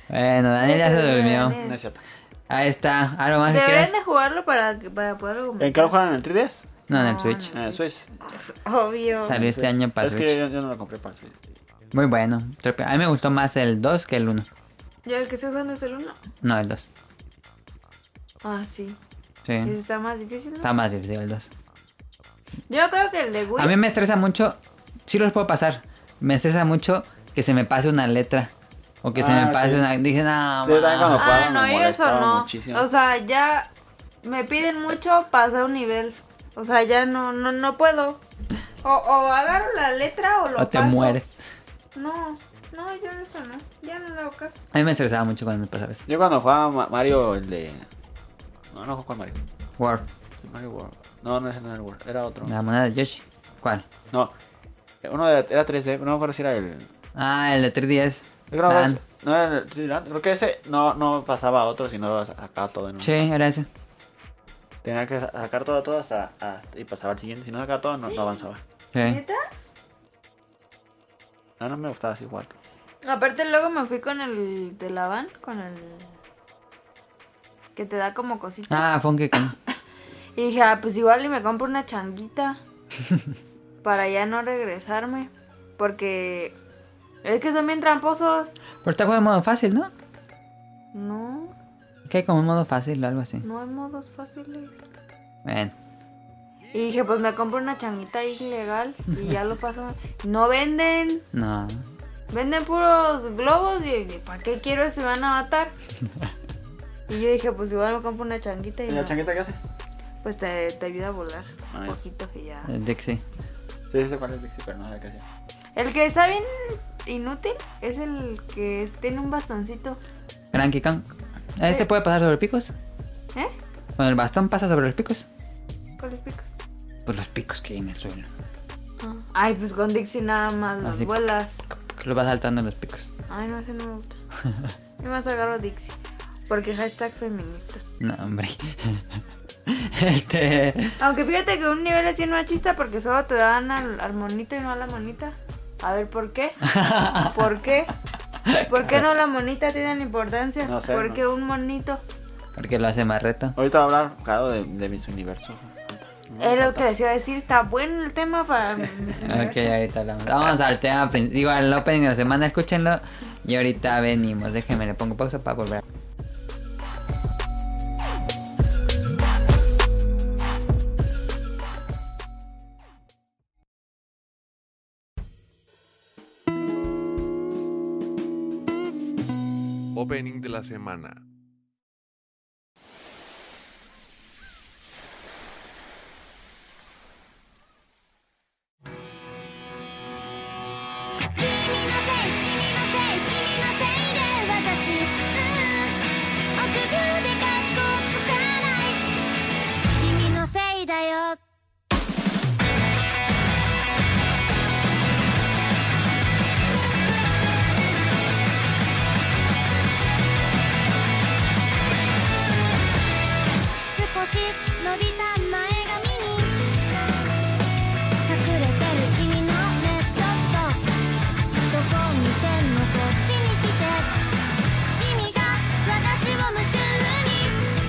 [SPEAKER 2] Bueno, Daniel ya se durmió.
[SPEAKER 3] No es cierto.
[SPEAKER 2] Ahí está. ¿Algo más que
[SPEAKER 1] Deberían
[SPEAKER 2] quieras?
[SPEAKER 1] de jugarlo para, para poderlo comprar.
[SPEAKER 3] ¿En qué lo juegan? ¿En el 3DS?
[SPEAKER 2] No, en el
[SPEAKER 1] No,
[SPEAKER 2] Switch.
[SPEAKER 1] no.
[SPEAKER 3] En el Switch.
[SPEAKER 1] Pues, Obvio.
[SPEAKER 2] Salió este
[SPEAKER 3] Switch.
[SPEAKER 2] año para
[SPEAKER 3] Es
[SPEAKER 2] Switch.
[SPEAKER 3] que yo, yo no lo compré para Switch.
[SPEAKER 2] Muy bueno. Tropi- A mí me gustó más el 2 que el 1.
[SPEAKER 1] Yo el que estoy jugando es el 1.
[SPEAKER 2] No, el 2.
[SPEAKER 1] Ah, sí.
[SPEAKER 2] Sí.
[SPEAKER 1] Ese está más difícil, ¿no?
[SPEAKER 2] Está más difícil el 2.
[SPEAKER 1] Yo creo que el de Wii.
[SPEAKER 2] A mí me estresa mucho, sí los puedo pasar, me estresa mucho que se me pase una letra. O que se
[SPEAKER 3] Ah,
[SPEAKER 2] me pase
[SPEAKER 3] sí.
[SPEAKER 2] una... Dije, no,
[SPEAKER 3] Sí, yo también
[SPEAKER 2] ma".
[SPEAKER 3] cuando-
[SPEAKER 1] Ah,
[SPEAKER 3] jugaba
[SPEAKER 1] no,
[SPEAKER 3] me
[SPEAKER 1] y eso
[SPEAKER 3] molestaba
[SPEAKER 1] no.
[SPEAKER 3] muchísimo.
[SPEAKER 1] O sea, ya me piden mucho pasar un nivel. O sea, ya no, no, no puedo. O, o agarro la letra o lo
[SPEAKER 2] o te
[SPEAKER 1] paso.
[SPEAKER 2] mueres.
[SPEAKER 1] No, no, yo eso no. Ya no le hago caso.
[SPEAKER 2] A mí me estresaba mucho cuando me pasaba eso.
[SPEAKER 3] Yo cuando jugaba Ma- Mario, el de. No, no jugué con Mario.
[SPEAKER 2] War,
[SPEAKER 3] Mario World. No, no ese no era el World, era otro.
[SPEAKER 2] la moneda de Yoshi. ¿Cuál?
[SPEAKER 3] No, uno era, era 3D, no me acuerdo si era el.
[SPEAKER 2] Ah, el de 3DS.
[SPEAKER 3] Yo creo que
[SPEAKER 2] Dan.
[SPEAKER 3] ese- no era el 3D Land. Creo que ese no, no pasaba a otro, sino sacaba todo en uno.
[SPEAKER 2] Sí, era ese.
[SPEAKER 3] Tenía que sa- sacar todo, todo hasta, hasta- Y pasaba al siguiente. Si no sacaba todo, no, no avanzaba.
[SPEAKER 2] Sí.
[SPEAKER 1] ¿Neta?
[SPEAKER 3] No, no me gustaba así jugar.
[SPEAKER 1] Aparte luego me fui con el de la van, con el que te da como cosita.
[SPEAKER 2] Ah, Funky Kong.
[SPEAKER 1] Y dije, ah, pues igual y me compro una changuita para ya no regresarme. Porque es que son bien tramposos.
[SPEAKER 2] Pero está jugando en modo fácil, ¿no?
[SPEAKER 1] No,
[SPEAKER 2] Que hay como un modo fácil o algo así.
[SPEAKER 1] no hay modos fáciles.
[SPEAKER 2] Bueno.
[SPEAKER 1] Y dije, pues me compro una changuita ahí ilegal y ya lo paso. No venden,
[SPEAKER 2] No.
[SPEAKER 1] venden puros globos y dije, ¿para qué quiero si me van a matar? Y yo dije, pues igual me compro una changuita y,
[SPEAKER 3] ¿Y la
[SPEAKER 1] me-
[SPEAKER 3] changuita qué hace?
[SPEAKER 1] pues te, te ayuda a volar
[SPEAKER 3] Ah,
[SPEAKER 1] un
[SPEAKER 3] ya.
[SPEAKER 1] poquito que ya.
[SPEAKER 2] El Dixie.
[SPEAKER 3] Sí, ese cuál es Dixie, pero no sé qué hacía.
[SPEAKER 1] El que está bien inútil es el que tiene un bastoncito.
[SPEAKER 2] Cranky Kong. ¿Ese puede pasar sobre picos?
[SPEAKER 1] ¿Eh?
[SPEAKER 2] ¿Con el bastón pasa sobre los picos?
[SPEAKER 1] Con los picos.
[SPEAKER 2] Pues los picos que hay en el suelo.
[SPEAKER 1] Ah. Ay, pues con Dixie nada más los
[SPEAKER 2] Así.
[SPEAKER 1] vuelas.
[SPEAKER 2] Que lo va saltando en los picos.
[SPEAKER 1] Ay, no, ese no me gusta. Yo más agarro Dixie. Porque hashtag feminista.
[SPEAKER 2] No, hombre. este.
[SPEAKER 1] Aunque fíjate que un nivel es bien machista porque solo te dan al, al monito y no a la monita. A ver, ¿por qué? ¿Por qué? ¿Por qué no la monita tiene importancia?
[SPEAKER 3] No sé,
[SPEAKER 1] Porque
[SPEAKER 3] no.
[SPEAKER 1] un monito.
[SPEAKER 2] Porque lo hace más reto.
[SPEAKER 3] Ahorita voy a hablar, claro, de, de mis universos.
[SPEAKER 1] Es lo que les iba a decir. Está bueno el tema para... mis
[SPEAKER 2] Ok,
[SPEAKER 1] universos.
[SPEAKER 2] ahorita hablamos. Vamos al tema. prin- Digo, al opening de la semana, escúchenlo. Y ahorita venimos. Déjenme, le pongo pausa para volver.
[SPEAKER 4] Opening de la semana.
[SPEAKER 5] 「君のせい君のせい君のせいで私」「うん」「臆病で格好つかない」「君のせいだよ」「少し伸びた前髪に」「隠れてる君の目ちょっと」「どこ見てんのこっちに来て」「君が私を夢中に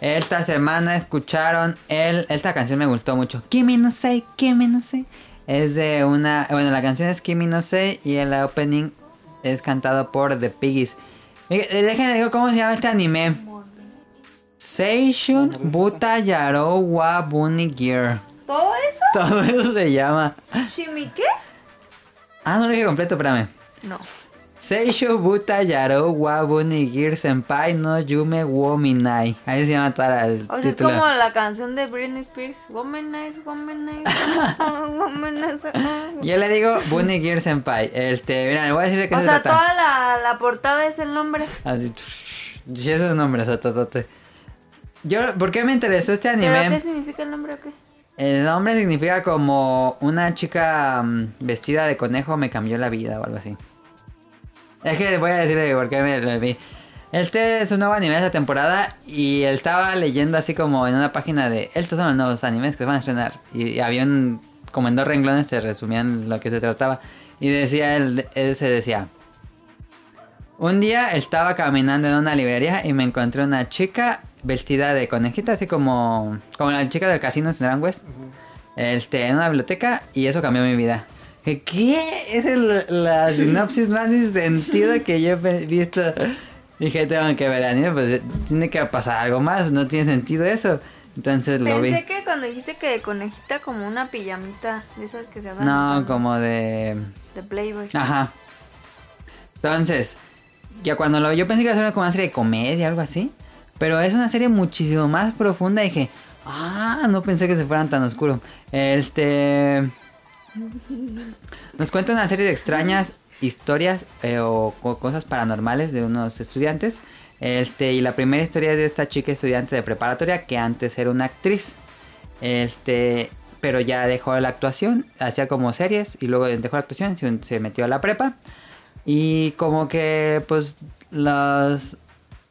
[SPEAKER 2] Esta semana escucharon el... Esta canción me gustó mucho. Kimi no sei, Kimi no sei. Es de una... Bueno, la canción es Kimi no sei y el opening es cantado por The Piggies. Mire, eh, Déjenme digo cómo se llama este anime. Seishun Buta Yaro wa Bunny Gear.
[SPEAKER 1] ¿Todo eso?
[SPEAKER 2] Todo eso se llama.
[SPEAKER 1] ¿Shimi qué?
[SPEAKER 2] Ah, no lo dije completo, espérame.
[SPEAKER 1] No.
[SPEAKER 2] Seisho Buta Yaro wa Bunigir Senpai no Yume wo Minai. Ahí se llama toda la- el
[SPEAKER 1] O sea, es
[SPEAKER 2] título.
[SPEAKER 1] como la canción de Britney Spears. Womanize, womanize, womanize. womanize.
[SPEAKER 2] Yo le digo Bunigir Senpai. Este, mira, le voy a decir de qué
[SPEAKER 1] O
[SPEAKER 2] se
[SPEAKER 1] sea,
[SPEAKER 2] trata.
[SPEAKER 1] toda la, la portada es el nombre.
[SPEAKER 2] Así. Y esos nombres, atotote. Yo, ¿por qué me interesó este
[SPEAKER 1] ¿Pero
[SPEAKER 2] anime?
[SPEAKER 1] qué significa el nombre o qué?
[SPEAKER 2] El nombre significa como una chica mm, vestida de conejo me cambió la vida o algo así. Es que voy a decirle por qué me lo vi. Este es un nuevo anime de esta temporada y él estaba leyendo así como en una página de estos son los nuevos animes que se van a estrenar. Y había un, como en dos renglones se resumían lo que se trataba. Y decía, él, él se decía, un día estaba caminando en una librería y me encontré una chica vestida de conejita, así como, como la chica del casino en Central West. Este, en una biblioteca y eso cambió mi vida. ¿Qué? Esa es la- la sinopsis más sin sentido que yo he pe- visto. Dije, tengo que ver anime, pues eh, tiene que pasar algo más, no tiene sentido eso. Entonces lo vi.
[SPEAKER 1] Pensé que cuando dijiste que de conejita como una pijamita de esas que se andan
[SPEAKER 2] No,
[SPEAKER 1] usando
[SPEAKER 2] como de...
[SPEAKER 1] de Playboy.
[SPEAKER 2] Ajá. Entonces, ya cuando lo yo pensé que iba a ser como una serie de comedia, algo así. Pero es una serie muchísimo más profunda. y Dije, ah, no pensé que se fueran tan oscuro. Este. Nos cuenta una serie de extrañas historias eh, o, co- cosas paranormales de unos estudiantes. Este, y la primera historia es de esta chica estudiante de preparatoria que antes era una actriz. Este, pero ya dejó la actuación, hacía como series y luego dejó la actuación, se, se metió a la prepa. Y como que pues los,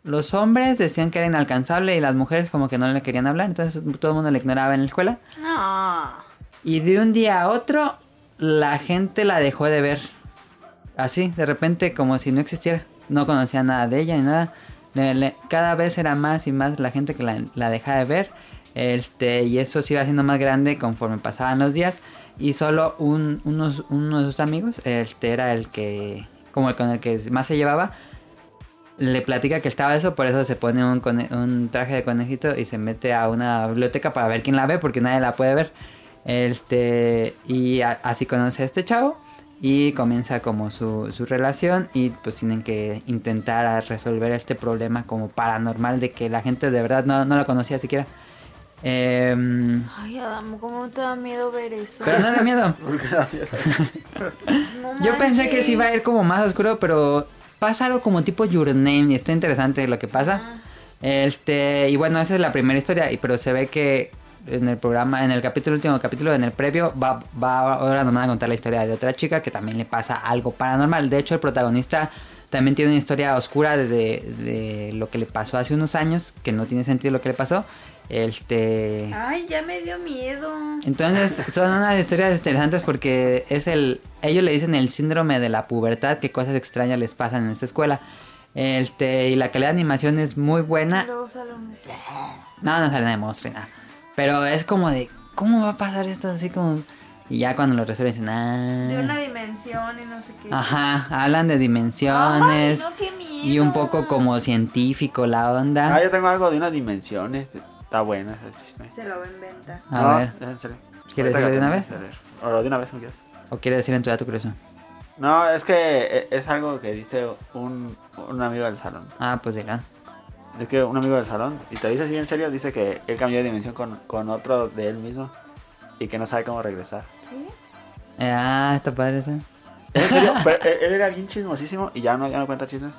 [SPEAKER 2] los hombres decían que era inalcanzable y las mujeres como que no le querían hablar, entonces todo el mundo le ignoraba en la escuela.
[SPEAKER 1] No.
[SPEAKER 2] Y de un día a otro la gente la dejó de ver. Así, de repente como si no existiera. No conocía nada de ella ni nada. Le- le- cada vez era más y más la gente que la, la dejaba de ver. Este, y eso se iba haciendo más grande conforme pasaban los días. Y solo un- unos, uno de sus amigos, este era el que, como el con el que más se llevaba, le platica que estaba eso, por eso se pone un, cone- un traje de conejito y se mete a una biblioteca para ver quién la ve, porque nadie la puede ver. Este, y a- así conoce a este chavo y comienza como su, su relación y pues tienen que intentar a resolver este problema como paranormal de que la gente de verdad no, no la conocía siquiera. Em,
[SPEAKER 1] Ay, Adam, ¿cómo te da miedo ver eso?
[SPEAKER 2] pero no da miedo.
[SPEAKER 1] No
[SPEAKER 2] Yo pensé que
[SPEAKER 1] manches.
[SPEAKER 2] sí iba a ir como más oscuro, pero pasa algo como tipo Your Name y está interesante lo que pasa. Este, y bueno, esa es la primera historia, y- pero se ve que en el programa, en el capítulo último capítulo, en el previo, va, va ahora nos van a contar la historia de otra chica que también le pasa algo paranormal. De hecho, el protagonista también tiene una historia oscura de, de lo que le pasó hace unos años, que no tiene sentido lo que le pasó. Este.
[SPEAKER 1] Ay, ya me dio miedo.
[SPEAKER 2] Entonces, son unas historias interesantes porque es el. Ellos le dicen el síndrome de la pubertad, que cosas extrañas les pasan en esta escuela. Este, y la calidad de animación es muy buena.
[SPEAKER 1] Luego sale un-
[SPEAKER 2] No, no sale nada de monstruo ni nada. Pero es como de. ¿Cómo va a pasar esto? Así como. Y ya cuando lo resuelven dicen.
[SPEAKER 1] de una
[SPEAKER 2] Ah.
[SPEAKER 1] dimensión y no sé qué.
[SPEAKER 2] Ajá, hablan de dimensiones.
[SPEAKER 1] Ay, no, qué miedo.
[SPEAKER 2] Y un poco como científico la
[SPEAKER 3] Ah,
[SPEAKER 2] onda.
[SPEAKER 3] yo tengo algo de unas dimensiones. Está buena esa chiste.
[SPEAKER 1] Se lo inventa.
[SPEAKER 2] A
[SPEAKER 3] No,
[SPEAKER 2] ver,
[SPEAKER 3] es en serio.
[SPEAKER 2] ¿quieres decirlo
[SPEAKER 3] Ahorita
[SPEAKER 2] de una
[SPEAKER 3] que
[SPEAKER 2] vez?
[SPEAKER 3] termine de leer. O de una vez, como quieras.
[SPEAKER 2] ¿O quieres decir en tu dato curioso?
[SPEAKER 3] No, es que eh, es algo que dice un, un amigo del salón.
[SPEAKER 2] Ah, pues dirán.
[SPEAKER 3] Es que un amigo del salón, y te dice así en serio, dice que él cambió de dimensión con, con otro de él mismo y que no sabe cómo regresar.
[SPEAKER 2] Ah, está padre eso.
[SPEAKER 3] Es en serio, pero e, él, él era bien chismosísimo y ya no, ya no cuenta chismes.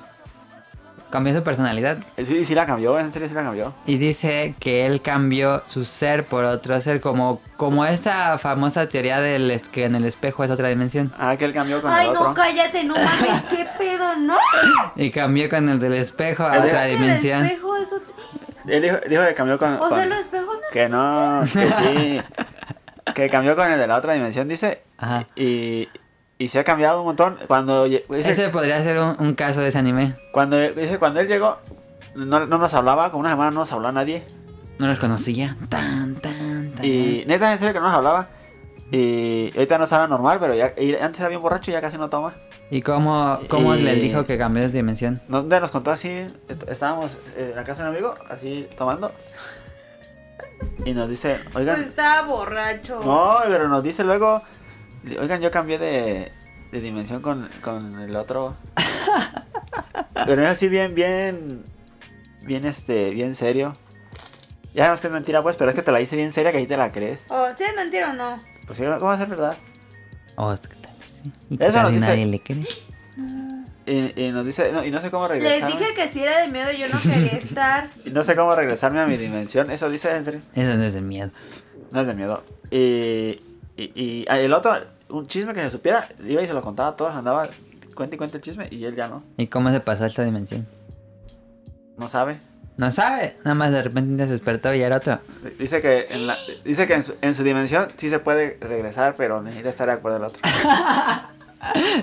[SPEAKER 2] Cambió su personalidad.
[SPEAKER 3] Él Sí, sí la cambió, en serio sí la cambió.
[SPEAKER 2] y dice que él cambió su ser por otro ser, como, como esa famosa teoría del es- que en el espejo es otra dimensión.
[SPEAKER 3] Ah, que él cambió con
[SPEAKER 1] Ay,
[SPEAKER 3] el
[SPEAKER 1] no,
[SPEAKER 3] otro.
[SPEAKER 1] cállate, no mames, qué pedo, ¿no?
[SPEAKER 2] Y cambió con el del espejo a
[SPEAKER 3] El de-
[SPEAKER 2] otra
[SPEAKER 3] el
[SPEAKER 1] El
[SPEAKER 2] dimensión.
[SPEAKER 1] espejo, eso. te-
[SPEAKER 3] él dijo, dijo que cambió con,
[SPEAKER 1] O sea,
[SPEAKER 3] con-
[SPEAKER 1] los espejos no.
[SPEAKER 3] Que no, que sí. que cambió con el de la otra dimensión, dice.
[SPEAKER 2] Ajá.
[SPEAKER 3] Y, y se ha cambiado un montón. Cuando, lle- dice,
[SPEAKER 2] Ese podría ser un, un caso de ese anime.
[SPEAKER 3] cuando, dice, cuando él llegó, no, no nos hablaba, como una semana no nos habló a nadie.
[SPEAKER 2] No los conocía. Tan, tan, tan.
[SPEAKER 3] Y neta, en serio que no nos hablaba. Y ahorita no sabe normal, pero ya y antes había un borracho y ya casi no toma.
[SPEAKER 2] ¿Y cómo, cómo
[SPEAKER 3] Y-
[SPEAKER 2] les dijo que cambió de dimensión?
[SPEAKER 3] Nos, nos contó así, est- estábamos eh, en la casa de un amigo, así tomando. Y nos dice,
[SPEAKER 1] Pues
[SPEAKER 3] oigan,
[SPEAKER 1] estaba borracho.
[SPEAKER 3] no, pero nos dice luego, oigan, yo cambié de, de dimensión con, con el otro. Pero es así bien, bien, bien este, bien serio. Ya sabemos que es mentira pues, pero es que te la dice bien seria que ahí te la crees.
[SPEAKER 1] Oh, ¿sí es mentira o no?
[SPEAKER 3] Pues sí, ¿cómo va a ser verdad?
[SPEAKER 2] Oh, es que tal vez sí. ¿Y
[SPEAKER 3] Eso
[SPEAKER 2] qué tal
[SPEAKER 3] nos
[SPEAKER 2] y
[SPEAKER 3] dice-
[SPEAKER 2] nadie le cree?
[SPEAKER 3] Y, y nos dice, no, y no sé cómo
[SPEAKER 1] Les
[SPEAKER 3] regresarme.
[SPEAKER 1] dije que si era de miedo yo no quería estar.
[SPEAKER 3] Y no sé cómo regresarme a mi dimensión. Eso dice en serio.
[SPEAKER 2] Eso no es el miedo.
[SPEAKER 3] No es de miedo. Y, y, y ah, el otro, un chisme que se supiera, iba y se lo contaba a todos, andaba cuenta y cuenta el chisme y él ya no,
[SPEAKER 2] ¿Y cómo se pasó a esta dimensión?
[SPEAKER 3] no sabe.
[SPEAKER 2] No sabe. Nada más de repente se despertó y era otro.
[SPEAKER 3] Dice que en, la, dice que en, su, en su dimensión sí se puede regresar, pero necesita estar de acuerdo el otro.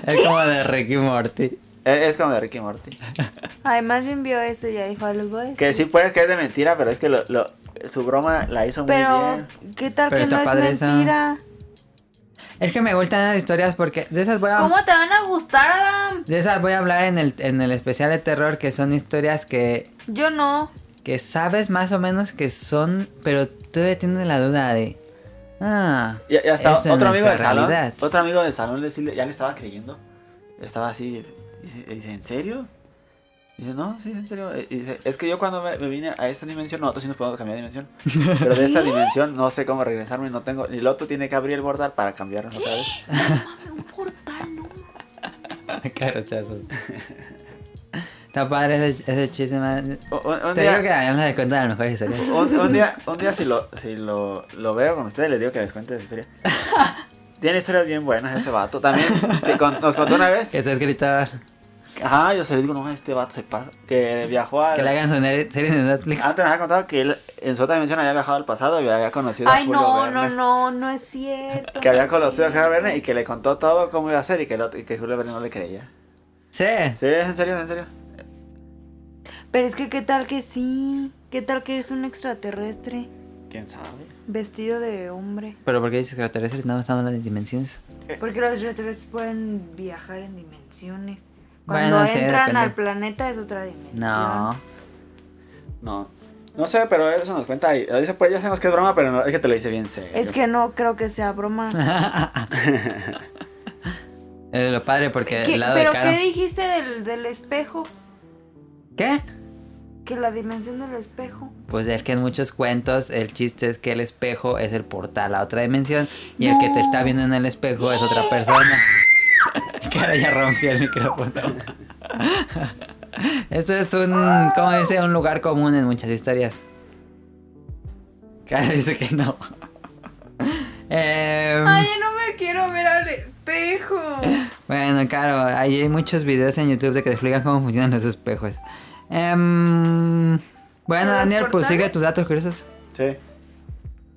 [SPEAKER 2] Es como de Ricky Morty.
[SPEAKER 3] E, es, es como de Ricky Morty.
[SPEAKER 1] Además bien vio eso y ya dijo, a los voy a decir".
[SPEAKER 3] Que sí puedes que es de mentira, pero es que lo, lo- su broma la hizo muy
[SPEAKER 1] Pero,
[SPEAKER 3] bien.
[SPEAKER 1] ¿qué tal
[SPEAKER 2] Pero
[SPEAKER 1] que
[SPEAKER 2] está
[SPEAKER 1] no
[SPEAKER 2] padre
[SPEAKER 1] es
[SPEAKER 2] eso.
[SPEAKER 1] mentira?
[SPEAKER 2] Es que me gustan esas historias porque de esas voy
[SPEAKER 3] Ah.
[SPEAKER 2] a...
[SPEAKER 1] ¿Cómo te van a gustar, Adam?
[SPEAKER 2] De esas voy a hablar en el, en el especial de terror que son historias que,
[SPEAKER 1] Yo no.
[SPEAKER 2] que sabes más o menos que son, pero todavía tienes la duda de... Ah,
[SPEAKER 3] Y, y hasta
[SPEAKER 2] eso
[SPEAKER 3] otro
[SPEAKER 2] no es
[SPEAKER 3] amigo del salón,
[SPEAKER 2] realidad.
[SPEAKER 3] otro amigo del salón le- sí le- ya le estaba creyendo. Estaba así, dice, dice, ¿en serio? Dice, no, sí, en serio. Y dice, es que yo cuando me, me vine a esta dimensión, nosotros sí nos podemos cambiar de dimensión. Pero de esta dimensión no sé cómo regresarme, no tengo. Y el otro tiene que abrir el bordal para cambiarnos otra vez.
[SPEAKER 2] Claro, te asustas. Está padre ese, ese chisme. man.
[SPEAKER 3] Un, un- un
[SPEAKER 2] Te digo que
[SPEAKER 3] día,
[SPEAKER 2] Daniel se cuenta de las mejores historias.
[SPEAKER 3] un, un día, un día si, lo, si lo, lo veo con ustedes, les digo que les cuente esa historia. Tiene historias bien buenas ese vato. También te con- nos contó una vez.
[SPEAKER 2] Que está escritor.
[SPEAKER 3] Ajá, yo se le digo, no, este vato se pasa. Que viajó a.
[SPEAKER 2] Que le hagan su ne- serie de Netflix.
[SPEAKER 3] Antes Ah, nos había contado que él en su otra dimensión había viajado al pasado y había conocido a
[SPEAKER 1] Ay,
[SPEAKER 3] Julio
[SPEAKER 1] no,
[SPEAKER 3] Verne.
[SPEAKER 1] no, no, no es cierto.
[SPEAKER 3] Que había conocido a Julio Verne y que le contó todo cómo iba a ser y que, el otro- y que Julio Verne no le creía.
[SPEAKER 2] Sí.
[SPEAKER 3] Sí, es en serio, es en serio.
[SPEAKER 1] Pero es que, ¿qué tal que sí? ¿Qué tal que es un extraterrestre
[SPEAKER 3] ¿Quién sabe?
[SPEAKER 1] vestido de hombre?
[SPEAKER 2] Pero ¿por qué dices extraterrestres? No, estamos hablando de dimensiones.
[SPEAKER 1] Porque los extraterrestres pueden viajar en dimensiones.
[SPEAKER 2] Bueno,
[SPEAKER 1] Cuando
[SPEAKER 2] sí,
[SPEAKER 1] entran
[SPEAKER 2] depende.
[SPEAKER 1] al planeta es otra dimensión.
[SPEAKER 2] No.
[SPEAKER 3] No. No sé, pero eso nos cuenta. Y dice, pues ya sabemos que es broma, pero no, es que te lo dice bien serio.
[SPEAKER 1] Es que no creo que sea broma.
[SPEAKER 2] Es lo padre porque
[SPEAKER 1] ¿Qué-
[SPEAKER 2] el lado de
[SPEAKER 1] ¿Pero
[SPEAKER 2] Caro.
[SPEAKER 1] qué dijiste del, del espejo?
[SPEAKER 2] ¿Qué?
[SPEAKER 1] Que la dimensión del espejo.
[SPEAKER 2] Pues es que en muchos cuentos el chiste es que el espejo es el portal a otra dimensión y el
[SPEAKER 1] No.
[SPEAKER 2] que te está viendo en el espejo es otra persona. Cara, ya rompió el micrófono. Eso es un, como dice, un lugar común en muchas historias. Cara dice que no. Em,
[SPEAKER 1] Ay, yo no me quiero ver al espejo.
[SPEAKER 2] bueno, claro, ahí hay muchos videos en YouTube de que te explican cómo funcionan los espejos. Em, bueno,
[SPEAKER 1] ¿Los
[SPEAKER 2] Daniel, pues
[SPEAKER 1] portales?
[SPEAKER 2] sigue tus datos curiosos.
[SPEAKER 3] Sí.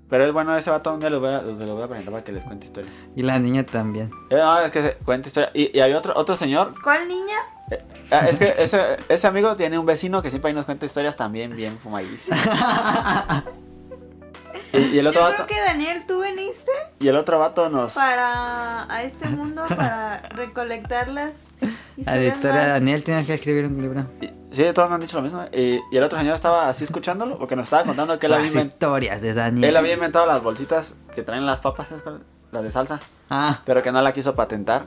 [SPEAKER 3] Pero es bueno, ese vato un día los voy a, los los voy a presentar para que les cuente historias.
[SPEAKER 2] Y la niña también.
[SPEAKER 3] Eh, No, es que se- cuente historias. Y, y hay otro, otro señor.
[SPEAKER 1] ¿Cuál niña?
[SPEAKER 3] ah, es que ese, ese amigo tiene un vecino que siempre ahí nos cuenta historias también bien fumadísimas. y, y el
[SPEAKER 1] Yo
[SPEAKER 3] otro vato.
[SPEAKER 1] creo que Daniel, tú viniste
[SPEAKER 3] Y el otro vato nos.
[SPEAKER 1] para a este mundo para recolectar las
[SPEAKER 2] A la
[SPEAKER 1] historias
[SPEAKER 2] historia de
[SPEAKER 1] más-
[SPEAKER 2] Daniel tienes que escribir un libro.
[SPEAKER 3] Sí, todos me han dicho lo mismo. Y, y el otro señor estaba así escuchándolo porque nos estaba contando que él, había,
[SPEAKER 2] Las
[SPEAKER 3] inven-
[SPEAKER 2] historias de Daniel.
[SPEAKER 3] él había inventado las bolsitas que traen las papas, ¿sabes cuáles? las de salsa,
[SPEAKER 2] Ah,
[SPEAKER 3] pero que no la quiso patentar.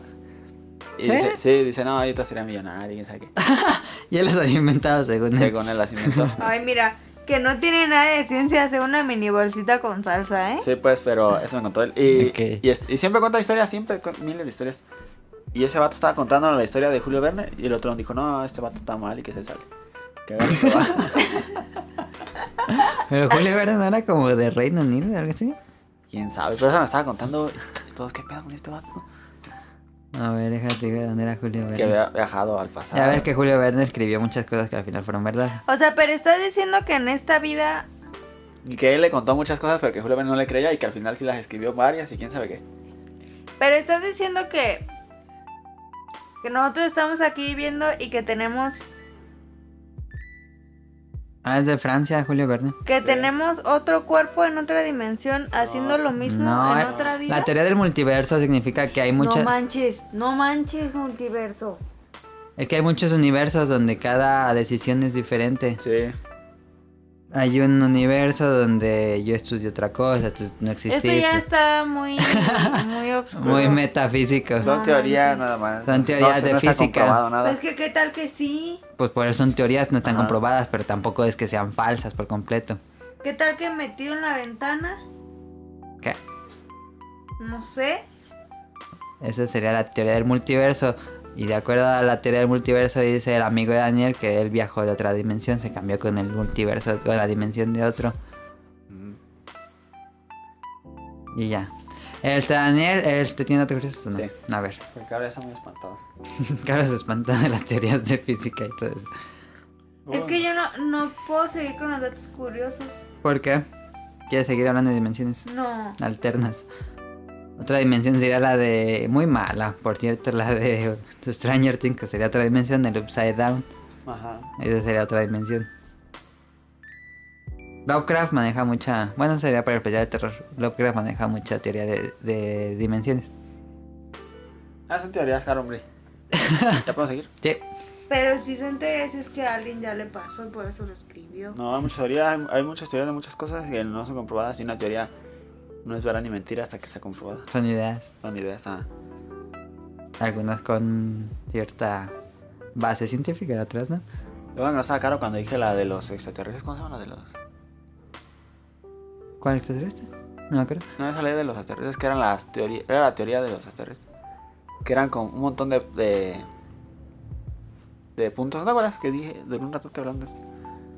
[SPEAKER 3] Y
[SPEAKER 2] ¿Sí?
[SPEAKER 3] Dice, sí, dice, no, ahorita sería millonario, quién sabe qué.
[SPEAKER 2] y él las había inventado según él.
[SPEAKER 3] Según él las inventó.
[SPEAKER 1] Ay, mira, que no tiene nada de ciencia hacer una mini bolsita con salsa, ¿eh?
[SPEAKER 3] Sí, pues, pero eso me contó él. Y,
[SPEAKER 2] Ok.
[SPEAKER 3] y, es- y siempre cuenta historias, siempre cu- miles de historias. Y ese vato estaba contando la historia de Julio Verne y el otro dijo, no, este vato está mal y que se sale. Que agarre su vato.
[SPEAKER 2] Pero Julio Verne no era como de Reino Unido o algo así.
[SPEAKER 3] quién sabe. Pero eso me estaba contando todos, ¿qué pedo con este vato?
[SPEAKER 2] A ver, déjate ver dónde era Julio Verne.
[SPEAKER 3] Que había viajado al
[SPEAKER 2] Y
[SPEAKER 3] pasado.
[SPEAKER 2] a ver que Julio Verne escribió muchas cosas que al final fueron verdad.
[SPEAKER 1] O sea, pero estás diciendo que en esta vida
[SPEAKER 3] Y que él le contó muchas cosas, pero que Julio Verne no le creía y que al final sí las escribió varias y quién sabe qué.
[SPEAKER 1] Pero estás diciendo que que nosotros estamos aquí viendo y que tenemos
[SPEAKER 2] Ah, es de Francia, Julio Verne.
[SPEAKER 1] Que tenemos otro cuerpo en otra dimensión haciendo lo mismo
[SPEAKER 2] No,
[SPEAKER 1] en
[SPEAKER 2] eh,
[SPEAKER 1] otra vida.
[SPEAKER 2] la teoría del multiverso significa que hay muchas,
[SPEAKER 1] No manches, no manches, multiverso.
[SPEAKER 2] es que hay muchos universos donde cada decisión es diferente.
[SPEAKER 3] Sí.
[SPEAKER 2] Hay un universo donde yo estudié otra cosa, tú no
[SPEAKER 1] Esto
[SPEAKER 2] exististe.
[SPEAKER 1] ya está muy, muy obscuro.
[SPEAKER 2] Muy metafísico.
[SPEAKER 1] No
[SPEAKER 3] Pues Son
[SPEAKER 1] manches.
[SPEAKER 3] teorías nada más.
[SPEAKER 2] Ah, Son teorías
[SPEAKER 3] se-
[SPEAKER 2] de
[SPEAKER 3] está
[SPEAKER 2] física.
[SPEAKER 3] comprobado nada.
[SPEAKER 1] Pues que qué tal que sí.
[SPEAKER 2] Pues por eso son teorías, no están
[SPEAKER 3] Ajá.
[SPEAKER 2] comprobadas, pero tampoco es que sean falsas por completo.
[SPEAKER 1] ¿Qué tal que metido en la ventana?
[SPEAKER 2] ¿Qué?
[SPEAKER 1] No sé.
[SPEAKER 2] Esa sería la teoría del multiverso. Y de acuerdo a la teoría del multiverso, dice el amigo de Daniel que él viajó de otra dimensión, se cambió con el multiverso, con la dimensión de otro.
[SPEAKER 3] Mm.
[SPEAKER 2] Y ya. Este Daniel, este tiene otro curioso, ¿no?
[SPEAKER 3] Sí.
[SPEAKER 2] A ver.
[SPEAKER 3] El cabrón está muy espantado.
[SPEAKER 2] Carlos se espanta de las teorías de física y todo eso.
[SPEAKER 1] Es que yo no, no puedo seguir con los datos curiosos.
[SPEAKER 2] ¿Por qué? ¿Quieres seguir hablando de dimensiones
[SPEAKER 1] No.
[SPEAKER 2] alternas? Otra dimensión sería la de. Muy mala, por cierto, la de Stranger Things, que sería otra dimensión, el Upside Down.
[SPEAKER 3] Ajá.
[SPEAKER 2] Esa sería otra dimensión. Lovecraft maneja mucha. Bueno, sería para el especial de terror. Lovecraft maneja mucha teoría de, de dimensiones.
[SPEAKER 3] Ah, son teorías, claro, hombre. ¿Ya podemos seguir?
[SPEAKER 2] Sí.
[SPEAKER 1] Pero si son teorías es que a alguien ya le pasó y por eso lo escribió.
[SPEAKER 3] No, hay muchas teorías, hay, hay muchas teorías de muchas cosas que no son comprobadas y una teoría no es verdad ni mentira hasta que sea comprobada.
[SPEAKER 2] Son ideas.
[SPEAKER 3] No, ni idea está.
[SPEAKER 2] Algunas con cierta base científica de atrás, ¿no?
[SPEAKER 3] Luego no estaba caro cuando dije la de los extraterrestres. ¿Cómo se llama la de los?
[SPEAKER 2] ¿Cuál extraterrestre? No me acuerdo.
[SPEAKER 3] No, esa ley de los extraterrestres que eran las teorías. Era la teoría de los extraterrestres. Que eran con un montón de. de, de puntos. ¿No acuerdas que dije de un rato que hablamos?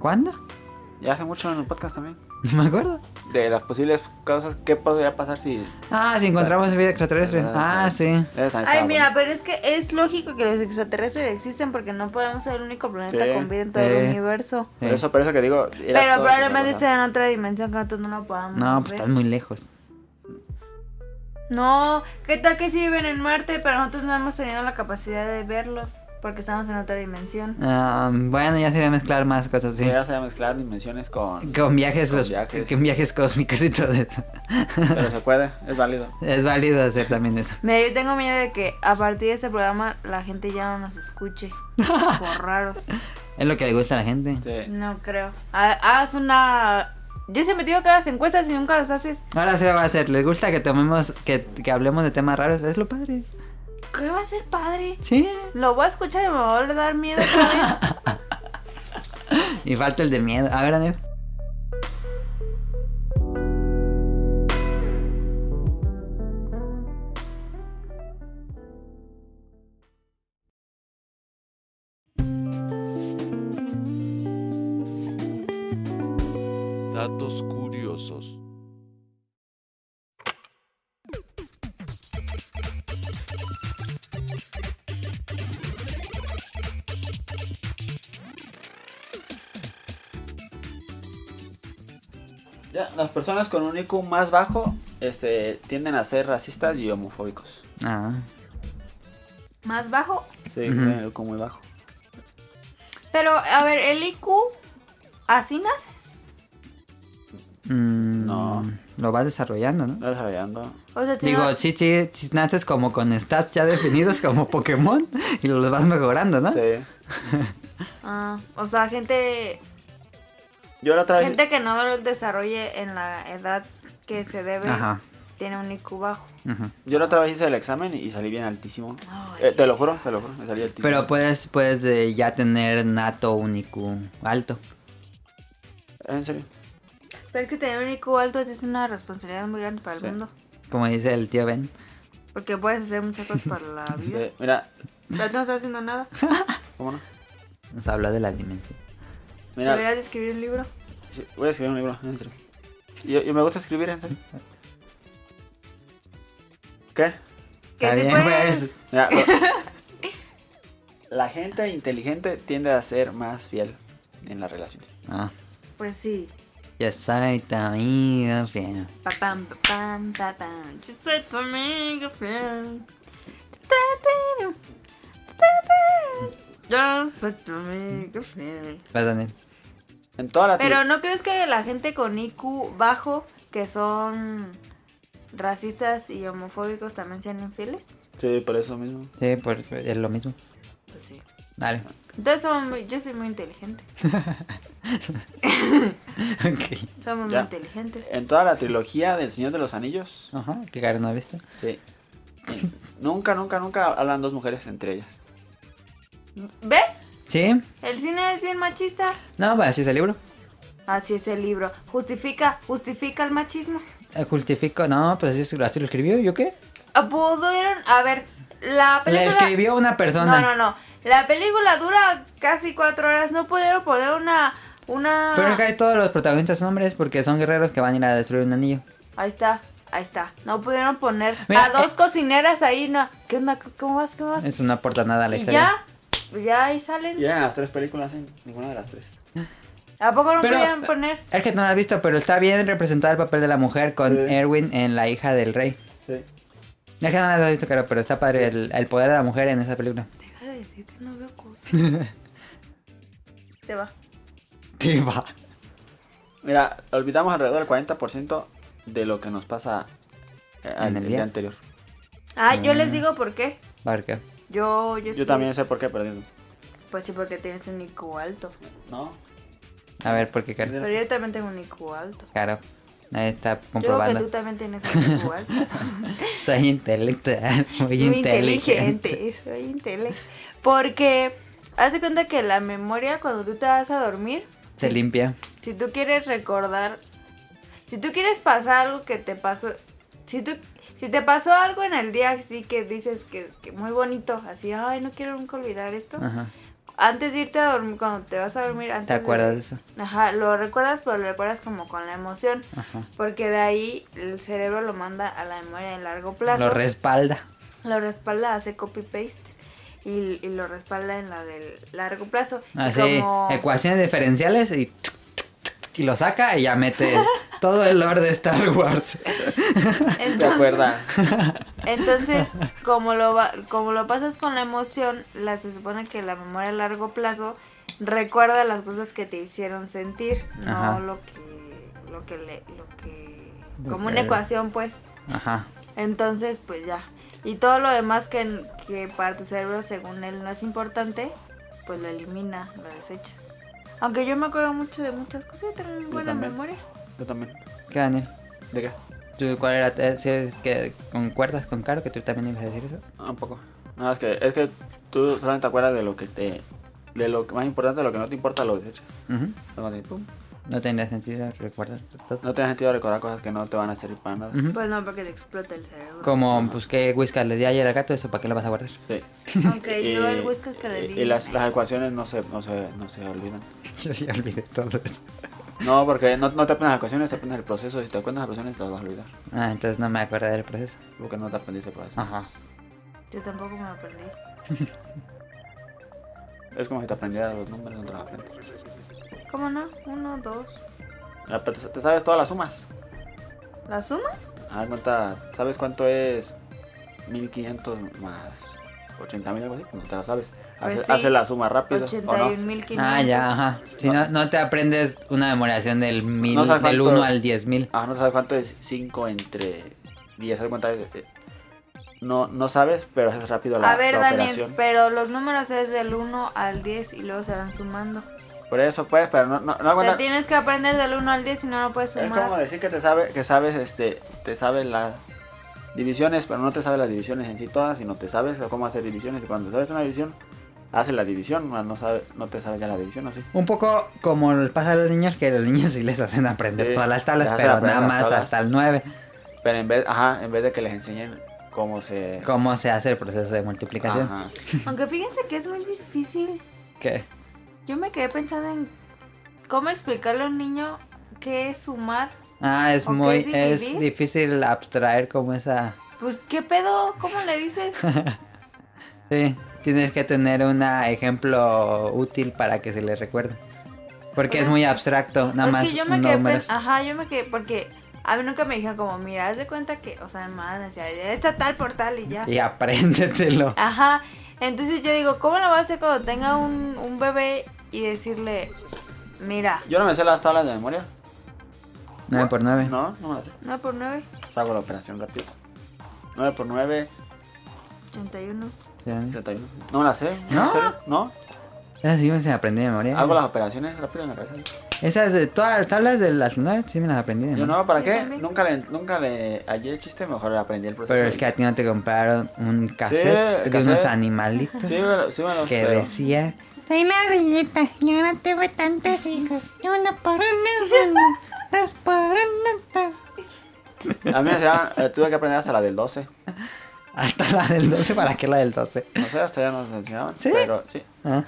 [SPEAKER 2] ¿Cuándo?
[SPEAKER 3] Ya hace mucho en el podcast también.
[SPEAKER 2] No me acuerdo.
[SPEAKER 3] De las posibles causas. ¿Qué podría pasar si.
[SPEAKER 2] Ah, si encontramos vida extraterrestre. Ah, sí.
[SPEAKER 3] Esa también
[SPEAKER 1] Ay,
[SPEAKER 3] estaba
[SPEAKER 1] mira,
[SPEAKER 3] buena.
[SPEAKER 1] pero es que es lógico que los extraterrestres existen porque no podemos ser el único planeta
[SPEAKER 3] Sí.
[SPEAKER 1] con vida en todo
[SPEAKER 2] Sí.
[SPEAKER 1] el universo.
[SPEAKER 3] Por
[SPEAKER 2] Eh,
[SPEAKER 3] eso, por eso que digo. era
[SPEAKER 1] Pero
[SPEAKER 3] todo
[SPEAKER 1] probablemente
[SPEAKER 3] otra cosa.
[SPEAKER 1] esté en otra dimensión que nosotros no lo podamos
[SPEAKER 2] No, pues
[SPEAKER 1] ver.
[SPEAKER 2] están muy lejos.
[SPEAKER 1] No, ¿qué tal que sí viven en Marte, pero nosotros no hemos tenido la capacidad de verlos porque estamos en otra dimensión?
[SPEAKER 2] Ah, bueno, ya sería mezclar más cosas así.
[SPEAKER 3] Sí, Ya se va a mezclar dimensiones con.
[SPEAKER 2] Con viajes,
[SPEAKER 3] Con
[SPEAKER 2] los-
[SPEAKER 3] viajes.
[SPEAKER 2] con viajes cósmicos y todo eso.
[SPEAKER 3] Pero se puede, es válido.
[SPEAKER 2] Es válido hacer también eso.
[SPEAKER 1] Mira, yo tengo miedo de que a partir de este programa la gente ya no nos escuche. Por raros.
[SPEAKER 2] Es lo que le gusta a la gente.
[SPEAKER 3] Sí.
[SPEAKER 1] No creo. Ha- Haz una. Yo siempre digo que hagas encuestas y nunca las haces.
[SPEAKER 2] Ahora sí lo va a hacer. ¿Les gusta que tomemos, que, que hablemos de temas raros? Es lo padre.
[SPEAKER 1] ¿Qué va a ser padre?
[SPEAKER 2] Sí.
[SPEAKER 1] Lo voy a escuchar y me va a volver a dar miedo. otra vez.
[SPEAKER 2] Y falta el de miedo. A ver, Daniel.
[SPEAKER 4] Datos curiosos.
[SPEAKER 3] Ya, las personas con un IQ más bajo este, tienden a ser racistas y homofóbicos.
[SPEAKER 2] Ah.
[SPEAKER 1] Más bajo.
[SPEAKER 3] Sí,
[SPEAKER 2] Ujú.
[SPEAKER 3] tienen el IQ muy bajo.
[SPEAKER 1] Pero, a ver, el IQ. ¿Así naces?
[SPEAKER 2] Mm,
[SPEAKER 3] No.
[SPEAKER 2] Lo vas desarrollando, ¿no?
[SPEAKER 3] No desarrollando.
[SPEAKER 1] O sea, si
[SPEAKER 2] Digo,
[SPEAKER 1] no-
[SPEAKER 2] sí, sí, sí, naces como con stats ya definidos como Pokémon y los vas mejorando, ¿no?
[SPEAKER 3] Sí.
[SPEAKER 1] Ah, o sea, gente
[SPEAKER 3] Yo la otra vez.
[SPEAKER 1] Gente que no lo desarrolle en la edad que se debe
[SPEAKER 2] Ajá.
[SPEAKER 1] tiene un IQ bajo.
[SPEAKER 2] Ujú.
[SPEAKER 3] Yo la otra vez hice el examen y salí bien altísimo. Eh, te lo juro, te lo juro, me salí altísimo.
[SPEAKER 2] Pero pues, puedes, puedes eh, ya tener nato un IQ alto.
[SPEAKER 3] En serio.
[SPEAKER 1] Pero es que tener un IQ alto es una responsabilidad muy grande para el
[SPEAKER 3] Sí.
[SPEAKER 1] mundo.
[SPEAKER 2] Como dice el tío Ben.
[SPEAKER 1] Porque puedes hacer muchas cosas para la vida.
[SPEAKER 3] Sí, mira,
[SPEAKER 1] Pero tú no estás haciendo nada.
[SPEAKER 3] ¿cómo no?
[SPEAKER 2] Nos habló de la dimensión.
[SPEAKER 3] Mira,
[SPEAKER 1] Deberías de escribir un libro.
[SPEAKER 3] sí, voy a escribir un libro, en serio. Yo, yo me gusta escribir, en serio. ¿Qué?
[SPEAKER 1] Que
[SPEAKER 2] Está
[SPEAKER 1] sí
[SPEAKER 2] bien,
[SPEAKER 1] puedes.
[SPEAKER 2] pues.
[SPEAKER 3] Mira, lo- la gente inteligente tiende a ser más fiel en las relaciones.
[SPEAKER 2] Ah.
[SPEAKER 1] Pues sí.
[SPEAKER 2] Yo soy tu amigo fiel.
[SPEAKER 1] Pa, pam, pa, pam, pa, pam. Yo soy tu amigo fiel. Ta, ta, ru. Ta, ta, ru. Yo soy tu amigo fiel.
[SPEAKER 2] Pues, Vas, Daniel.
[SPEAKER 3] En toda la
[SPEAKER 1] Pero ¿no crees que la gente con IQ bajo, que son racistas y homofóbicos, también sean infieles?
[SPEAKER 3] Sí, por eso mismo.
[SPEAKER 2] Sí, por, es lo mismo.
[SPEAKER 1] Pues sí.
[SPEAKER 2] Dale.
[SPEAKER 1] Entonces son muy- yo soy muy inteligente.
[SPEAKER 2] ok.
[SPEAKER 1] Somos
[SPEAKER 3] Ya.
[SPEAKER 1] muy inteligentes.
[SPEAKER 3] En toda la trilogía del Señor de los Anillos.
[SPEAKER 2] Ajá, qué caro, ¿no viste?
[SPEAKER 3] Sí. Y nunca, nunca, nunca hablan dos mujeres entre ellas.
[SPEAKER 1] ¿Ves?
[SPEAKER 2] Sí.
[SPEAKER 1] El cine es bien machista.
[SPEAKER 2] No, bueno, así es el libro.
[SPEAKER 1] Así es el libro. Justifica, justifica el machismo.
[SPEAKER 2] Eh, Justifico, no, pues así, es- así lo escribió, ¿yo qué?
[SPEAKER 1] Pudieron, a ver, la
[SPEAKER 2] Le
[SPEAKER 1] película...
[SPEAKER 2] escribió una persona.
[SPEAKER 1] No, no, no. La película dura casi cuatro horas. No pudieron poner una... una...
[SPEAKER 2] Pero acá todos los protagonistas son hombres porque son guerreros que van a ir a destruir un anillo.
[SPEAKER 1] Ahí está, ahí está. No pudieron poner
[SPEAKER 2] Mira, eh,
[SPEAKER 1] a dos cocineras ahí. No. ¿Qué onda? ¿Cómo vas? ¿Cómo vas?
[SPEAKER 2] Eso no aporta nada a la
[SPEAKER 1] Ah. Y
[SPEAKER 2] historia.
[SPEAKER 1] ya, ya ahí salen.
[SPEAKER 3] Y eran las tres películas en ninguna de las tres.
[SPEAKER 1] ¿A poco no
[SPEAKER 2] Pero-
[SPEAKER 1] podían poner?
[SPEAKER 2] Es que no lo has visto, pero está bien representado el papel de la mujer con
[SPEAKER 3] Sí.
[SPEAKER 2] Erwin en La hija del rey.
[SPEAKER 3] Sí.
[SPEAKER 2] Es que no lo has visto, claro, pero está padre el, el poder de la mujer en esa película.
[SPEAKER 1] Deja de decir que no veo cosas. Te va.
[SPEAKER 2] Sí, va.
[SPEAKER 3] Mira, olvidamos alrededor del 40% de lo que nos pasa eh,
[SPEAKER 2] En
[SPEAKER 3] al-
[SPEAKER 2] el
[SPEAKER 3] el
[SPEAKER 2] día.
[SPEAKER 3] día anterior.
[SPEAKER 1] Ah, yo
[SPEAKER 2] Mm.
[SPEAKER 1] les digo por qué.
[SPEAKER 2] ¿Por qué?
[SPEAKER 1] Yo, yo,
[SPEAKER 3] Yo también sé por qué, pero digo,
[SPEAKER 1] Pues sí, porque tienes un IQ alto.
[SPEAKER 3] no.
[SPEAKER 2] A ver, ¿por qué, Caro?
[SPEAKER 1] Pero yo también tengo un IQ alto.
[SPEAKER 2] Caro, Ahí está
[SPEAKER 1] Yo creo que tú
[SPEAKER 2] comprobando.
[SPEAKER 1] también tienes un IQ alto.
[SPEAKER 2] Soy intelectual, muy,
[SPEAKER 1] Muy
[SPEAKER 2] inteligente.
[SPEAKER 1] inteligente, soy inteligente. Porque haz de cuenta que la memoria cuando tú te vas a dormir,
[SPEAKER 2] Se limpia.
[SPEAKER 1] si tú quieres recordar, si tú quieres pasar algo que te pasó, si tú si te pasó algo en el día así que dices que, que muy bonito, así, ay, no quiero nunca olvidar esto,
[SPEAKER 2] Ajá.
[SPEAKER 1] antes de irte a dormir, cuando te vas a dormir, antes
[SPEAKER 2] ¿Te acuerdas de eso?
[SPEAKER 1] Ajá, lo recuerdas, pero lo recuerdas como con la emoción,
[SPEAKER 2] Ajá.
[SPEAKER 1] porque de ahí el cerebro lo manda a la memoria de largo plazo
[SPEAKER 2] Lo respalda.
[SPEAKER 1] lo respalda, hace copy-paste y, y lo respalda en la del largo plazo. Y
[SPEAKER 2] Así,
[SPEAKER 1] como-
[SPEAKER 2] ecuaciones diferenciales y, tuc, tuc, tuc, tuc, y lo saca y ya mete todo el lore de Star Wars.
[SPEAKER 3] ¿Te
[SPEAKER 1] entonces,
[SPEAKER 3] acuerdas?
[SPEAKER 1] entonces, como lo, va- como lo pasas con la emoción, la, se supone que la memoria a largo plazo recuerda las cosas que te hicieron sentir,
[SPEAKER 2] Ajá.
[SPEAKER 1] no lo que, lo que le, lo que, como una
[SPEAKER 2] Ok.
[SPEAKER 1] ecuación pues.
[SPEAKER 2] Ajá.
[SPEAKER 1] Entonces, pues ya. Y todo lo demás que, que para tu cerebro, según él, no es importante, pues lo elimina, lo desecha. Aunque yo me acuerdo mucho de muchas cosas, yo tengo muy buena
[SPEAKER 3] también.
[SPEAKER 1] memoria.
[SPEAKER 3] Yo también.
[SPEAKER 2] ¿Qué, Daniel?
[SPEAKER 3] ¿De qué?
[SPEAKER 2] ¿Tú cuál era? eh, Si es que concuerdas con Caro que tú también ibas a decir eso.
[SPEAKER 3] Ah, un poco. No, es que, es que tú solamente te acuerdas de lo que te... De lo que más importante, de lo que no te importa, lo desechas.
[SPEAKER 2] Ujú.
[SPEAKER 3] Luego de- pum.
[SPEAKER 2] No tendría sentido recordar. todo.
[SPEAKER 3] No tiene sentido recordar cosas que no te van a servir para nada.
[SPEAKER 2] Ujú.
[SPEAKER 1] Pues no, porque te explota el cerebro.
[SPEAKER 2] Como, pues, que whiskas le di ayer al gato? ¿Eso para qué lo vas a guardar?
[SPEAKER 3] Sí.
[SPEAKER 1] Aunque yo Eh, el whisky que le
[SPEAKER 3] y-
[SPEAKER 1] di.
[SPEAKER 3] y las, las ecuaciones no se, no, se, no se olvidan.
[SPEAKER 2] Yo sí olvidé todo eso.
[SPEAKER 3] No, porque no, no te aprendes las ecuaciones, te aprendes el proceso. Si te acuerdas las ecuaciones, te las vas a olvidar.
[SPEAKER 2] Ah, entonces no me acordé del proceso.
[SPEAKER 3] Porque no te aprendiste el proceso.
[SPEAKER 2] Ajá.
[SPEAKER 1] Yo tampoco me lo perdí.
[SPEAKER 3] Es como si te aprendieras los números, no te los aprendes.
[SPEAKER 1] ¿Cómo no? Uno, dos.
[SPEAKER 3] Ah, pero ¿Te te sabes todas las sumas?
[SPEAKER 1] ¿Las sumas?
[SPEAKER 3] Ah, cuenta, ¿sabes cuánto es 1500 más 80.000 algo así? No te lo sabes.
[SPEAKER 1] Pues
[SPEAKER 3] Haces
[SPEAKER 1] sí.
[SPEAKER 3] haces la suma rápido. ¿o no?
[SPEAKER 1] 81.500.
[SPEAKER 2] Ah,
[SPEAKER 1] pues,
[SPEAKER 2] ya, ajá. Si no, no te aprendes una memoración del mil,
[SPEAKER 3] No sabes
[SPEAKER 2] del
[SPEAKER 3] cuánto-
[SPEAKER 2] 1 al 10 mil.
[SPEAKER 3] Ah, no sabes cuánto es 5 entre 10. ¿Sabes cuánto es? Eh, No, no sabes, pero haces rápido la,
[SPEAKER 1] A ver,
[SPEAKER 3] la
[SPEAKER 1] Daniel,
[SPEAKER 3] operación.
[SPEAKER 1] pero los números es del 1 al 10 y luego se van sumando.
[SPEAKER 3] Por eso puedes, pero no, no, no
[SPEAKER 1] O sea,
[SPEAKER 3] aguanta-
[SPEAKER 1] tienes que aprender del 1 al 10 si no, no puedes
[SPEAKER 3] Es
[SPEAKER 1] sumar.
[SPEAKER 3] como decir que te sabe, que sabes, este, te sabes las divisiones, pero no te sabes las divisiones en sí todas, sino te sabes cómo hacer divisiones. Y cuando sabes una división, haces la división, más no sabe, no te sabes ya la división, así.
[SPEAKER 2] Un poco como el pasa a los niños, que los niños sí les hacen aprender
[SPEAKER 3] Sí,
[SPEAKER 2] todas las tablas,
[SPEAKER 3] les hacen
[SPEAKER 2] pero
[SPEAKER 3] aprender
[SPEAKER 2] nada
[SPEAKER 3] las
[SPEAKER 2] más
[SPEAKER 3] tablas.
[SPEAKER 2] hasta el 9.
[SPEAKER 3] Pero en vez, ajá, en vez de que les enseñen cómo se.
[SPEAKER 2] ¿Cómo se hace el proceso de multiplicación?
[SPEAKER 3] Ajá.
[SPEAKER 1] Aunque fíjense que es muy difícil.
[SPEAKER 2] ¿Qué?
[SPEAKER 1] Yo me quedé pensando en cómo explicarle a un niño qué es sumar.
[SPEAKER 2] Ah, es
[SPEAKER 1] ¿O qué
[SPEAKER 2] muy.
[SPEAKER 1] es
[SPEAKER 2] Es,
[SPEAKER 1] dividir?
[SPEAKER 2] difícil abstraer como esa.
[SPEAKER 1] Pues, ¿qué pedo? ¿Cómo le dices?
[SPEAKER 2] Sí, tienes que tener un ejemplo útil para que se le recuerde. Porque es muy abstracto,
[SPEAKER 1] Pues,
[SPEAKER 2] nada
[SPEAKER 1] es
[SPEAKER 2] más
[SPEAKER 1] que yo me quedé pen-
[SPEAKER 2] números.
[SPEAKER 1] Ajá, yo me quedé. Porque a mí nunca me dijeron, como, mira, haz de cuenta que. O sea, más decía, está tal por tal y ya.
[SPEAKER 2] Y apréndetelo.
[SPEAKER 1] Ajá. Entonces yo digo, ¿cómo lo va a hacer cuando tenga un, un bebé y decirle, Mira,
[SPEAKER 3] Yo no me sé las tablas de memoria.
[SPEAKER 2] 9 por 9.
[SPEAKER 3] No, no me las sé.
[SPEAKER 1] 9 por 9,
[SPEAKER 3] Pues hago la operación rápido. 9 por 9,
[SPEAKER 1] 81.
[SPEAKER 2] ¿Ya?
[SPEAKER 3] 31. No me las sé.
[SPEAKER 2] ¿No? Eh.
[SPEAKER 3] ¿En serio? ¿No?
[SPEAKER 2] Esas sí me las aprendí de memoria.
[SPEAKER 3] Hago las operaciones rápido en la cabeza.
[SPEAKER 2] Esas de todas las tablas de las 9 sí me las aprendí de
[SPEAKER 3] Yo
[SPEAKER 2] memoria.
[SPEAKER 3] no, ¿para
[SPEAKER 1] Yo
[SPEAKER 3] qué?
[SPEAKER 1] también.
[SPEAKER 3] Nunca le, nunca le hallé el chiste, mejor aprendí el proceso.
[SPEAKER 2] Pero es que a ti no te compraron un cassette de
[SPEAKER 3] cassette.
[SPEAKER 2] unos animalitos
[SPEAKER 3] Sí, me lo- sí me los
[SPEAKER 2] que
[SPEAKER 3] creo.
[SPEAKER 2] decía...
[SPEAKER 6] Soy la ardillita, yo no tuve tantos hijos. Una por una, dos por una, dos.
[SPEAKER 3] A mí me enseñaron, eh, tuve que aprender hasta la del 12.
[SPEAKER 2] Hasta la del 12, ¿para qué la del 12?
[SPEAKER 3] No sé, hasta ya nos enseñaban.
[SPEAKER 2] ¿Sí?
[SPEAKER 3] Pero sí,
[SPEAKER 2] Ah,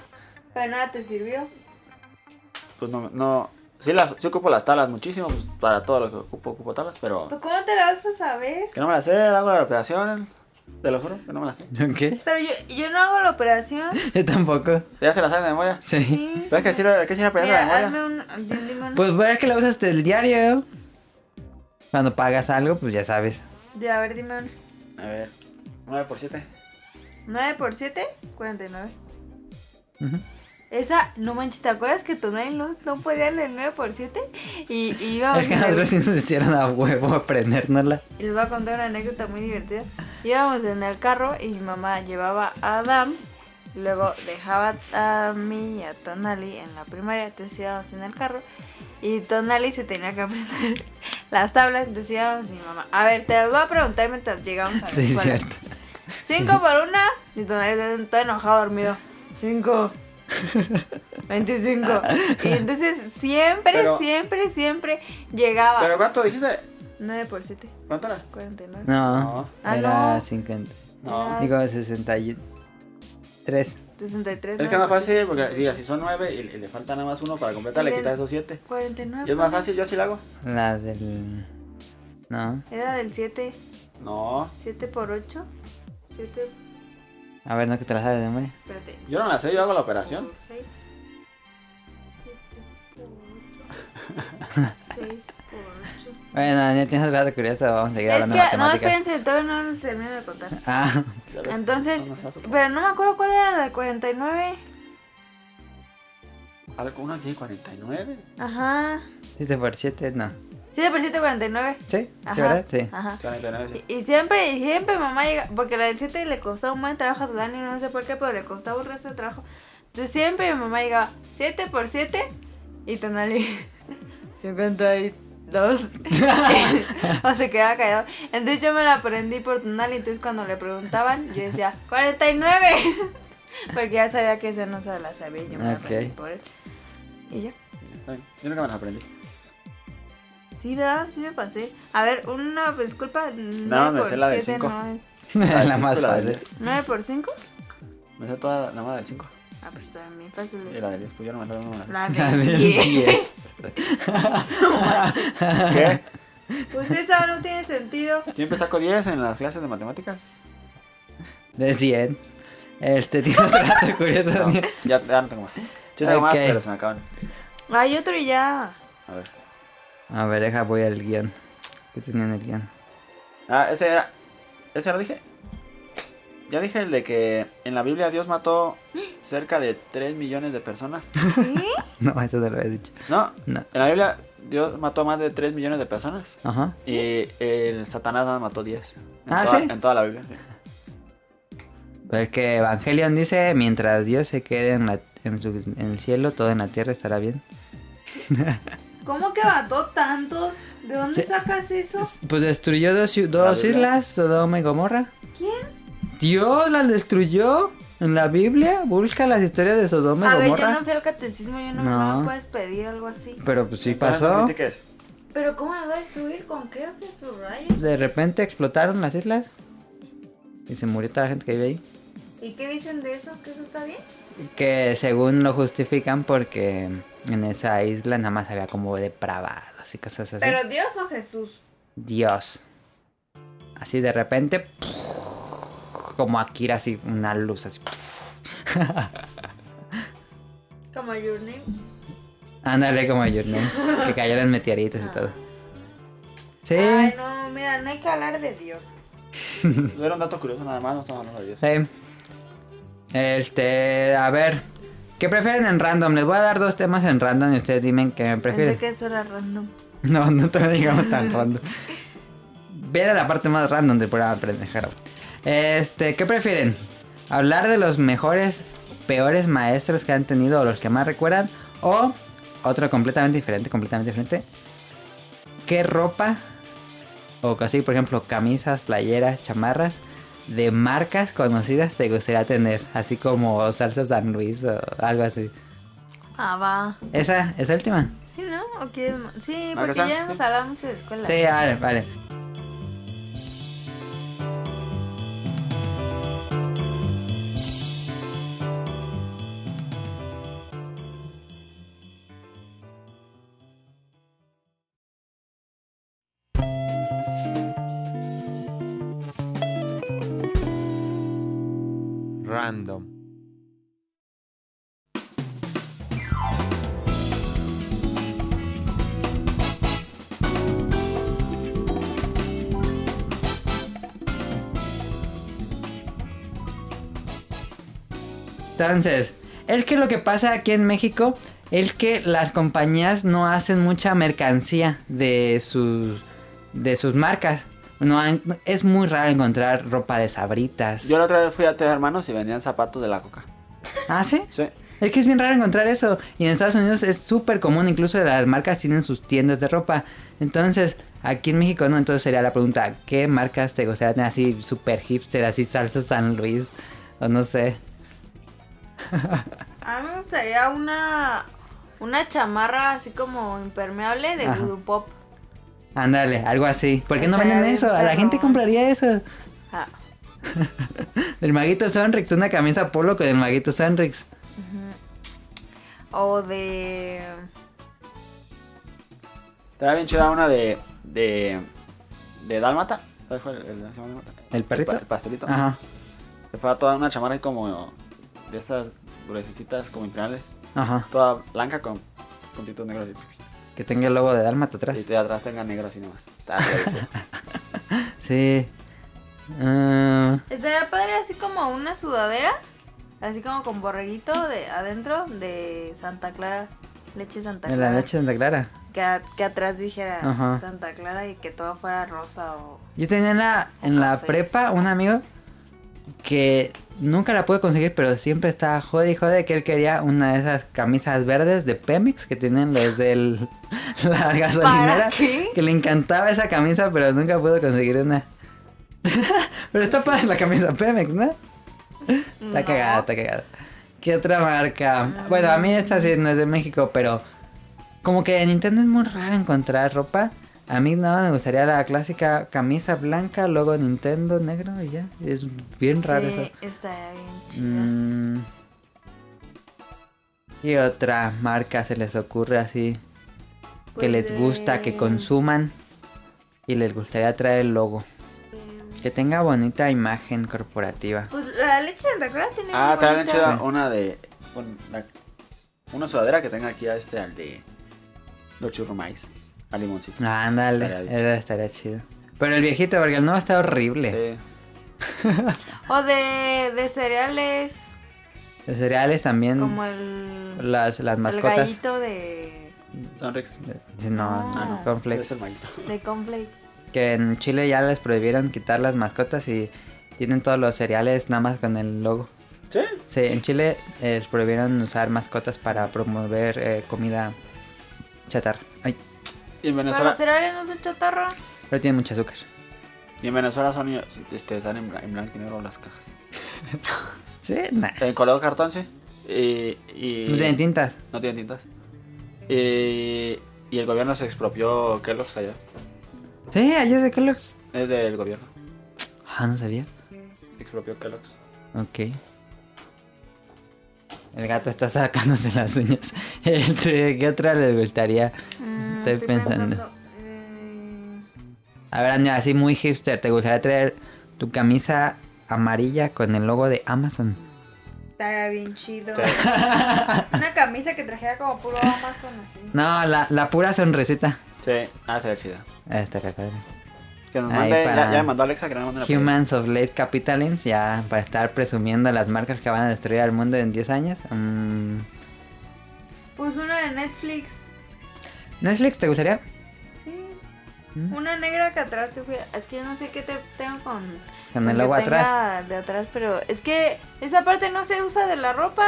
[SPEAKER 1] Para nada te sirvió.
[SPEAKER 3] pues no. no sí, las, sí ocupo las tablas muchísimo, pues, para todo lo que ocupo, ocupo tablas, pero.
[SPEAKER 1] ¿Pero Pues, cómo te la vas a saber?
[SPEAKER 3] Que no me las sé, hago la operación. Te lo juro, que no me las sé.
[SPEAKER 2] ¿Yo qué?
[SPEAKER 1] Pero yo, yo no hago la operación.
[SPEAKER 2] Yo tampoco.
[SPEAKER 3] ¿Ya se las saben de memoria?
[SPEAKER 2] Sí.
[SPEAKER 1] Sí.
[SPEAKER 3] Pero es que sí, la- que sí aprendo de
[SPEAKER 1] Mira,
[SPEAKER 3] memoria.
[SPEAKER 1] hazme un. dime una.
[SPEAKER 2] Pues ver que la usas del diario. Cuando pagas algo, pues ya sabes.
[SPEAKER 1] Ya, a ver, dime una.
[SPEAKER 3] A ver, 9 por 7.
[SPEAKER 1] 9 por 7, 49.
[SPEAKER 2] Ujú.
[SPEAKER 1] Esa, no manches, ¿te acuerdas que tu Nine Luz no podía leer 9 por 7? Y, y íbamos
[SPEAKER 2] Es que nosotros sí nos hicieron a huevo aprendérnosla.
[SPEAKER 1] Y les voy a contar una anécdota muy divertida. Íbamos en el carro y mi mamá llevaba a Adam, luego dejaba a mí y a Tonali en la primaria, entonces íbamos en el carro y Tonali se tenía que aprender las tablas, entonces íbamos y mi mamá, a ver, te las voy a preguntar mientras llegamos a la
[SPEAKER 2] Sí, es
[SPEAKER 1] escuela.
[SPEAKER 2] cierto.
[SPEAKER 1] Cinco por una y Tonali todo enojado, dormido. Cinco. 25. Y entonces siempre,
[SPEAKER 3] Pero-
[SPEAKER 1] siempre, siempre llegaba.
[SPEAKER 3] ¿Pero cuánto dijiste?
[SPEAKER 1] 9 por 7,
[SPEAKER 3] ¿Cuánto era?
[SPEAKER 1] 49.
[SPEAKER 2] No,
[SPEAKER 1] Ah,
[SPEAKER 2] era
[SPEAKER 1] no. Ah.
[SPEAKER 2] 50.
[SPEAKER 3] No.
[SPEAKER 2] Digo, 63.
[SPEAKER 1] 63.
[SPEAKER 3] Es que es más
[SPEAKER 1] por siete.
[SPEAKER 3] fácil porque diga, si son 9 y, y le falta nada más uno para completar,
[SPEAKER 1] Y
[SPEAKER 3] le
[SPEAKER 1] el-
[SPEAKER 3] quitas esos 7.
[SPEAKER 1] 49.
[SPEAKER 3] Y es más fácil, yo sí la hago.
[SPEAKER 2] La del. No.
[SPEAKER 1] Era del 7.
[SPEAKER 3] No,
[SPEAKER 1] 7 por 8. 7.
[SPEAKER 2] A ver, no que te la sabes de memoria.
[SPEAKER 1] Espérate.
[SPEAKER 3] yo no la sé, yo hago la operación.
[SPEAKER 1] 6. 6 por 8.
[SPEAKER 2] Bueno, Daniel, tienes otro dato curioso. Vamos a seguir
[SPEAKER 1] Es
[SPEAKER 2] hablando de
[SPEAKER 1] que, no,
[SPEAKER 2] matemáticas.
[SPEAKER 1] espérense, todavía no termino de contar.
[SPEAKER 2] Ah,
[SPEAKER 3] Ya ves,
[SPEAKER 1] Entonces,
[SPEAKER 3] no nos vas a-
[SPEAKER 1] pero no me acuerdo cuál era la de 49.
[SPEAKER 3] A ver, uno tiene 49.
[SPEAKER 1] Ajá.
[SPEAKER 2] 7 por 7, no.
[SPEAKER 1] 7 por 7, 49.
[SPEAKER 2] ¿Sí? ¿Sí,
[SPEAKER 1] Ajá. Ah.
[SPEAKER 2] verdad? Sí.
[SPEAKER 1] Ajá.
[SPEAKER 3] 49, sí.
[SPEAKER 1] Y, y siempre, y siempre mamá llega, porque la del 7 le costaba un buen trabajo a Dani, no sé por qué, pero le costaba un resto de trabajo. Entonces siempre mi mamá llegaba 7 por 7 y Tonali 52. o se quedaba callado. Entonces yo me la aprendí por Tonali, entonces cuando le preguntaban, yo decía 49. porque ya sabía que esa no se la sabía, yo me la
[SPEAKER 2] Ok.
[SPEAKER 1] aprendí por él. Y yo,
[SPEAKER 3] Está bien. Yo nunca me las aprendí.
[SPEAKER 1] sí, da, sí me pasé. A ver, una disculpa.
[SPEAKER 3] No, me sé la del cinco.
[SPEAKER 2] la
[SPEAKER 3] sí,
[SPEAKER 2] más
[SPEAKER 3] la
[SPEAKER 2] fácil.
[SPEAKER 3] del-
[SPEAKER 1] 9 por 5.
[SPEAKER 3] Me sé toda la más del 5.
[SPEAKER 1] Ah, pues también bien fácil.
[SPEAKER 3] Y la del 10, pues yo no me la no me la-
[SPEAKER 1] La
[SPEAKER 2] La del
[SPEAKER 1] del 10.
[SPEAKER 3] ¿Qué?
[SPEAKER 1] Pues esa no tiene sentido.
[SPEAKER 3] Siempre saco 10 en las clases de matemáticas.
[SPEAKER 2] De 100. Este, tienes otro dato curioso,
[SPEAKER 3] No,
[SPEAKER 2] Daniel.
[SPEAKER 3] ya, ya no tengo más. Yo tengo más,
[SPEAKER 2] Ok.
[SPEAKER 3] pero se me acaban.
[SPEAKER 1] Hay otro y ya.
[SPEAKER 3] A ver.
[SPEAKER 2] A ver, deja, voy al guión. ¿Qué tenía en el guión?
[SPEAKER 3] Ah, ese era. ¿Ese lo dije? Ya dije el de que en la Biblia Dios mató cerca de 3 millones de personas.
[SPEAKER 2] No, esto te lo había dicho.
[SPEAKER 3] No,
[SPEAKER 2] No.
[SPEAKER 3] en la Biblia Dios mató a más de 3 millones de personas.
[SPEAKER 2] Ajá.
[SPEAKER 3] Y el Satanás nada más mató 10. En
[SPEAKER 2] Ah,
[SPEAKER 3] toda-
[SPEAKER 2] ¿sí?
[SPEAKER 3] En toda la Biblia. sí.
[SPEAKER 2] Porque Evangelion dice, mientras Dios se quede en, la, en, su- en el cielo, todo en la tierra estará bien.
[SPEAKER 1] ¿Cómo que mató tantos? ¿De dónde
[SPEAKER 2] Sí.
[SPEAKER 1] sacas eso?
[SPEAKER 2] Pues destruyó dos, ciu-
[SPEAKER 3] La
[SPEAKER 2] dos
[SPEAKER 3] Biblia.
[SPEAKER 2] islas, Sodoma y Gomorra.
[SPEAKER 1] ¿Quién?
[SPEAKER 2] Dios las destruyó en la Biblia. Busca las historias de Sodoma y
[SPEAKER 1] A ver, yo
[SPEAKER 2] Gomorra.
[SPEAKER 1] no fui al catecismo, yo no,
[SPEAKER 2] No.
[SPEAKER 1] no me puedes pedir algo así.
[SPEAKER 2] Pero pues sí
[SPEAKER 3] Entonces,
[SPEAKER 2] pasó.
[SPEAKER 3] ¿viste qué es?
[SPEAKER 1] ¿Pero cómo la va a destruir? ¿Con qué? ¿Con sus rayos?
[SPEAKER 2] De repente explotaron las islas. Y se murió toda la gente que vive ahí.
[SPEAKER 1] ¿Y qué dicen de eso? ¿Que eso está bien?
[SPEAKER 2] Que según lo justifican porque en esa isla nada más había como depravados y cosas así.
[SPEAKER 1] ¿Pero Dios o Jesús?
[SPEAKER 2] Dios. Así de repente. Como Akira, así una luz así.
[SPEAKER 1] Como Your Name.
[SPEAKER 2] Ándale como Your Name, Que cayeron meteoritos y todo. Sí.
[SPEAKER 1] Ay, no, mira, no hay que hablar de Dios.
[SPEAKER 3] Era un dato curioso nada más, no estamos hablando de Dios.
[SPEAKER 2] sí. Este, a ver. ¿Qué prefieren en random? Les voy a dar dos temas en random y ustedes dime que me prefieren.
[SPEAKER 1] Pensé que eso era random.
[SPEAKER 2] No, no te lo digamos tan random. Ve a la parte más random del programa, pendejero. Este, ¿qué prefieren? ¿Hablar de los mejores, peores maestros que han tenido o los que más recuerdan? O otro completamente diferente, completamente diferente. ¿Qué ropa? O así, por ejemplo, camisas, playeras, chamarras de marcas conocidas te gustaría tener. Así como Salsa San Luis o algo así.
[SPEAKER 1] Ah, va.
[SPEAKER 2] Esa, esa última.
[SPEAKER 1] Sí, ¿no? ¿O quieres ma- Sí,
[SPEAKER 3] ¿Marca
[SPEAKER 1] porque
[SPEAKER 3] esa?
[SPEAKER 1] ya hemos hablado mucho de escuela.
[SPEAKER 2] Sí, vale, vale.
[SPEAKER 4] Random.
[SPEAKER 2] Entonces, el que lo que pasa aquí en México es que las compañías no hacen mucha mercancía de sus de sus marcas. No han- es muy raro encontrar ropa de sabritas.
[SPEAKER 3] Yo la otra vez fui a Tres Hermanos y vendían zapatos de la coca.
[SPEAKER 2] ¿Ah, sí?
[SPEAKER 3] Sí.
[SPEAKER 2] Es que es bien raro encontrar eso. Y en Estados Unidos es súper común, incluso las marcas tienen sus tiendas de ropa. Entonces, aquí en México no, entonces sería la pregunta, ¿qué marcas te gustaría tener así super hipster, así salsa San Luis? O no sé.
[SPEAKER 1] A mí me gustaría una, una chamarra así como impermeable de
[SPEAKER 2] Ajá.
[SPEAKER 1] Voodoo Pop.
[SPEAKER 2] Ándale, algo así. ¿Por qué no
[SPEAKER 1] Estaría
[SPEAKER 2] venden
[SPEAKER 1] bien
[SPEAKER 2] eso? A la gente
[SPEAKER 1] perrón.
[SPEAKER 2] compraría eso.
[SPEAKER 1] Ah,
[SPEAKER 2] El maguito Sonrix, una camisa polo con el maguito Sonrix.
[SPEAKER 1] o de...
[SPEAKER 3] Estaba bien chida una de. de. de Dálmata. ¿Sabes cuál? El, el- se llama Dálmata?
[SPEAKER 2] ¿El perrito?
[SPEAKER 3] pa- El pastelito.
[SPEAKER 2] Ajá,
[SPEAKER 3] Se fue a toda una chamarra ahí como. de esas gruesecitas como imperiales.
[SPEAKER 2] ajá.
[SPEAKER 3] Toda blanca con puntitos negros y,
[SPEAKER 2] Que tenga el logo de Dalmat
[SPEAKER 3] y
[SPEAKER 2] atrás.
[SPEAKER 3] de atrás tenga negro así nomás. Está padrísimo.
[SPEAKER 2] Sí. Ah,
[SPEAKER 1] Estaría padre así como una sudadera, así como con borreguito de adentro de Santa Clara, leche Santa
[SPEAKER 2] de
[SPEAKER 1] Clara.
[SPEAKER 2] la leche de Santa Clara.
[SPEAKER 1] Que, a- que atrás dijera
[SPEAKER 2] Ajá.
[SPEAKER 1] Santa Clara y que todo fuera rosa o...
[SPEAKER 2] Yo tenía en la, en la
[SPEAKER 1] Café.
[SPEAKER 2] prepa un amigo que nunca la pude conseguir, pero siempre estaba jode y jode que él quería una de esas camisas verdes de Pemex que tienen los del la gasolinera.
[SPEAKER 1] ¿Para qué?
[SPEAKER 2] Que le encantaba esa camisa, pero nunca pudo conseguir una. pero está padre la camisa Pemex, ¿no? Está
[SPEAKER 1] No.
[SPEAKER 2] cagada, está cagada. ¿Qué otra marca? Bueno, a mí esta sí no es de México, pero como que en Nintendo es muy raro encontrar ropa. A mí nada, me gustaría la clásica camisa blanca, logo Nintendo negro y ya. Es bien
[SPEAKER 1] sí,
[SPEAKER 2] raro eso.
[SPEAKER 1] estaría bien chido.
[SPEAKER 2] Mm. ¿Qué otra marca se les ocurre así
[SPEAKER 1] Pues
[SPEAKER 2] que les gusta, que
[SPEAKER 1] de-
[SPEAKER 2] consuman y les gustaría traer el logo?
[SPEAKER 1] Em.
[SPEAKER 2] Que tenga bonita imagen corporativa.
[SPEAKER 1] Pues la leche Santa Clara tiene
[SPEAKER 3] ah,
[SPEAKER 1] muy
[SPEAKER 3] estaba bien
[SPEAKER 1] bonita-
[SPEAKER 3] chida una de. un- la- una sudadera que tenga aquí a este, al de. los churrumais. Al limoncito.
[SPEAKER 2] Ah, Ándale,
[SPEAKER 3] Estaría bien
[SPEAKER 2] eso estaría chido. Pero el viejito, porque el nuevo está horrible.
[SPEAKER 3] Sí.
[SPEAKER 1] O de, de cereales,
[SPEAKER 2] Los cereales también,
[SPEAKER 1] como el,
[SPEAKER 2] Mm. las, las
[SPEAKER 1] el
[SPEAKER 2] mascotas.
[SPEAKER 1] gallito de,
[SPEAKER 3] Sonrix.
[SPEAKER 2] Sí, No,
[SPEAKER 1] Ah,
[SPEAKER 2] no,
[SPEAKER 1] no.
[SPEAKER 2] Cornflakes.
[SPEAKER 3] Es el maguito.
[SPEAKER 1] de Conflakes.
[SPEAKER 2] Que en Chile ya les prohibieron quitar las mascotas y tienen todos los cereales nada más con el logo.
[SPEAKER 3] Sí.
[SPEAKER 2] Sí, en Chile eh, les prohibieron usar mascotas para promover eh, comida chatarra. Ay,
[SPEAKER 3] Y en
[SPEAKER 1] Pero los
[SPEAKER 3] Venezuela.
[SPEAKER 1] cereales no son chatarra.
[SPEAKER 2] pero tiene mucho azúcar.
[SPEAKER 3] Y en Venezuela son. Este, están en, bla- en blanco y negro las cajas.
[SPEAKER 2] Sí, nah.
[SPEAKER 3] En color cartón, sí. Y, y-
[SPEAKER 2] No tienen tintas.
[SPEAKER 3] No tienen tintas. Y, y el gobierno se expropió Kellogg's allá.
[SPEAKER 2] Sí, allá es de Kellogg's.
[SPEAKER 3] Es del gobierno.
[SPEAKER 2] Ah, no sabía.
[SPEAKER 3] Se expropió Kellogg's.
[SPEAKER 2] Ok. El gato está sacándose las uñas. Este, ¿Qué otra les gustaría?
[SPEAKER 1] Mm,
[SPEAKER 2] Estoy pensando.
[SPEAKER 1] eh,
[SPEAKER 2] A ver, Andrea, así muy hipster. ¿Te gustaría traer tu camisa amarilla con el logo de Amazon?
[SPEAKER 1] Estaría bien chido.
[SPEAKER 3] Sí.
[SPEAKER 1] Una camisa que trajera como puro Amazon así.
[SPEAKER 2] No, la, la pura sonrisita.
[SPEAKER 3] Sí, ah, estaría chida.
[SPEAKER 2] Ah, Estaría padre.
[SPEAKER 3] Que nos
[SPEAKER 2] Ahí
[SPEAKER 3] mande, ya-
[SPEAKER 2] para-
[SPEAKER 3] ya, me mandó Alexa que nos mande una
[SPEAKER 2] Humans of Late Capitalism, ya para estar presumiendo las marcas que van a destruir al mundo en 10 años. Mm,
[SPEAKER 1] Pues una de Netflix.
[SPEAKER 2] Netflix, ¿te gustaría?
[SPEAKER 1] Sí. Una negra que atrás se fue. Es que yo no sé qué te tengo con.
[SPEAKER 2] Mm. Con el
[SPEAKER 1] que
[SPEAKER 2] logo
[SPEAKER 1] Pues tenga
[SPEAKER 2] atrás.
[SPEAKER 1] De atrás, pero es que esa parte no se usa de la ropa.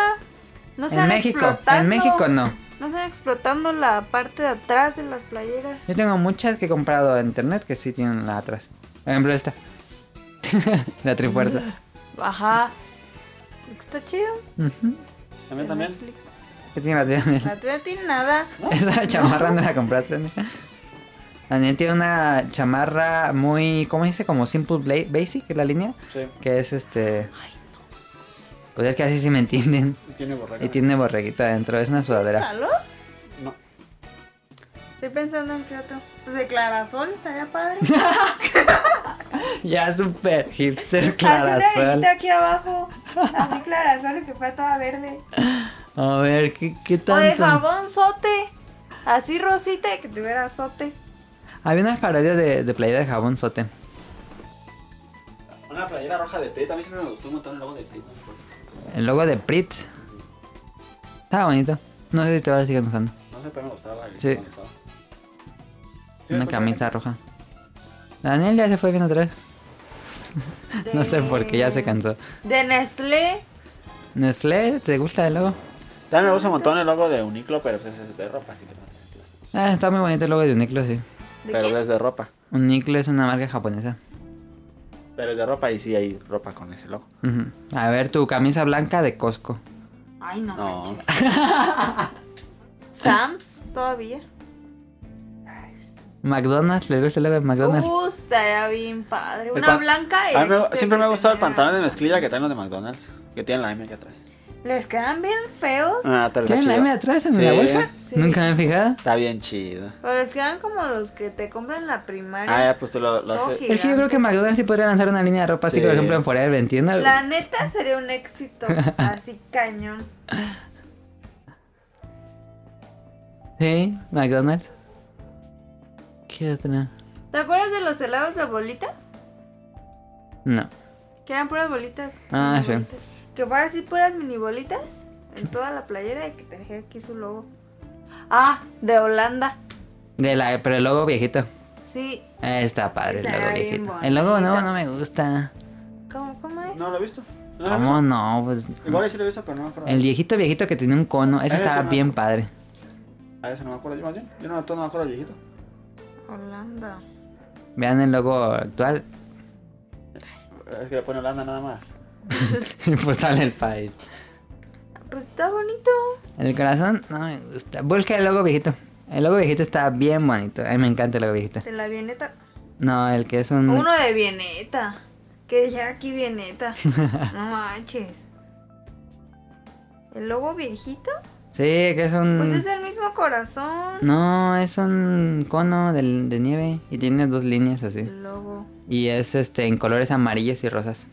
[SPEAKER 1] No se
[SPEAKER 2] en México, en México no.
[SPEAKER 1] No están explotando la parte de atrás de las playeras.
[SPEAKER 2] Yo tengo muchas que he comprado en internet que sí tienen la atrás. Por ejemplo esta. la Trifuerza.
[SPEAKER 1] Ajá. Está chido.
[SPEAKER 2] Ujú.
[SPEAKER 3] peli. También,
[SPEAKER 1] de
[SPEAKER 3] también.
[SPEAKER 1] Netflix.
[SPEAKER 2] ¿Qué tiene la tía Daniel?
[SPEAKER 1] La tuya tiene nada.
[SPEAKER 2] Esa chamarra no la compraste. Daniel? Daniel tiene una chamarra muy, ¿cómo dice? Como Simple Bla- Basic, la línea.
[SPEAKER 3] Sí,
[SPEAKER 2] Que es este... Pues es que así sí me entienden.
[SPEAKER 3] y tiene borracha.
[SPEAKER 2] Y tiene borreguita adentro, es una sudadera.
[SPEAKER 1] ¿Aló?
[SPEAKER 3] No.
[SPEAKER 1] Estoy pensando en qué otro. Pues de clarasol estaría padre.
[SPEAKER 2] Ya super hipster clarasol.
[SPEAKER 1] aquí abajo. Así clarasol que fue toda verde.
[SPEAKER 2] A ver, ¿qué, qué
[SPEAKER 1] O de
[SPEAKER 2] tanto?
[SPEAKER 1] jabón sote. Así rosita que tuviera sote.
[SPEAKER 2] Había unas parodias de, de playera de jabón sote.
[SPEAKER 3] Una playera roja de Prit, a mí siempre me gustó un montón el logo de Prit. no me acuerdo.
[SPEAKER 2] El logo de Prit. Estaba bonito. No sé si todavía lo siguen usando.
[SPEAKER 3] No sé, pero me gustaba. el-
[SPEAKER 2] Sí.
[SPEAKER 3] me gustaba. Sí,
[SPEAKER 2] Una
[SPEAKER 3] pues,
[SPEAKER 2] camisa roja. Daniel ya se fue bien atrás. No sé por qué, ya se cansó.
[SPEAKER 1] De Nestlé.
[SPEAKER 2] Nestlé, ¿te gusta el logo?
[SPEAKER 3] También me gusta un montón el logo de Uniclo, pero pues es de ropa, así que no tiene sentido.
[SPEAKER 2] Ah, está muy bonito el logo de Uniqlo, sí.
[SPEAKER 1] ¿De
[SPEAKER 3] Pero
[SPEAKER 1] qué?
[SPEAKER 3] es de ropa.
[SPEAKER 2] Uniqlo es una marca japonesa.
[SPEAKER 3] Pero es de ropa y sí hay ropa con ese logo.
[SPEAKER 2] Ujú. A ver, tu camisa blanca de Costco.
[SPEAKER 1] Ay, no,
[SPEAKER 3] No.
[SPEAKER 1] manches. Sam's todavía.
[SPEAKER 2] McDonald's, ¿le gusta el logo de McDonald's?
[SPEAKER 1] Uh, estaría bien padre.
[SPEAKER 3] El
[SPEAKER 1] Una
[SPEAKER 3] pan-
[SPEAKER 1] blanca. y
[SPEAKER 3] A mí me-
[SPEAKER 1] de-
[SPEAKER 3] siempre me ha
[SPEAKER 1] que
[SPEAKER 3] gustado el
[SPEAKER 1] tenga-
[SPEAKER 3] pantalón de mezclilla que traen los de McDonald's, que tienen la M aquí atrás.
[SPEAKER 1] Les quedan bien feos.
[SPEAKER 3] Ah, tal vez
[SPEAKER 2] ¿Tienen la
[SPEAKER 3] chido.
[SPEAKER 2] M atrás en
[SPEAKER 3] Sí.
[SPEAKER 2] la bolsa?
[SPEAKER 1] Sí.
[SPEAKER 2] Nunca me he fijado.
[SPEAKER 3] Está bien chido.
[SPEAKER 1] Pero les quedan como los que te compran en la
[SPEAKER 3] Ah,
[SPEAKER 1] primaria.
[SPEAKER 3] ya, pues tú lo, lo
[SPEAKER 1] Todo
[SPEAKER 3] haces.
[SPEAKER 1] gigante.
[SPEAKER 2] Es que yo creo que McDonald's sí podría lanzar una línea de ropa así,
[SPEAKER 3] Sí.
[SPEAKER 2] por ejemplo, en Forever, ¿entiendes?
[SPEAKER 1] La neta sería un éxito. Así cañón.
[SPEAKER 2] Sí, McDonald's. ¿Qué otra?
[SPEAKER 1] ¿Te acuerdas de los helados de bolita?
[SPEAKER 2] No.
[SPEAKER 1] Que eran puras bolitas.
[SPEAKER 2] Ah,
[SPEAKER 1] mini
[SPEAKER 2] sí.
[SPEAKER 1] bolitas. Que fueran así puras mini bolitas en toda la playera y que te dejé aquí su logo. Ah, de Holanda.
[SPEAKER 2] De la, pero el logo viejito.
[SPEAKER 1] Sí.
[SPEAKER 2] Eh, Está padre el
[SPEAKER 1] Está
[SPEAKER 2] logo
[SPEAKER 1] bien
[SPEAKER 2] viejito.
[SPEAKER 1] bonito.
[SPEAKER 2] El logo no, no me gusta.
[SPEAKER 1] ¿Cómo, cómo es?
[SPEAKER 3] No lo he visto. No lo he
[SPEAKER 2] ¿Cómo no? Pues,
[SPEAKER 3] visto. Igual y sí lo he visto, pero no me acuerdo.
[SPEAKER 2] el viejito viejito que tenía un cono, ese
[SPEAKER 3] Ese
[SPEAKER 2] estaba
[SPEAKER 3] no.
[SPEAKER 2] bien padre.
[SPEAKER 3] A eso Ah, no me acuerdo yo más bien. Yo no, no me acuerdo del viejito.
[SPEAKER 1] Holanda.
[SPEAKER 2] Vean el logo actual
[SPEAKER 3] Es que le pone Holanda nada más.
[SPEAKER 2] y pues sale el país.
[SPEAKER 1] Pues está bonito.
[SPEAKER 2] El corazón no me gusta. Busca el logo viejito. El logo viejito está bien bonito. A mí me encanta el logo viejito.
[SPEAKER 1] De la Vieneta.
[SPEAKER 2] No, el que es un...
[SPEAKER 1] Uno de Vieneta. Que dije "Ah, aquí Vieneta. no manches. ¿El logo viejito?
[SPEAKER 2] Sí, que es un...
[SPEAKER 1] Pues es el mismo corazón.
[SPEAKER 2] No, es un cono de, de nieve y tiene dos líneas así.
[SPEAKER 1] El logo.
[SPEAKER 2] Y es este en colores amarillos y rosas.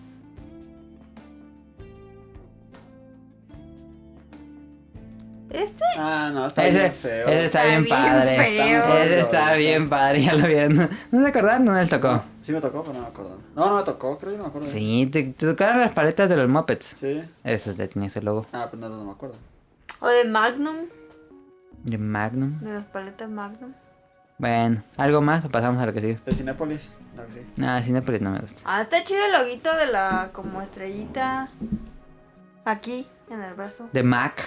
[SPEAKER 1] Este
[SPEAKER 3] Ah, no, está
[SPEAKER 2] Ese,
[SPEAKER 3] bien feo.
[SPEAKER 2] ese Este está
[SPEAKER 1] Está
[SPEAKER 2] bien,
[SPEAKER 1] bien
[SPEAKER 2] padre. Este
[SPEAKER 1] feo.
[SPEAKER 2] Ese está bien padre, ya lo vieron. ¿No se acordaron? No les tocó.
[SPEAKER 3] Sí me tocó, pero no me acuerdo. No, no me tocó, creo que no me acuerdo.
[SPEAKER 2] Sí, te, te tocaron las paletas de los Muppets.
[SPEAKER 3] Sí.
[SPEAKER 2] Eso es de tenía ese logo.
[SPEAKER 3] Ah, pues no, no me acuerdo.
[SPEAKER 1] O de Magnum.
[SPEAKER 2] De Magnum.
[SPEAKER 1] De las paletas Magnum.
[SPEAKER 2] Bueno, ¿algo más o pasamos a lo que sigue?
[SPEAKER 3] De Cinépolis. No, que sí.
[SPEAKER 2] Nada, Cinepolis no me gusta.
[SPEAKER 1] Ah, está chido el loguito de la como estrellita. Aquí, en el brazo.
[SPEAKER 2] De Mac.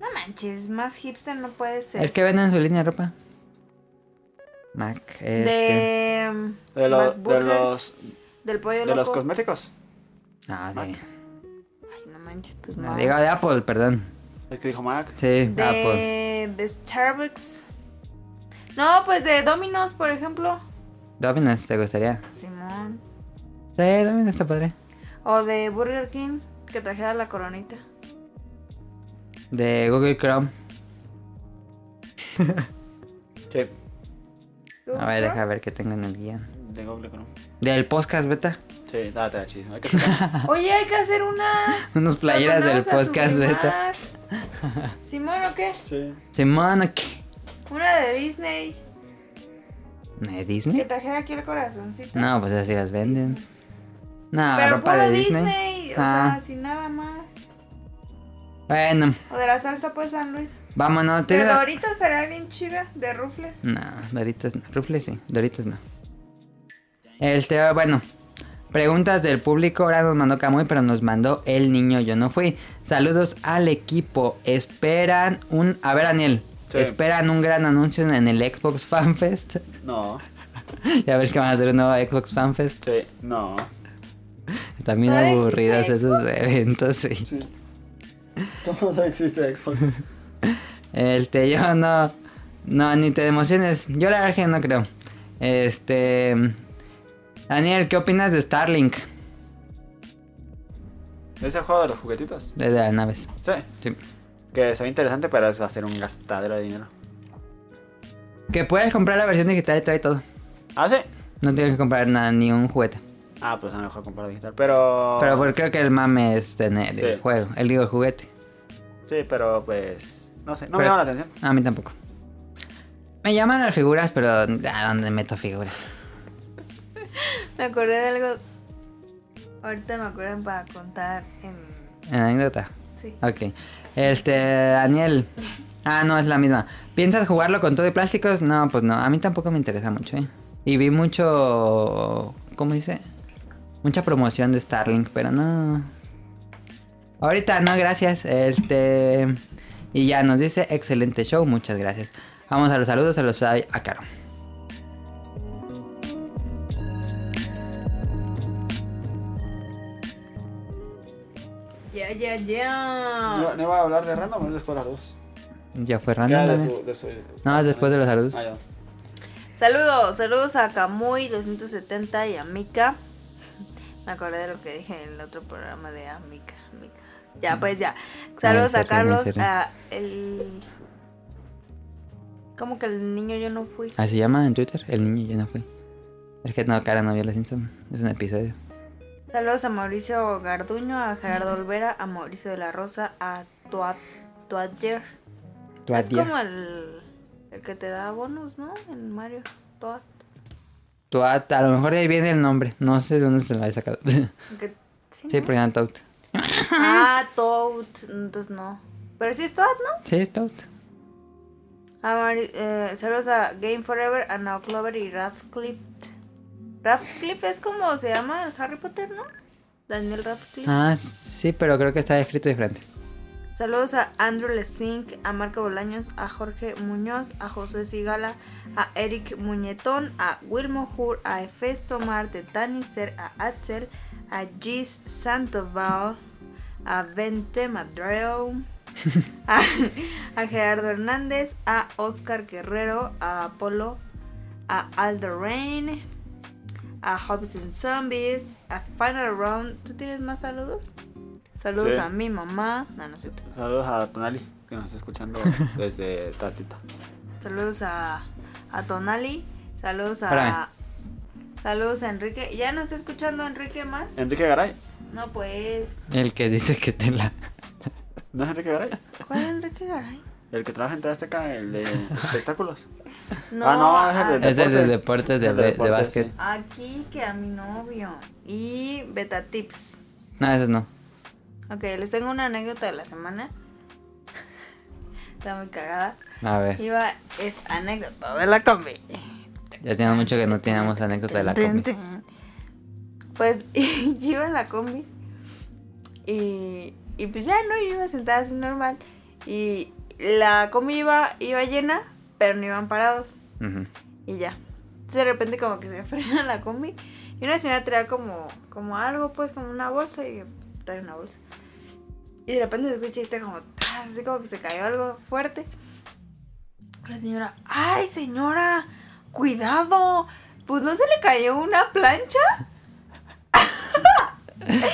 [SPEAKER 1] No manches, más hipster no puede ser.
[SPEAKER 2] El que venden en su línea de ropa. Mac. Este.
[SPEAKER 1] De. mm,
[SPEAKER 3] De, lo- de
[SPEAKER 1] McBurgers,
[SPEAKER 3] los,
[SPEAKER 1] Del pollo
[SPEAKER 3] de los
[SPEAKER 1] loco.
[SPEAKER 3] cosméticos.
[SPEAKER 2] No, de,
[SPEAKER 1] Ay, no manches, pues
[SPEAKER 2] Ah, no,
[SPEAKER 1] no.
[SPEAKER 2] digo de Apple, perdón.
[SPEAKER 3] El que dijo Mac.
[SPEAKER 2] Sí,
[SPEAKER 1] De.
[SPEAKER 2] Apple.
[SPEAKER 1] De Starbucks. No, pues de Domino's, por ejemplo.
[SPEAKER 2] Domino's, ¿te gustaría?
[SPEAKER 1] Simón.
[SPEAKER 2] Sí, Domino's está padre.
[SPEAKER 1] O de Burger King, que trajera la coronita.
[SPEAKER 2] De Google Chrome.
[SPEAKER 3] Sí,
[SPEAKER 2] A ver, deja ver qué tengo en el guión.
[SPEAKER 3] de Google Chrome.
[SPEAKER 2] Del podcast beta.
[SPEAKER 3] Sí, nada, te da chido. Hay que sacar.
[SPEAKER 1] Oye, hay que hacer unas.
[SPEAKER 2] Unos playeras
[SPEAKER 1] las
[SPEAKER 2] del
[SPEAKER 1] mandamos a
[SPEAKER 2] podcast beta.
[SPEAKER 1] sublimar. Simón, ¿o qué?
[SPEAKER 3] Sí.
[SPEAKER 2] Simón, ¿qué?
[SPEAKER 1] Una de Disney.
[SPEAKER 2] ¿De
[SPEAKER 1] Que
[SPEAKER 2] Disney?
[SPEAKER 1] trajera aquí el corazoncito.
[SPEAKER 2] No, pues así las venden. No,
[SPEAKER 1] Pero
[SPEAKER 2] ropa
[SPEAKER 1] puro
[SPEAKER 2] de
[SPEAKER 1] Disney,
[SPEAKER 2] Disney.
[SPEAKER 1] o
[SPEAKER 2] Ah,
[SPEAKER 1] sea, sin nada más.
[SPEAKER 2] bueno,
[SPEAKER 1] O de la salsa pues San Luis.
[SPEAKER 2] vámonos. ¿Te-
[SPEAKER 1] Pero ahorita será bien chida de rufles.
[SPEAKER 2] No, Doritos no. Rufles sí, Doritos no. Este, bueno. Preguntas del público, ahora nos mandó Camuy, pero nos mandó el niño, yo no fui. Saludos al equipo, esperan un... A ver, Daniel,
[SPEAKER 3] Sí.
[SPEAKER 2] esperan un gran anuncio en el Xbox Fan Fest.
[SPEAKER 3] No,
[SPEAKER 2] ya ves que van a hacer un nuevo Xbox Fan Fest.
[SPEAKER 3] sí, no.
[SPEAKER 2] También
[SPEAKER 1] ¿Todavía
[SPEAKER 2] aburridos
[SPEAKER 1] existe
[SPEAKER 2] esos eventos, sí.
[SPEAKER 3] Sí. ¿Cómo no existe Xbox?
[SPEAKER 2] Este, yo no. No, ni te emociones. Yo la verdad que no creo. Este. Daniel, ¿qué opinas de Starlink?
[SPEAKER 3] ¿Es el juego de los juguetitos?
[SPEAKER 2] De las naves.
[SPEAKER 3] Sí.
[SPEAKER 2] Sí.
[SPEAKER 3] Que se ve interesante, pero es hacer un gastadero de dinero.
[SPEAKER 2] Que puedes comprar la versión digital y trae todo.
[SPEAKER 3] Ah, sí.
[SPEAKER 2] No tienes que comprar nada, ni un juguete.
[SPEAKER 3] Ah, pues a lo mejor comprar digital. Pero.
[SPEAKER 2] Pero pues, creo que el mame es tener el
[SPEAKER 3] Oh. Sí.
[SPEAKER 2] juego. El digo, el juguete.
[SPEAKER 3] Sí, pero pues. No sé, no me
[SPEAKER 2] Pero-
[SPEAKER 3] llama la atención.
[SPEAKER 2] A mí tampoco. Me llaman las figuras, pero ¿a dónde meto figuras?
[SPEAKER 1] Me acordé de algo. Ahorita me acuerdan para contar en.
[SPEAKER 2] Anécdota.
[SPEAKER 1] Sí.
[SPEAKER 2] Ok. Este, Daniel. Ah, no, es la misma. ¿Piensas jugarlo con todo y plásticos? No, pues no. A mí tampoco me interesa mucho, ¿eh? Y vi mucho... ¿Cómo dice? Mucha promoción de Starlink, pero no... Ahorita no, gracias. Este... Y ya nos dice, excelente show, muchas gracias. Vamos a los saludos, se los doy a Caro.
[SPEAKER 1] Ya, ya, ya.
[SPEAKER 3] No, no iba a hablar de random, es después de las dos.
[SPEAKER 2] Ya fue
[SPEAKER 3] ¿Qué era
[SPEAKER 2] random.
[SPEAKER 3] de
[SPEAKER 2] Daniel.
[SPEAKER 3] su- de su-
[SPEAKER 2] Ah, No, es después de los saludos.
[SPEAKER 3] Ah, ya.
[SPEAKER 1] Saludos, saludos a Kamui 270 y a Mika. Me acordé de lo que dije en el otro programa de a Mika. Mika.
[SPEAKER 3] Mm.
[SPEAKER 1] Ya, pues ya.
[SPEAKER 3] Ah,
[SPEAKER 1] Saludos
[SPEAKER 2] Ay,
[SPEAKER 1] a
[SPEAKER 2] sorry,
[SPEAKER 1] Carlos,
[SPEAKER 2] sorry.
[SPEAKER 1] a el. ¿Cómo que el niño yo no fui?
[SPEAKER 2] Así se llama en Twitter, el niño ya no fue. Es que no, cara, no vio los Simpson. Es un episodio.
[SPEAKER 1] Saludos a Mauricio Garduño, a Gerardo Olvera, a Mauricio de la Rosa, a Tuat, Tuatger. Es
[SPEAKER 2] Tuatger.
[SPEAKER 1] como el, el que te da bonus, ¿no? En Mario. Tuat.
[SPEAKER 2] Tuat, a lo mejor de ahí viene el nombre. No sé de dónde se lo había sacado. sí,
[SPEAKER 1] El que- ¿sí, no?
[SPEAKER 2] porque era Tout.
[SPEAKER 1] Ah, Toad. Entonces no. Pero sí es Toad, ¿no?
[SPEAKER 2] Sí, es Tout.
[SPEAKER 1] A Mari- eh, saludos a Game Forever, a Now Clover y Radcliffe. Radcliffe es como se llama el Harry Potter, ¿no? Daniel Radcliffe.
[SPEAKER 2] Ah, sí, pero creo que está escrito diferente.
[SPEAKER 1] Saludos a Andrew Lesink, a Marco Bolaños, a Jorge Muñoz, a José Sigala, a Eric Muñetón, a Wilmo Hur, a Efesto Marte Tannister, a Axel, a Gis Santoval, a Vente Madreo, a, a Gerardo Hernández, a Oscar Guerrero, a Apolo, a Aldo Rain, a Hobbs and Zombies, a Final Round. ¿Tú tienes más saludos? Saludos
[SPEAKER 3] Sí.
[SPEAKER 1] a mi mamá. No, no es cierto.
[SPEAKER 3] Saludos a Tonali, que nos está escuchando desde Tatita.
[SPEAKER 1] Saludos a, a Tonali. Saludos a.
[SPEAKER 2] Espérame.
[SPEAKER 1] Saludos a Enrique. ¿Ya no está escuchando Enrique más?
[SPEAKER 3] Enrique Garay.
[SPEAKER 1] No, pues.
[SPEAKER 2] El que dice que te la.
[SPEAKER 3] ¿No es Enrique Garay?
[SPEAKER 1] ¿Cuál Enrique Garay?
[SPEAKER 3] El que trabaja en TV Azteca, el de espectáculos.
[SPEAKER 1] No,
[SPEAKER 3] Ah, no, es
[SPEAKER 1] a-
[SPEAKER 3] el de-
[SPEAKER 2] Es el de
[SPEAKER 3] Deporte.
[SPEAKER 2] deportes de,
[SPEAKER 3] El de
[SPEAKER 2] be- de
[SPEAKER 3] deportes,
[SPEAKER 2] básquet.
[SPEAKER 3] sí.
[SPEAKER 1] aquí que a mi novio. Y Beta Tips.
[SPEAKER 2] No, esos no.
[SPEAKER 1] Ok, les tengo una anécdota de la semana. Está muy cagada.
[SPEAKER 2] A ver,
[SPEAKER 1] Iba, es anécdota de la combi.
[SPEAKER 2] ya tiene mucho que no teníamos anécdota de la
[SPEAKER 1] Tin,
[SPEAKER 2] combi.
[SPEAKER 1] tin. Pues yo iba en la combi y, y pues ya no, yo iba sentada así normal. Y la combi iba, iba llena, pero no iban parados.
[SPEAKER 2] Ujú.
[SPEAKER 1] Y ya. Entonces, de repente como que se frena la combi. Y una señora traía como, como algo, pues, como una bolsa. Y yo, trae una bolsa. Y de repente se escucha y está como, ¡tas! así como que se cayó algo fuerte. La señora, ¡ay, señora! ¡Cuidado! Pues no se le cayó una plancha.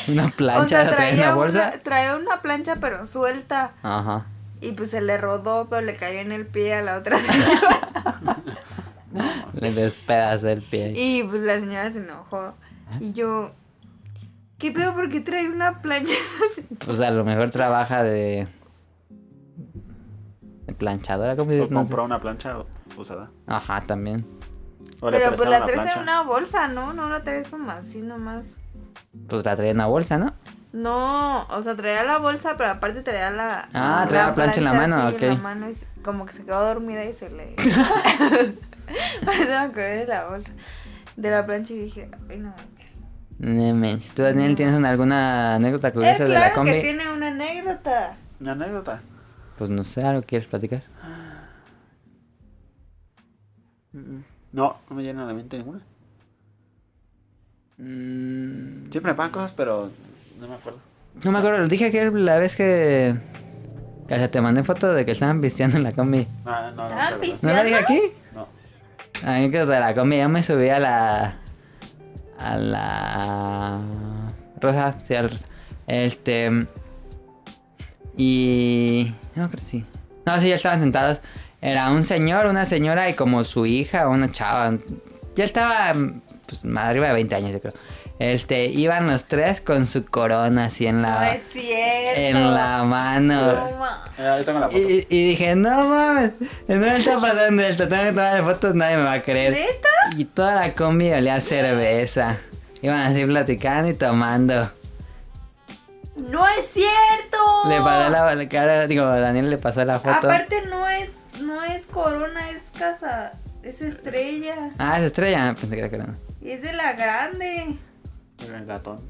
[SPEAKER 2] Una
[SPEAKER 1] O sea,
[SPEAKER 2] plancha trae en la bolsa.
[SPEAKER 1] Una, traía una plancha pero suelta.
[SPEAKER 2] Ajá.
[SPEAKER 1] Y pues se le rodó, pero le cayó en el pie a la otra señora.
[SPEAKER 2] Le despedazó el pie.
[SPEAKER 1] Y pues la señora se enojó. Y yo, ¿qué pedo? ¿Por qué trae una plancha?
[SPEAKER 2] Pues a lo mejor trabaja de. de planchadora, ¿cómo se
[SPEAKER 3] O
[SPEAKER 2] dice? No sé.
[SPEAKER 3] compró una plancha usada.
[SPEAKER 2] Ajá, también.
[SPEAKER 3] O le
[SPEAKER 1] Pero pues la
[SPEAKER 3] prestaron
[SPEAKER 1] traes en
[SPEAKER 3] plancha.
[SPEAKER 1] una bolsa, ¿no? No la traes como así nomás.
[SPEAKER 2] Pues la traía en la bolsa, ¿no?
[SPEAKER 1] No, o sea, traía la bolsa, pero aparte traía la.
[SPEAKER 2] Ah, traía la plancha en la mano,
[SPEAKER 1] así en
[SPEAKER 2] ok.
[SPEAKER 1] la mano y se- como que se quedó dormida y se le. Por eso me acordé de la bolsa. De la plancha y dije, ay, no.
[SPEAKER 2] No manches. ¿Tú, Daniel, tienes alguna anécdota
[SPEAKER 1] Es
[SPEAKER 2] curiosa
[SPEAKER 1] Eh, claro
[SPEAKER 2] Pues, de la
[SPEAKER 1] que
[SPEAKER 2] combi?
[SPEAKER 1] tiene una anécdota.
[SPEAKER 3] Una anécdota.
[SPEAKER 2] Pues no sé, ¿algo quieres platicar?
[SPEAKER 3] No, no me llena la mente ninguna.
[SPEAKER 2] Mm.
[SPEAKER 3] Siempre me pasan cosas, pero no me acuerdo.
[SPEAKER 2] No me acuerdo, lo dije que la vez que... que hasta te mandé foto de que estaban pisteando en la combi.
[SPEAKER 3] No, no, no.
[SPEAKER 1] Ah,
[SPEAKER 3] pero-
[SPEAKER 1] pis-
[SPEAKER 2] ¿No la dije aquí?
[SPEAKER 3] No.
[SPEAKER 2] Anécdota de la combi, yo me subí a la... A la... Rosa, sí, a la Rosa. Este... Y... No, creo que sí. No, sí, ya estaban sentados. Era un señor, una señora y como su hija, una chava. Ya estaba pues, más arriba de 20 años, yo creo. Este, iban los tres con su corona así en
[SPEAKER 1] No
[SPEAKER 2] la...
[SPEAKER 1] es cierto.
[SPEAKER 2] Ah, en la mano.
[SPEAKER 1] No ma-
[SPEAKER 3] Eh, ahorita con la foto.
[SPEAKER 2] Y, y dije, no mames, no está pasando esto, tengo que tomar fotos, nadie me va a creer.
[SPEAKER 1] ¿Neta?
[SPEAKER 2] Y toda la combi olía a cerveza. Iban así platicando y tomando.
[SPEAKER 1] No es cierto.
[SPEAKER 2] Le pasé la, la cara, digo, Daniel le pasó la foto.
[SPEAKER 1] Aparte no es, no es corona, es casa, es estrella.
[SPEAKER 2] Ah, es estrella, pensé que era corona.
[SPEAKER 1] Y es de la grande.
[SPEAKER 3] Con el ratón.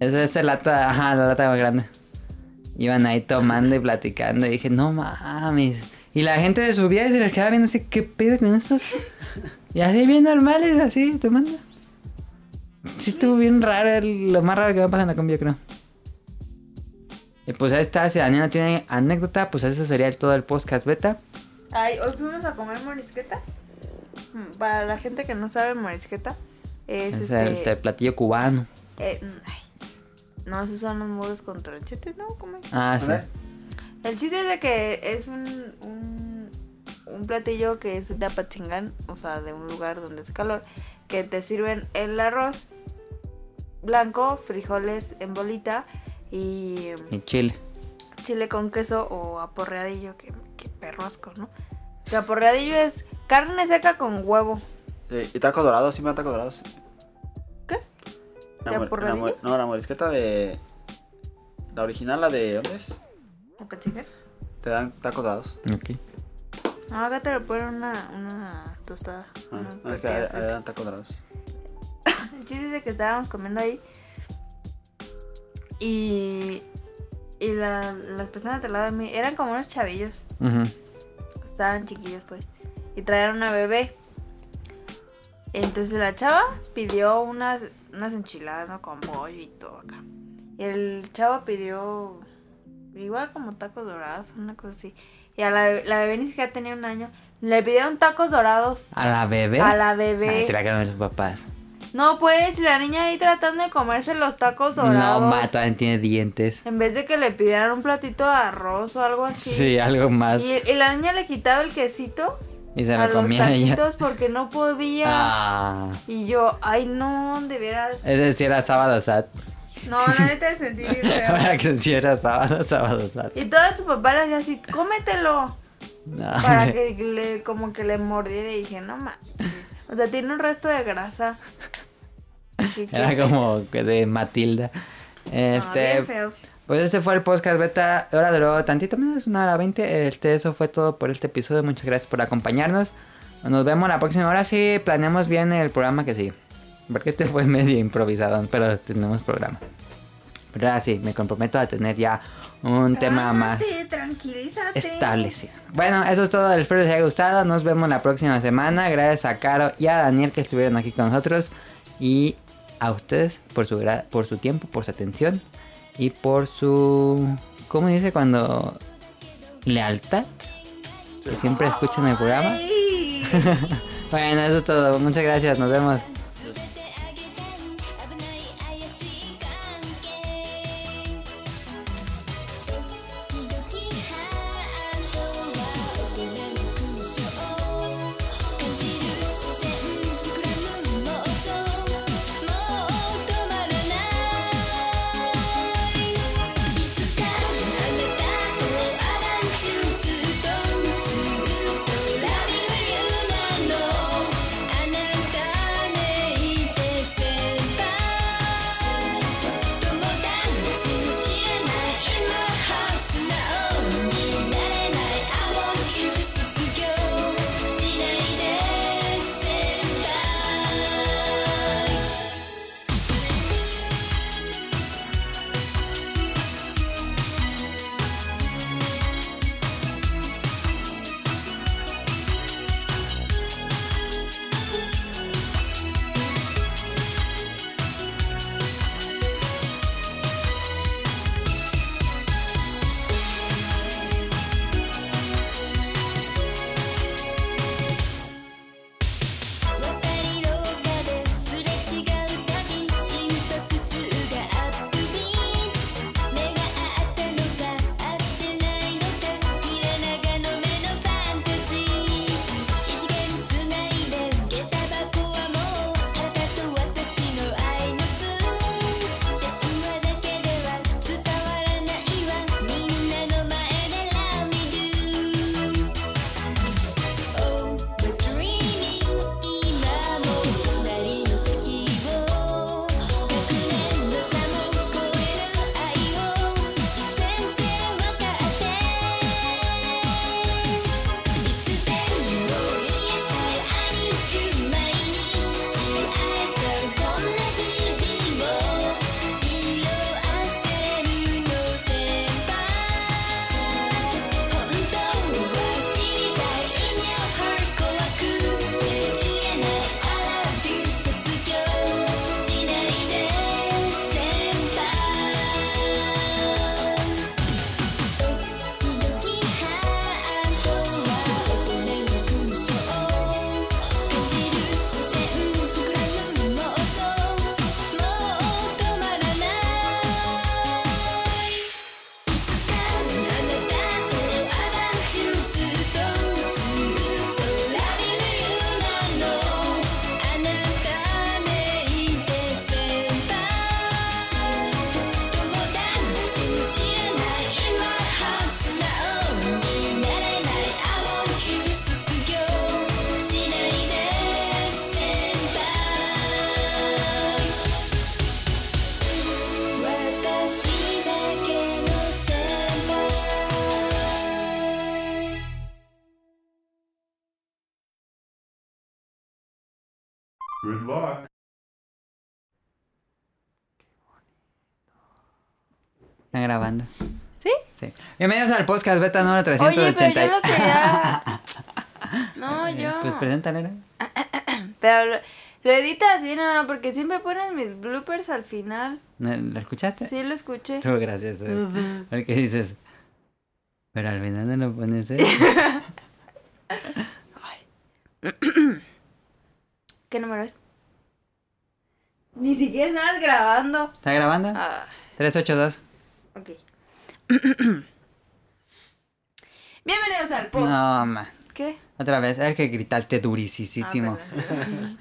[SPEAKER 2] Es esa lata, ajá, la lata más grande. Iban ahí tomando y platicando. Y dije, no mames. Y la gente se subía y se les quedaba viendo así, ¿qué pedo con estos? Y así bien normales, así, tomando. Sí, estuvo bien raro, el- lo más raro que me pasa en la combi, yo creo. Y pues ahí está, si Daniel no tiene anécdota, pues eso sería el- todo el podcast beta.
[SPEAKER 1] Ay, hoy fuimos a comer morisqueta. Mm, Para la gente que no sabe morisqueta, es,
[SPEAKER 2] Es
[SPEAKER 1] este,
[SPEAKER 2] el, el platillo cubano.
[SPEAKER 1] eh, mm, ay. no, esos son los muros con tronchetes, ¿no? ¿Cómo es?
[SPEAKER 2] Ah, sí.
[SPEAKER 3] ver.
[SPEAKER 1] El chiste es de que es un, un, un platillo que es de Apachingán, o sea, de un lugar donde es calor, que te sirven el arroz blanco, frijoles en bolita y em,
[SPEAKER 2] Y chile.
[SPEAKER 1] chile con queso o aporreadillo, que, que perro asco, ¿no? Que aporreadillo es carne seca con huevo.
[SPEAKER 3] Sí, Eh, y tacos dorados, sí me dan tacos dorados.
[SPEAKER 1] ¿Qué?
[SPEAKER 3] La
[SPEAKER 1] ¿De
[SPEAKER 3] mor-
[SPEAKER 1] por
[SPEAKER 3] la mor-
[SPEAKER 1] rodillo?
[SPEAKER 3] no, la morisqueta de. La original, la de. ¿Dónde es?
[SPEAKER 1] ¿Apachingán?
[SPEAKER 3] Te dan tacos dorados.
[SPEAKER 2] Ok.
[SPEAKER 1] No, acá te lo ponen una, una tostada.
[SPEAKER 3] Ah,
[SPEAKER 1] una
[SPEAKER 3] no, es que
[SPEAKER 1] tortilla
[SPEAKER 3] ahí- ahí
[SPEAKER 1] frita.
[SPEAKER 3] dan tacos dorados.
[SPEAKER 1] El chiste es de que estábamos comiendo ahí. Y. Y la- las personas al lado de mí eran como unos chavillos.
[SPEAKER 2] Ujú.
[SPEAKER 1] Estaban chiquillos, pues. Y traían una bebé. Entonces la chava pidió unas, unas enchiladas, ¿no? Con pollo y todo acá. Y el chavo pidió. Igual como tacos dorados, una cosa así. Y a la, bebé- la bebé ni siquiera tenía un año. Le pidieron tacos dorados
[SPEAKER 2] ¿A la bebé?
[SPEAKER 1] a la bebé.
[SPEAKER 2] ¿Eh? Ay, te la cagaron los papás.
[SPEAKER 1] No, pues, y la niña ahí tratando de comerse los tacos
[SPEAKER 2] No,
[SPEAKER 1] dorados.
[SPEAKER 2] mata, tiene dientes.
[SPEAKER 1] En vez de que le pidieran un platito de arroz o algo así.
[SPEAKER 2] Sí, algo más.
[SPEAKER 1] Y, y la niña le quitaba el quesito
[SPEAKER 2] Y se
[SPEAKER 1] a
[SPEAKER 2] lo
[SPEAKER 1] los
[SPEAKER 2] comía ella.
[SPEAKER 1] taquitos porque no podía.
[SPEAKER 2] Ah, Eh.
[SPEAKER 1] Y yo, ay, no, de veras.
[SPEAKER 2] es decir, era sábado sat.
[SPEAKER 1] No, la neta sentí bien feo.
[SPEAKER 2] Ahora que sí era sábado, sábado sat.
[SPEAKER 1] Y todo su papá le hacía así, cómetelo.
[SPEAKER 2] No,
[SPEAKER 1] Para
[SPEAKER 2] hombre.
[SPEAKER 1] que le, como que le mordiera y dije, no manches. O sea, tiene un resto de grasa. Así que-
[SPEAKER 2] Era como que de Matilda.
[SPEAKER 1] no,
[SPEAKER 2] Este,
[SPEAKER 1] Ah, bien feos.
[SPEAKER 2] pues ese fue el podcast beta. Ahora duró tantito menos, una hora veinte. Este, eso fue todo por este episodio. Muchas gracias por acompañarnos. Nos vemos la próxima. Ahora sí, planeamos bien el programa que sigue. Porque este fue medio improvisado, pero tenemos programa. Pero ahora sí, me comprometo a tener ya un tema más.
[SPEAKER 1] Cálmate, Tranquilízate.
[SPEAKER 2] establecida. Bueno, eso es todo. Espero les haya gustado. Nos vemos la próxima semana. Gracias a Caro y a Daniel que estuvieron aquí con nosotros. Y a ustedes por su, gra- por su tiempo, por su atención y por su... ¿Cómo dice cuando... Lealtad? Que siempre escuchan el programa.
[SPEAKER 1] Ay.
[SPEAKER 2] Bueno, eso es todo. Muchas gracias. Nos vemos.
[SPEAKER 5] 全てあげたい危ない怪しい関係時々ハートは大人の勲章感じる視線膨らむ妄想もう止まらないいつかあなたとアランチューずっとずっとラビングユーなのあなた
[SPEAKER 7] Good luck.
[SPEAKER 2] Están grabando.
[SPEAKER 1] ¿Sí?
[SPEAKER 2] Sí. Bienvenidos al podcast beta número
[SPEAKER 1] Oye,
[SPEAKER 2] 380.
[SPEAKER 1] pero yo lo quería. No,
[SPEAKER 2] Eh, Pues
[SPEAKER 1] yo.
[SPEAKER 2] preséntale. ¿no?
[SPEAKER 1] Pero lo, lo editas bien, no, porque siempre pones mis bloopers al final.
[SPEAKER 2] ¿No- ¿Lo escuchaste?
[SPEAKER 1] Sí, Pues lo escuché.
[SPEAKER 2] Estuvo gracioso. Porque dices, pero al final no lo pones, ¿eh?
[SPEAKER 1] ¿Qué número es? Ni siquiera estabas grabando.
[SPEAKER 2] ¿Está grabando?
[SPEAKER 1] Ah,
[SPEAKER 2] 382.
[SPEAKER 1] ok. Bienvenidos al post.
[SPEAKER 2] No, ma.
[SPEAKER 1] ¿Qué?
[SPEAKER 2] Otra vez, es que gritaste
[SPEAKER 1] Ah,
[SPEAKER 2] durisísimo.
[SPEAKER 1] perdón.